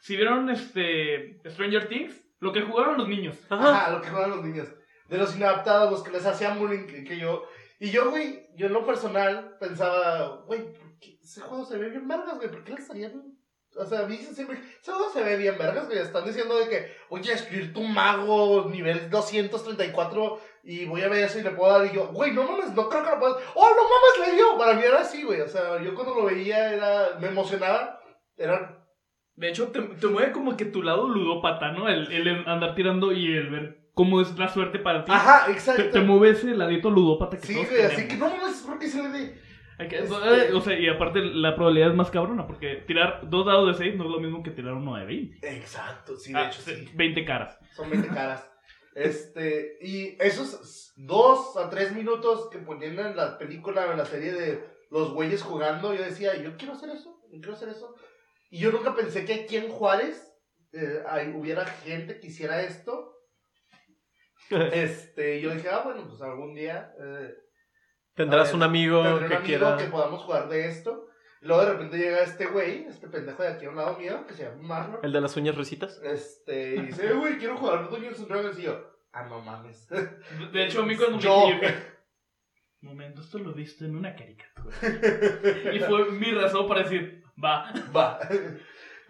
[SPEAKER 2] Si vieron este Stranger Things, lo que jugaron los niños.
[SPEAKER 3] Ajá.
[SPEAKER 1] Ajá, lo que juegan los niños. De los inadaptados, los que les hacían bullying que, que yo. Y yo, güey, yo en lo personal pensaba, güey, ¿por qué ese juego se ve bien vergas, güey? ¿Por qué le estarían.? O sea, a mí siempre, ese juego se ve bien vergas, güey. Están diciendo de que, oye, escribir tu mago nivel 234 y voy a ver si le puedo dar. Y yo, güey, no mames, no creo que lo puedas. ¡Oh, no mames, le dio! Para mí era así, güey. O sea, yo cuando lo veía era, me emocionaba. Era
[SPEAKER 2] De hecho, te, te mueve como que tu lado ludópata, ¿no? El, el andar tirando y el ver cómo es la suerte para ti.
[SPEAKER 1] Ajá,
[SPEAKER 2] Te,
[SPEAKER 1] exacto.
[SPEAKER 2] te mueve ese ladito ludópata que
[SPEAKER 1] sí,
[SPEAKER 2] todos
[SPEAKER 1] güey, así
[SPEAKER 2] tenemos.
[SPEAKER 1] que no mames, ¿por qué se le di?
[SPEAKER 2] Hay que- eh,
[SPEAKER 1] Este-
[SPEAKER 2] O sea, y aparte la probabilidad es más cabrona, porque tirar dos dados de 6 no es lo mismo que tirar uno de 20.
[SPEAKER 1] Exacto, sí, de
[SPEAKER 2] Ah,
[SPEAKER 1] hecho, sí.
[SPEAKER 2] 20 caras.
[SPEAKER 1] *laughs* Son 20 caras. Este, y esos dos a tres minutos que ponían en la película, en la serie de los güeyes jugando, yo decía, yo quiero hacer eso, yo quiero hacer eso. Y yo nunca pensé que aquí en Juárez eh, hay- hubiera gente que hiciera esto. Este, yo dije, ah, bueno, pues algún día eh,
[SPEAKER 3] Tendrás
[SPEAKER 1] ver,
[SPEAKER 3] un amigo
[SPEAKER 1] tendré un
[SPEAKER 3] que
[SPEAKER 1] amigo
[SPEAKER 3] quiera.
[SPEAKER 1] que podamos jugar de esto. Luego de repente llega este güey, este pendejo de aquí a un lado mío, que se llama Marlon.
[SPEAKER 3] El de las uñas rositas.
[SPEAKER 1] Este, y dice, "Eh, güey, quiero jugar Dungeons and Dragons. Y yo, ah, no mames.
[SPEAKER 2] De hecho, a mí cuando me
[SPEAKER 1] Yo.
[SPEAKER 2] yo dije, momento, esto lo viste en una caricatura. Y fue mi razón para decir, va.
[SPEAKER 1] *laughs* Va.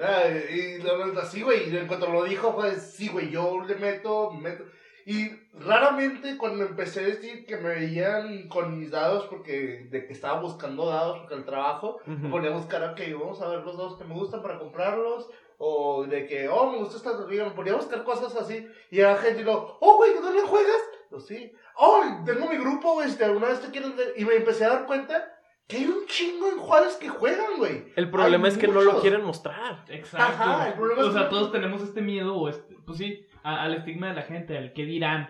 [SPEAKER 1] Ah, y la verdad, sí, güey. y En cuanto lo dijo, fue sí, güey, yo le meto, me meto. Y raramente cuando empecé a decir que me veían con mis dados, porque de que estaba buscando dados porque el trabajo, me
[SPEAKER 3] Ujú.
[SPEAKER 1] ponía a buscar, ok, vamos a ver los dados que me gustan para comprarlos. O de que, oh, me gusta esta tortilla, me ponía a buscar cosas así. Y la gente y lo, oh, güey, ¿tú también juegas? Yo sí. Oh, tengo mi grupo, güey, si alguna vez te quieres ver". Y me empecé a dar cuenta que hay un chingo en Juárez que juegan, güey.
[SPEAKER 3] El problema
[SPEAKER 1] Hay
[SPEAKER 3] es que no lo
[SPEAKER 1] muchos.
[SPEAKER 3] quieren mostrar.
[SPEAKER 2] Exacto.
[SPEAKER 1] Ajá, el problema
[SPEAKER 2] o
[SPEAKER 1] es
[SPEAKER 2] sea,
[SPEAKER 1] que-
[SPEAKER 2] todos tenemos este miedo, o este, pues sí, a- al estigma de la gente, al qué dirán.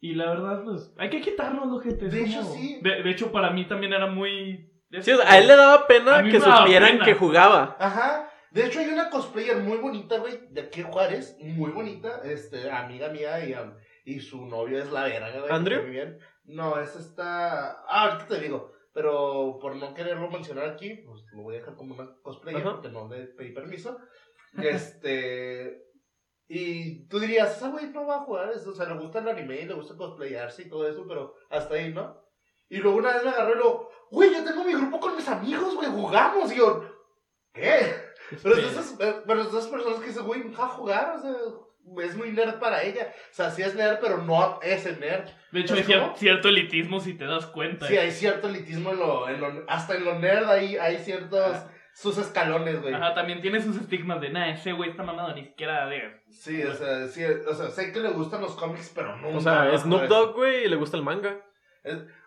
[SPEAKER 2] Y la verdad, pues, hay que quitarnos, gente. es
[SPEAKER 1] De hecho,
[SPEAKER 2] como-
[SPEAKER 1] sí.
[SPEAKER 2] De, de hecho, para mí también era muy...
[SPEAKER 3] Sí, o sea, a él le daba
[SPEAKER 2] A
[SPEAKER 3] pena
[SPEAKER 2] mí
[SPEAKER 3] que
[SPEAKER 2] me daba
[SPEAKER 3] supieran
[SPEAKER 2] pena.
[SPEAKER 3] que jugaba.
[SPEAKER 1] Ajá. De hecho, hay una cosplayer muy bonita, güey, de aquí en Juárez, muy bonita, este, amiga mía y, am- y su novio es la verga, güey.
[SPEAKER 3] ¿Andrew?
[SPEAKER 1] Muy bien. No, es esta... Ah, ahorita te digo, pero por no quererlo mencionar aquí, pues lo voy a dejar como una cosplayer
[SPEAKER 3] Ajá.
[SPEAKER 1] porque no le pedí permiso. Este... *laughs* Y tú dirías, esa güey no va a jugar eso, o sea, le gusta el anime, le gusta cosplayarse y todo eso, pero hasta ahí, ¿no? Y luego una vez me agarró y lo, güey, yo tengo mi grupo con mis amigos, güey, jugamos, y yo, ¿qué?
[SPEAKER 2] este,
[SPEAKER 1] Pero es de esas, eh, pero es de esas personas que dicen, güey, nunca jugar, o sea, es muy nerd para ella. O sea, sí es nerd, pero no es el nerd.
[SPEAKER 2] De hecho, hay
[SPEAKER 1] ¿Pues
[SPEAKER 2] cier-
[SPEAKER 1] cómo?
[SPEAKER 2] cierto elitismo si te das cuenta.
[SPEAKER 1] Sí, hay cierto elitismo en lo, en lo- hasta en lo nerd hay, hay ciertos, sus escalones, güey.
[SPEAKER 2] Ajá, también tiene sus estigmas de, nah, ese güey está mamado, ni siquiera de...
[SPEAKER 1] Sí, o sea, sí, o sea, sé que le gustan los cómics, pero no. pues.
[SPEAKER 3] O sea, Snoop Dogg, güey, y le gusta el manga.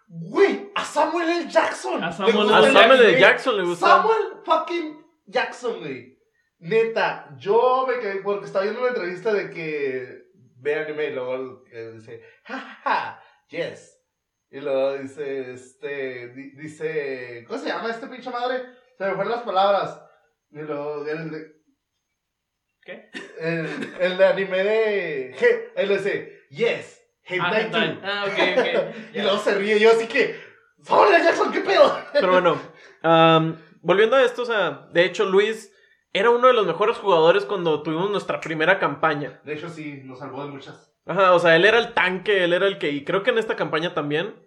[SPEAKER 1] Güey, a Samuel L. Jackson.
[SPEAKER 2] A
[SPEAKER 1] le
[SPEAKER 2] Samuel
[SPEAKER 1] gusta
[SPEAKER 3] A
[SPEAKER 1] el
[SPEAKER 3] Samuel
[SPEAKER 1] anime.
[SPEAKER 3] L. Jackson le gusta.
[SPEAKER 1] Samuel fucking Jackson, güey. Neta, yo me quedé porque estaba viendo una entrevista de que ve anime y luego eh, dice, jajaja, yes. Y luego dice, este, di- dice, ¿cómo se llama este pinche madre? Se me fueron las palabras. Y luego el de...
[SPEAKER 2] ¿Qué?
[SPEAKER 1] El, el de anime de... je- Él dice, yes,
[SPEAKER 2] Ah,
[SPEAKER 1] hentai too". *laughs*
[SPEAKER 2] hentai. Ah, ok, ok.
[SPEAKER 1] Y luego se ríe yo así que... ¡Samuel L. Jackson, qué pedo!
[SPEAKER 3] Pero bueno, am, volviendo a esto, o sea, de hecho Luis era uno de los mejores jugadores cuando tuvimos nuestra primera campaña.
[SPEAKER 1] De hecho, sí, nos salvó de muchas.
[SPEAKER 3] Ajá, o sea, él era el tanque, él era el que... Y creo que en esta campaña también.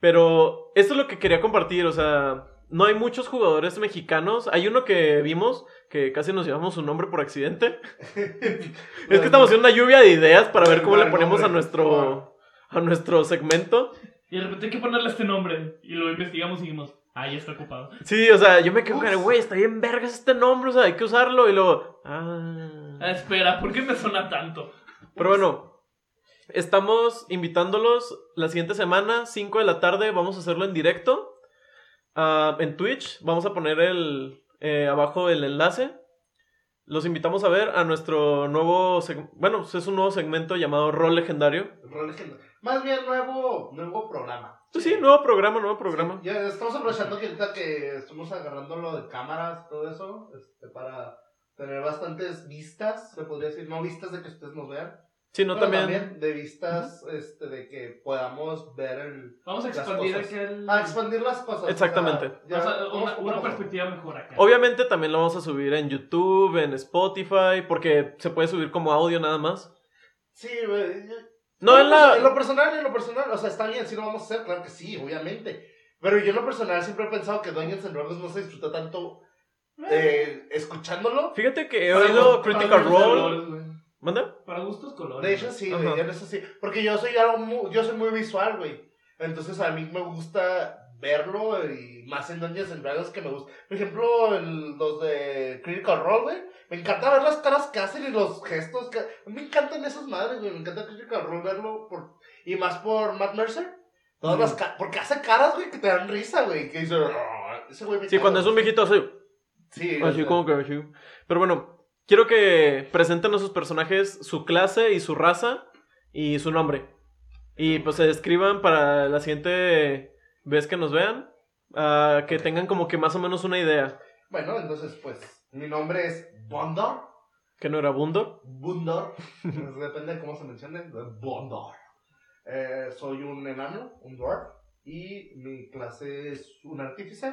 [SPEAKER 3] Pero esto es lo que quería compartir, o sea, no hay muchos jugadores mexicanos. Hay uno que vimos, que casi nos llevamos su nombre por accidente. *laughs* Es que estamos haciendo una lluvia de ideas para ver cómo le ponemos a nuestro, a nuestro segmento.
[SPEAKER 2] Y de repente hay que ponerle este nombre. Y lo investigamos y dijimos, ah, ya está ocupado.
[SPEAKER 3] Sí, o sea, yo me quedo,
[SPEAKER 1] Ups.
[SPEAKER 3] cara, güey, está bien vergas este nombre, o sea, hay que usarlo. Y luego, ah.
[SPEAKER 2] Ah, espera, ¿por qué me suena tanto?
[SPEAKER 3] Pero bueno, estamos invitándolos la siguiente semana, 5 de la tarde, vamos a hacerlo en directo. ah, en Twitch, vamos a poner el eh, abajo el enlace. Los invitamos a ver a nuestro nuevo, seg- bueno, pues es un nuevo segmento llamado Rol Legendario.
[SPEAKER 1] Rol legenda. Más bien, nuevo, nuevo programa.
[SPEAKER 3] Pues sí, nuevo programa, nuevo programa.
[SPEAKER 1] Ya estamos aprovechando que ahorita que estamos agarrando lo de cámaras, todo eso, este, para tener bastantes vistas, se podría decir, no vistas de que ustedes nos vean,
[SPEAKER 3] Sí, no,
[SPEAKER 1] pero
[SPEAKER 3] también,
[SPEAKER 1] de vistas este, de que podamos ver el...
[SPEAKER 2] Vamos a
[SPEAKER 1] Las
[SPEAKER 2] expandir
[SPEAKER 1] cosas.
[SPEAKER 2] aquel...
[SPEAKER 1] A expandir las cosas.
[SPEAKER 3] Exactamente.
[SPEAKER 1] o sea, ya
[SPEAKER 2] o sea,
[SPEAKER 1] vamos
[SPEAKER 2] una,
[SPEAKER 1] poco a
[SPEAKER 2] una
[SPEAKER 1] poco.
[SPEAKER 2] perspectiva mejor acá.
[SPEAKER 3] Obviamente también lo vamos a subir en YouTube, en Spotify, porque se puede subir como audio nada más.
[SPEAKER 1] Sí, güey, ya-
[SPEAKER 3] No, en la...
[SPEAKER 1] pues, lo personal, en lo personal, o sea, está bien, sí lo vamos a hacer, claro que sí, obviamente. Pero yo en lo personal siempre he pensado que Dungeons and Dragons no se disfruta tanto eh, escuchándolo.
[SPEAKER 3] Fíjate que he
[SPEAKER 2] Para
[SPEAKER 3] oído
[SPEAKER 2] los- para
[SPEAKER 3] Critical
[SPEAKER 2] los de
[SPEAKER 3] Role.
[SPEAKER 2] LOL, güey.
[SPEAKER 3] ¿Manda?
[SPEAKER 2] Para gustos colores.
[SPEAKER 1] De hecho, sí, güey,
[SPEAKER 3] Ajá.
[SPEAKER 1] en eso sí. Porque yo soy algo mu- yo soy muy visual, güey. Entonces a mí me gusta verlo y más en Dungeons and Dragons que me gusta. Por ejemplo, el- los de Critical Role, güey. Me encanta ver las caras que hacen y los gestos. Que... Me encantan esas madres, güey. Me encanta Critical Role verlo. Por... Y más por Matt Mercer. Todas
[SPEAKER 3] Mm.
[SPEAKER 1] las ca- Porque hace caras, güey, que te dan risa, güey. Que dice. "Ah", Ese güey me
[SPEAKER 3] Sí,
[SPEAKER 1] caga,
[SPEAKER 3] cuando es un
[SPEAKER 1] güey.
[SPEAKER 3] viejito así,
[SPEAKER 1] Sí, o
[SPEAKER 3] así
[SPEAKER 1] sea,
[SPEAKER 3] como que así. Pero bueno, quiero que presenten a sus personajes su clase y su raza y su nombre. Y pues se describan para la siguiente vez que nos vean, ah, que tengan como que más o menos una idea.
[SPEAKER 1] Bueno, entonces, pues. Mi nombre es Bondor.
[SPEAKER 3] Que no era Bundor.
[SPEAKER 1] Bundor, pues, depende de cómo se mencione, Bondor. Eh, soy un enano, un dwarf, y mi clase es un artífice.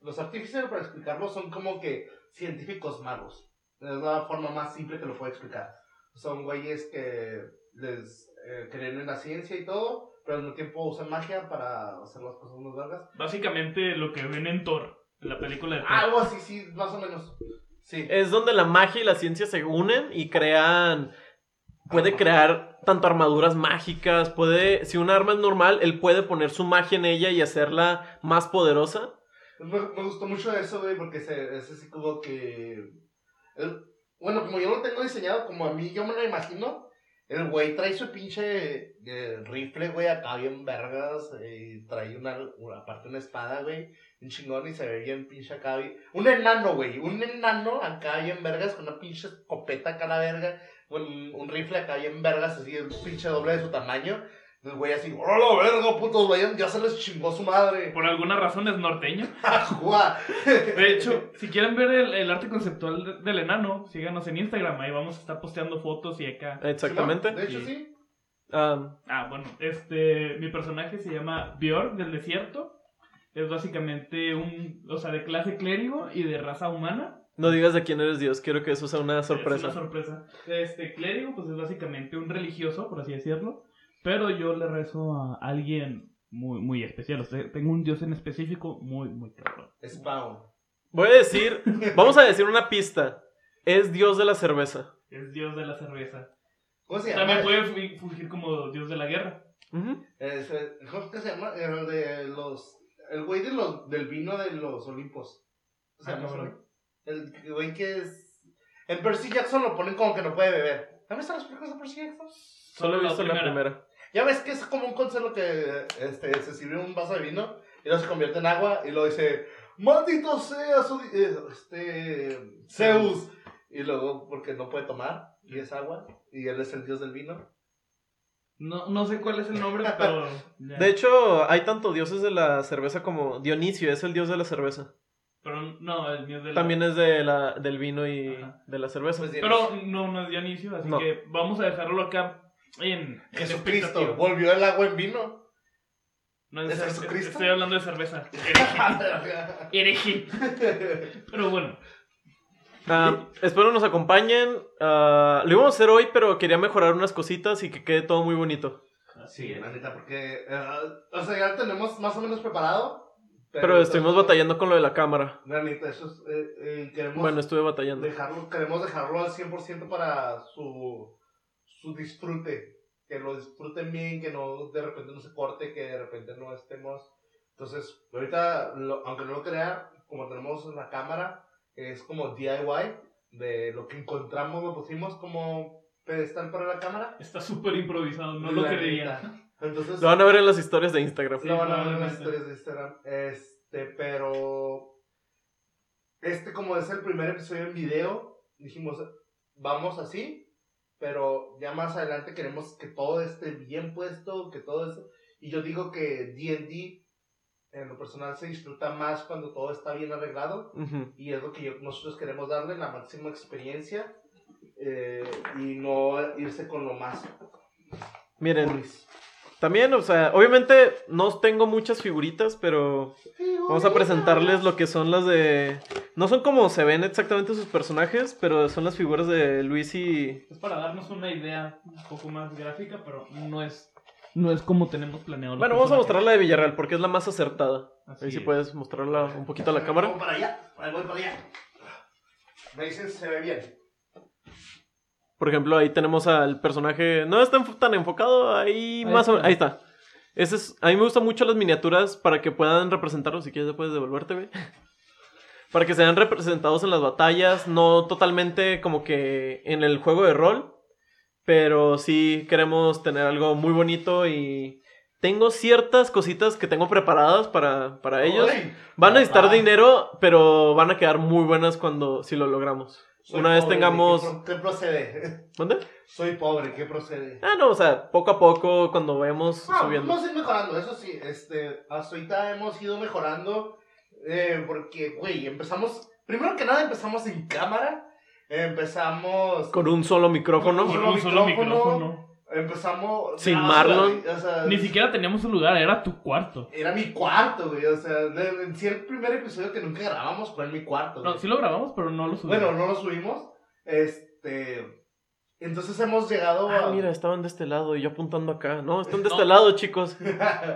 [SPEAKER 1] Los artífices, para explicarlo, son como que científicos magos. Es la forma más simple que lo puedo explicar. Son güeyes que les eh, creen en la ciencia y todo, pero al mismo tiempo usan magia para hacer las cosas más largas.
[SPEAKER 2] Básicamente lo que ven en Thor, en la película de Thor.
[SPEAKER 1] Algo así, sí, más o menos. Sí.
[SPEAKER 3] Es donde la magia y la ciencia se unen y crean. Puede crear tanto armaduras mágicas, puede. Si un arma es normal, él puede poner su magia en ella y hacerla más poderosa.
[SPEAKER 1] Pues, Me, me gustó mucho eso, güey, porque se- es así como que. el- bueno, como yo lo tengo diseñado, como a mí yo me lo imagino, el güey trae su pinche eh, rifle, güey, acá bien vergas, eh, y trae una, una- aparte una espada, güey, un chingón y se ve bien pinche acá, güey. Un enano, güey, un enano acá bien vergas con una pinche escopeta acá a la verga, un, un rifle acá bien vergas, así, el pinche doble de su tamaño. El güey así, ¡hola, verga, putos, vayan! Ya se les chingó su madre.
[SPEAKER 2] Por alguna razón es norteño.
[SPEAKER 1] ¡Guau! *laughs*
[SPEAKER 2] De hecho, si quieren ver el, el arte conceptual de- del enano, síganos en Instagram. Ahí vamos a estar posteando fotos y acá.
[SPEAKER 3] Eh. Exactamente.
[SPEAKER 1] De hecho,
[SPEAKER 2] Sí.
[SPEAKER 1] sí.
[SPEAKER 3] Ah,
[SPEAKER 2] Ah, bueno, este. Mi personaje se llama Björk del desierto. Es básicamente un. O sea, de clase clérigo y de raza humana.
[SPEAKER 3] no digas de quién eres Dios, quiero que eso sea una sorpresa.
[SPEAKER 2] Es una sorpresa. Este clérigo, pues es básicamente un religioso, por así decirlo. Pero yo le rezo a alguien muy, muy especial. O sea, tengo un dios en específico muy, muy cabrón.
[SPEAKER 1] Spawn.
[SPEAKER 3] Voy a decir. Vamos a decir una pista. Es Dios de la cerveza.
[SPEAKER 2] Es dios de la cerveza.
[SPEAKER 1] ¿Cómo se llama?
[SPEAKER 2] También puede fu- fungir como dios de la guerra.
[SPEAKER 3] Ujú.
[SPEAKER 1] Es, eh, ¿Cómo que se llama? El de los. El güey de los, del vino de los Olimpos. O sea,
[SPEAKER 2] Ah,
[SPEAKER 1] no sé,
[SPEAKER 2] cabrón.
[SPEAKER 1] El güey que es. En Percy Jackson lo ponen como que no puede beber. ¿Ya visto las películas de Percy Jackson?
[SPEAKER 3] Solo he visto la primera.
[SPEAKER 1] Ya ves que es como un consuelo que este, se sirve un vaso de vino y lo se convierte en agua y lo dice: ¡Maldito sea su. di- eh, Este. Zeus! Y luego, porque no puede tomar y es agua y él es el dios del vino.
[SPEAKER 2] No, no sé cuál es el
[SPEAKER 3] *laughs*
[SPEAKER 2] nombre, pero. ya.
[SPEAKER 3] De hecho, hay tanto dioses de la cerveza como Dionisio, es el dios de la cerveza.
[SPEAKER 2] Pero no, el dios de la
[SPEAKER 3] También es de la, del vino y
[SPEAKER 2] Ajá.
[SPEAKER 3] de la cerveza.
[SPEAKER 1] Pues,
[SPEAKER 2] Pero no, no es Dionisio, así
[SPEAKER 3] No.
[SPEAKER 2] que vamos a dejarlo acá en. en
[SPEAKER 1] Jesucristo
[SPEAKER 2] expectativa. *laughs*
[SPEAKER 1] volvió el agua en vino.
[SPEAKER 4] No es,
[SPEAKER 1] ¿Es
[SPEAKER 4] cer-
[SPEAKER 1] Jesucristo?
[SPEAKER 4] Estoy hablando de cerveza. Hereje. Hereje. Pero bueno,
[SPEAKER 3] Ah, espero nos acompañen. Ah, lo íbamos a hacer hoy, pero quería mejorar unas cositas y que quede todo muy bonito.
[SPEAKER 1] Sí, la neta, porque. eh, o sea, ya lo tenemos más o menos preparado.
[SPEAKER 3] Pero estuvimos
[SPEAKER 1] entonces,
[SPEAKER 3] batallando con lo de la cámara.
[SPEAKER 1] La neta, eso es. eh, eh, queremos,
[SPEAKER 3] Bueno, estuve batallando.
[SPEAKER 1] dejarlo, queremos dejarlo al 100% para su, su disfrute. Que lo disfruten bien, que no de repente no se corte, que de repente no estemos. Entonces, ahorita, lo- aunque no lo crean, como tenemos la cámara, es como DIY de lo que encontramos, lo pusimos como pedestal para la cámara.
[SPEAKER 2] Está súper improvisado, no lo
[SPEAKER 1] La
[SPEAKER 2] creería.
[SPEAKER 1] neta. Entonces,
[SPEAKER 3] Lo van a ver en las historias de Instagram.
[SPEAKER 2] Sí,
[SPEAKER 1] lo van a ver en las
[SPEAKER 2] probablemente.
[SPEAKER 1] historias de Instagram. Este, pero. Este, como es el primer episodio en video, dijimos, vamos así, pero ya más adelante queremos que todo esté bien puesto, que todo eso. Y yo digo que DD, en lo personal, se disfruta más cuando todo está bien arreglado
[SPEAKER 3] Ujú.
[SPEAKER 1] y es lo que yo- nosotros queremos darle la máxima experiencia eh, y no irse con lo más
[SPEAKER 3] Miren,
[SPEAKER 1] puris.
[SPEAKER 3] también, o sea, obviamente no tengo muchas figuritas, pero Vamos a presentarles lo que son las de. No son como se ven exactamente sus personajes, pero son las figuras de Luis y.
[SPEAKER 2] Es para darnos una idea un poco más gráfica, pero no es, no es como tenemos planeado. los
[SPEAKER 3] Bueno, vamos a mostrar
[SPEAKER 2] personajes.
[SPEAKER 3] la de Villarreal porque es la más acertada.
[SPEAKER 2] Así
[SPEAKER 3] Ahí si
[SPEAKER 2] es.
[SPEAKER 3] puedes mostrarla un poquito a la
[SPEAKER 1] Voy
[SPEAKER 3] cámara.
[SPEAKER 1] para allá, ahí voy para allá. Me dicen se ve bien.
[SPEAKER 3] Por ejemplo, ahí tenemos al personaje. No está enfo- tan enfocado,
[SPEAKER 2] Ahí
[SPEAKER 3] ahí, más o
[SPEAKER 2] está.
[SPEAKER 3] menos. Ahí está. Ese es... A mí me gustan mucho las miniaturas para que puedan representarlos. Si quieres, ya puedes devolverte, güey. para que sean representados en las batallas, no totalmente como que en el juego de rol. Pero sí queremos tener algo muy bonito y tengo ciertas cositas que tengo preparadas para, para ellos.
[SPEAKER 1] Ay,
[SPEAKER 3] Van a necesitar
[SPEAKER 1] Papá.
[SPEAKER 3] dinero, pero van a quedar muy buenas cuando si lo logramos.
[SPEAKER 1] soy
[SPEAKER 3] Una vez
[SPEAKER 1] pobre,
[SPEAKER 3] tengamos-
[SPEAKER 1] ¿de ¿Qué, pro- qué procede? *laughs*
[SPEAKER 3] ¿Dónde?
[SPEAKER 1] Soy pobre, ¿qué procede?
[SPEAKER 3] Ah, no, o sea, poco a poco cuando vayamos
[SPEAKER 1] Ah,
[SPEAKER 3] subiendo.
[SPEAKER 1] vamos a ir mejorando, eso sí. Este, hasta ahorita hemos ido mejorando. eh, porque, güey, empezamos. Primero que nada, empezamos sin cámara. Empezamos.
[SPEAKER 3] Con un solo
[SPEAKER 1] Con
[SPEAKER 3] micrófono.
[SPEAKER 2] Con
[SPEAKER 1] solo
[SPEAKER 2] un solo
[SPEAKER 1] micrófono.
[SPEAKER 2] micrófono.
[SPEAKER 1] Empezamos.
[SPEAKER 3] Sin
[SPEAKER 1] Ah,
[SPEAKER 3] Marlon.
[SPEAKER 1] güey, o sea,
[SPEAKER 2] Ni siquiera teníamos un lugar, era tu cuarto.
[SPEAKER 1] Era mi cuarto, güey. O sea, de- en sí, el primer episodio que nunca grabamos fue en mi cuarto.
[SPEAKER 2] No,
[SPEAKER 1] güey.
[SPEAKER 2] sí lo grabamos, pero no lo subimos.
[SPEAKER 1] Bueno, no lo subimos. Este. Entonces hemos llegado
[SPEAKER 3] Ah,
[SPEAKER 1] a.
[SPEAKER 3] mira, estaban de este lado y yo apuntando acá. No, están de
[SPEAKER 4] No.
[SPEAKER 3] este lado, chicos.
[SPEAKER 1] *laughs*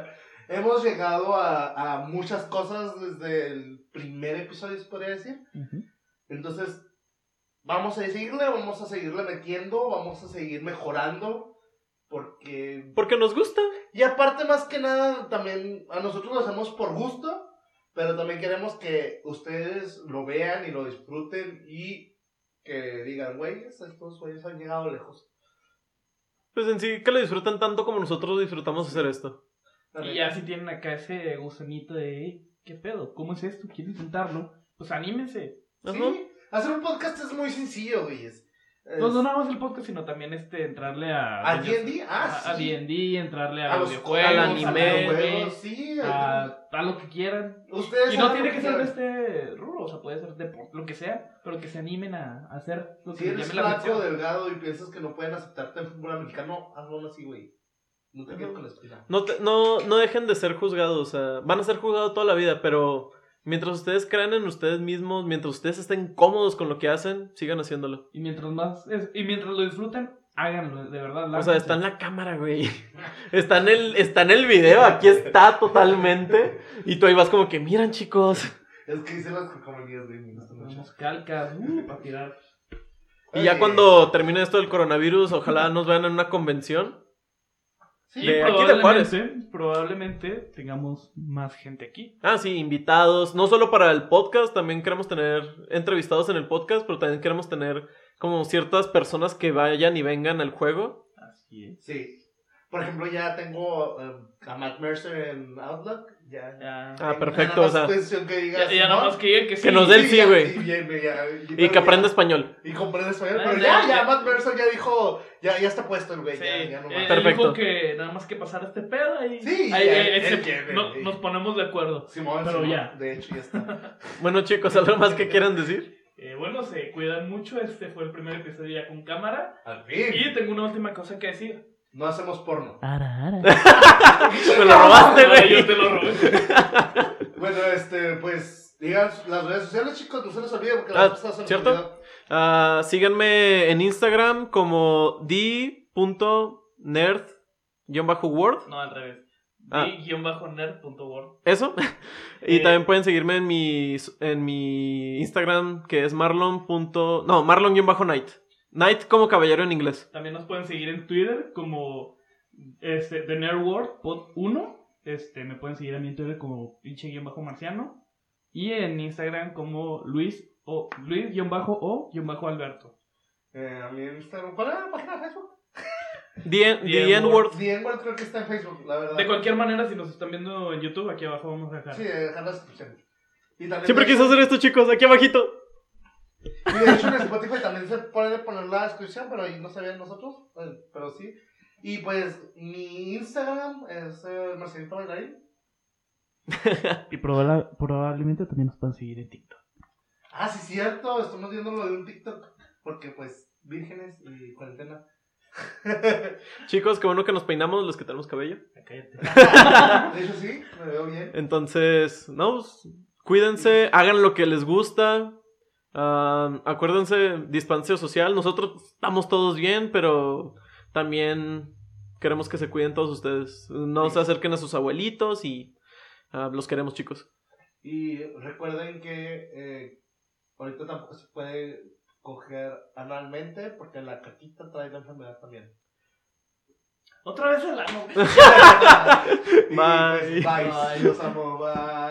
[SPEAKER 1] hemos llegado a, a muchas cosas desde el primer episodio, se podría decir.
[SPEAKER 2] Ujú.
[SPEAKER 1] Entonces, vamos a seguirle, vamos a seguirle metiendo, vamos a seguir mejorando. Porque.
[SPEAKER 3] Porque nos gusta.
[SPEAKER 1] Y aparte, más que nada, también a nosotros lo hacemos por gusto. Pero también queremos que ustedes lo vean y lo disfruten y que digan, güey, estos güeyes han llegado lejos.
[SPEAKER 3] Pues en sí que lo disfrutan tanto como nosotros disfrutamos hacer esto.
[SPEAKER 1] La
[SPEAKER 4] y
[SPEAKER 1] neta.
[SPEAKER 4] ya si tienen acá ese gusanito de, "Ey, ¿qué pedo? ¿Cómo es esto? ¿Quieren intentarlo? Pues anímense.
[SPEAKER 3] Ajá.
[SPEAKER 1] Sí, hacer un podcast es muy sencillo, güey. es- es-
[SPEAKER 4] No, no
[SPEAKER 1] a
[SPEAKER 4] nada más el podcast, sino también este, entrarle a...
[SPEAKER 1] ¿A D&D? Ah,
[SPEAKER 4] a- A
[SPEAKER 1] sí.
[SPEAKER 4] D&D, entrarle a,
[SPEAKER 1] los
[SPEAKER 4] videojuegos,
[SPEAKER 1] juegos,
[SPEAKER 3] al
[SPEAKER 1] a los
[SPEAKER 3] anime, Ah.
[SPEAKER 1] videojuegos, sí.
[SPEAKER 4] a, a lo que quieran.
[SPEAKER 1] Ustedes
[SPEAKER 4] Y no
[SPEAKER 1] saben
[SPEAKER 4] tiene
[SPEAKER 1] lo
[SPEAKER 4] que ser de
[SPEAKER 1] quieran.
[SPEAKER 4] este rubro, o sea, puede ser deporte, lo que sea, pero que se animen a, a hacer lo que
[SPEAKER 1] Si
[SPEAKER 4] les
[SPEAKER 1] eres
[SPEAKER 4] llame la
[SPEAKER 1] flaco,
[SPEAKER 4] atención.
[SPEAKER 1] delgado y piensas que no pueden aceptarte en fútbol americano, hazlo aún así, güey. No te quedes con la espina.
[SPEAKER 3] No, te- no, no dejen de ser juzgados. o sea, van a ser juzgados toda la vida, pero mientras ustedes crean en ustedes mismos, mientras ustedes estén cómodos con lo que hacen, sigan haciéndolo.
[SPEAKER 4] Y mientras más, es- y mientras lo disfruten, háganlo, de verdad.
[SPEAKER 3] O sea,
[SPEAKER 4] láncense.
[SPEAKER 3] está en la cámara, güey. *laughs* Está en el, está en el video, aquí está totalmente. Y tú ahí vas como que, miran, chicos.
[SPEAKER 1] Es que hice las comidas de mí, no sé mucho.
[SPEAKER 4] Tenemos calcas, uh, para tirar.
[SPEAKER 3] Y ya
[SPEAKER 1] Oye,
[SPEAKER 3] cuando termine esto del coronavirus, ojalá nos vean en una convención.
[SPEAKER 1] Sí,
[SPEAKER 3] de aquí de Juárez.
[SPEAKER 4] probablemente, probablemente tengamos más gente aquí.
[SPEAKER 3] Ah, sí, invitados. No solo para el podcast, también queremos tener entrevistados en el podcast, pero también queremos tener como ciertas personas que vayan y vengan al juego.
[SPEAKER 2] Así es.
[SPEAKER 1] Sí. Por ejemplo, ya tengo eh, a Matt Mercer en Outlook. Ya.
[SPEAKER 4] Ya,
[SPEAKER 3] Ah,
[SPEAKER 1] Ya
[SPEAKER 3] perfecto,
[SPEAKER 1] nada
[SPEAKER 3] o sea,
[SPEAKER 1] más cuestión que digas,
[SPEAKER 4] ya, ya nada
[SPEAKER 1] ¿no?
[SPEAKER 4] más que digan que sí.
[SPEAKER 3] Que nos dé- Del sí,
[SPEAKER 1] ya,
[SPEAKER 3] güey.
[SPEAKER 1] y viene, ya,
[SPEAKER 3] Y que
[SPEAKER 1] ya-
[SPEAKER 3] aprenda español.
[SPEAKER 1] Y comprende español.
[SPEAKER 4] Ah,
[SPEAKER 1] Pero
[SPEAKER 4] ya,
[SPEAKER 1] ya, ya,
[SPEAKER 4] ya.
[SPEAKER 1] Matt Mercer ya dijo, ya, ya está puesto el güey.
[SPEAKER 4] Sí,
[SPEAKER 1] Ya, ya no
[SPEAKER 4] eh,
[SPEAKER 1] más.
[SPEAKER 4] él
[SPEAKER 3] Perfecto.
[SPEAKER 4] dijo que nada más que pasar este pedo y
[SPEAKER 1] Sí,
[SPEAKER 4] ahí-
[SPEAKER 1] ya,
[SPEAKER 4] ahí- ahí
[SPEAKER 1] él
[SPEAKER 4] se-
[SPEAKER 1] quiere,
[SPEAKER 4] no-
[SPEAKER 1] sí.
[SPEAKER 4] nos ponemos de acuerdo.
[SPEAKER 1] Simón,
[SPEAKER 4] Pero
[SPEAKER 1] Simón,
[SPEAKER 4] ya.
[SPEAKER 1] De hecho, ya está.
[SPEAKER 3] Bueno, chicos, ¿algo más que quieran decir?
[SPEAKER 4] Eh, bueno, se cuidan mucho. Este fue el primer episodio ya con cámara.
[SPEAKER 1] Al fin.
[SPEAKER 4] Y tengo una última cosa que decir.
[SPEAKER 1] No hacemos porno.
[SPEAKER 4] Ah.
[SPEAKER 2] Ara, ara.
[SPEAKER 3] Me lo robaste,
[SPEAKER 4] Ay,
[SPEAKER 3] güey.
[SPEAKER 4] yo te lo robé.
[SPEAKER 1] Bueno, este, pues, digan las redes sociales, chicos, no se les olvide porque
[SPEAKER 3] Ah,
[SPEAKER 1] las cosas se nos
[SPEAKER 3] ¿cierto?
[SPEAKER 1] olvidan.
[SPEAKER 3] Ah, síganme en Instagram como d.nerd-word.
[SPEAKER 4] No, al revés.
[SPEAKER 3] Ah.
[SPEAKER 4] D-nerd.word.
[SPEAKER 3] Eso. *laughs* y
[SPEAKER 4] Eh.
[SPEAKER 3] también pueden seguirme en mi, en mi Instagram que es marlon. punto- No, marlon-knight. Knight como caballero en inglés.
[SPEAKER 4] También nos
[SPEAKER 2] Nos pueden seguir en Twitter como este, The Nerd World Pod 1. Este, me pueden seguir a mí en Twitter como pinche guión bajo marciano. Y en Instagram como Luis o Luis guión bajo o guión bajo Alberto.
[SPEAKER 1] Eh, a mí en Instagram. ¿Cuál era la página de Facebook?
[SPEAKER 3] The,
[SPEAKER 4] The
[SPEAKER 3] N-word.
[SPEAKER 1] Bien, bueno, creo que está en Facebook, la verdad.
[SPEAKER 4] De cualquier manera, si
[SPEAKER 2] Si nos están viendo en YouTube, aquí abajo vamos a dejar.
[SPEAKER 1] Sí, dejar la descripción. Y también-
[SPEAKER 3] Siempre quise hacer esto, chicos. Aquí abajito.
[SPEAKER 1] Y de hecho en Spotify también se puede poner la descripción, pero ahí no se ve nosotros, eh, pero sí. Y pues mi Instagram es eh, Marcelito Bailarín.
[SPEAKER 2] Y probable- probablemente también nos puedan seguir en TikTok.
[SPEAKER 1] Ah, sí, cierto, estamos viendo lo de un TikTok, porque pues vírgenes y cuarentena. *laughs*
[SPEAKER 3] Chicos, qué bueno que nos peinamos los que tenemos cabello.
[SPEAKER 2] Ah, Cállate.
[SPEAKER 1] De hecho sí, me veo bien.
[SPEAKER 3] Entonces, no, pues, cuídense, hagan lo que les gusta. Ah, acuérdense, distancia social. Nosotros estamos todos bien, pero también queremos que se cuiden todos ustedes. No se acerquen a sus abuelitos y ah, los queremos, chicos.
[SPEAKER 1] Y recuerden que eh, ahorita tampoco se puede coger analmente, porque la caquita trae la enfermedad también.
[SPEAKER 4] otra vez el ano.
[SPEAKER 1] Y, pues,
[SPEAKER 3] Bye.
[SPEAKER 1] bye. *laughs* Bye, los amo, bye.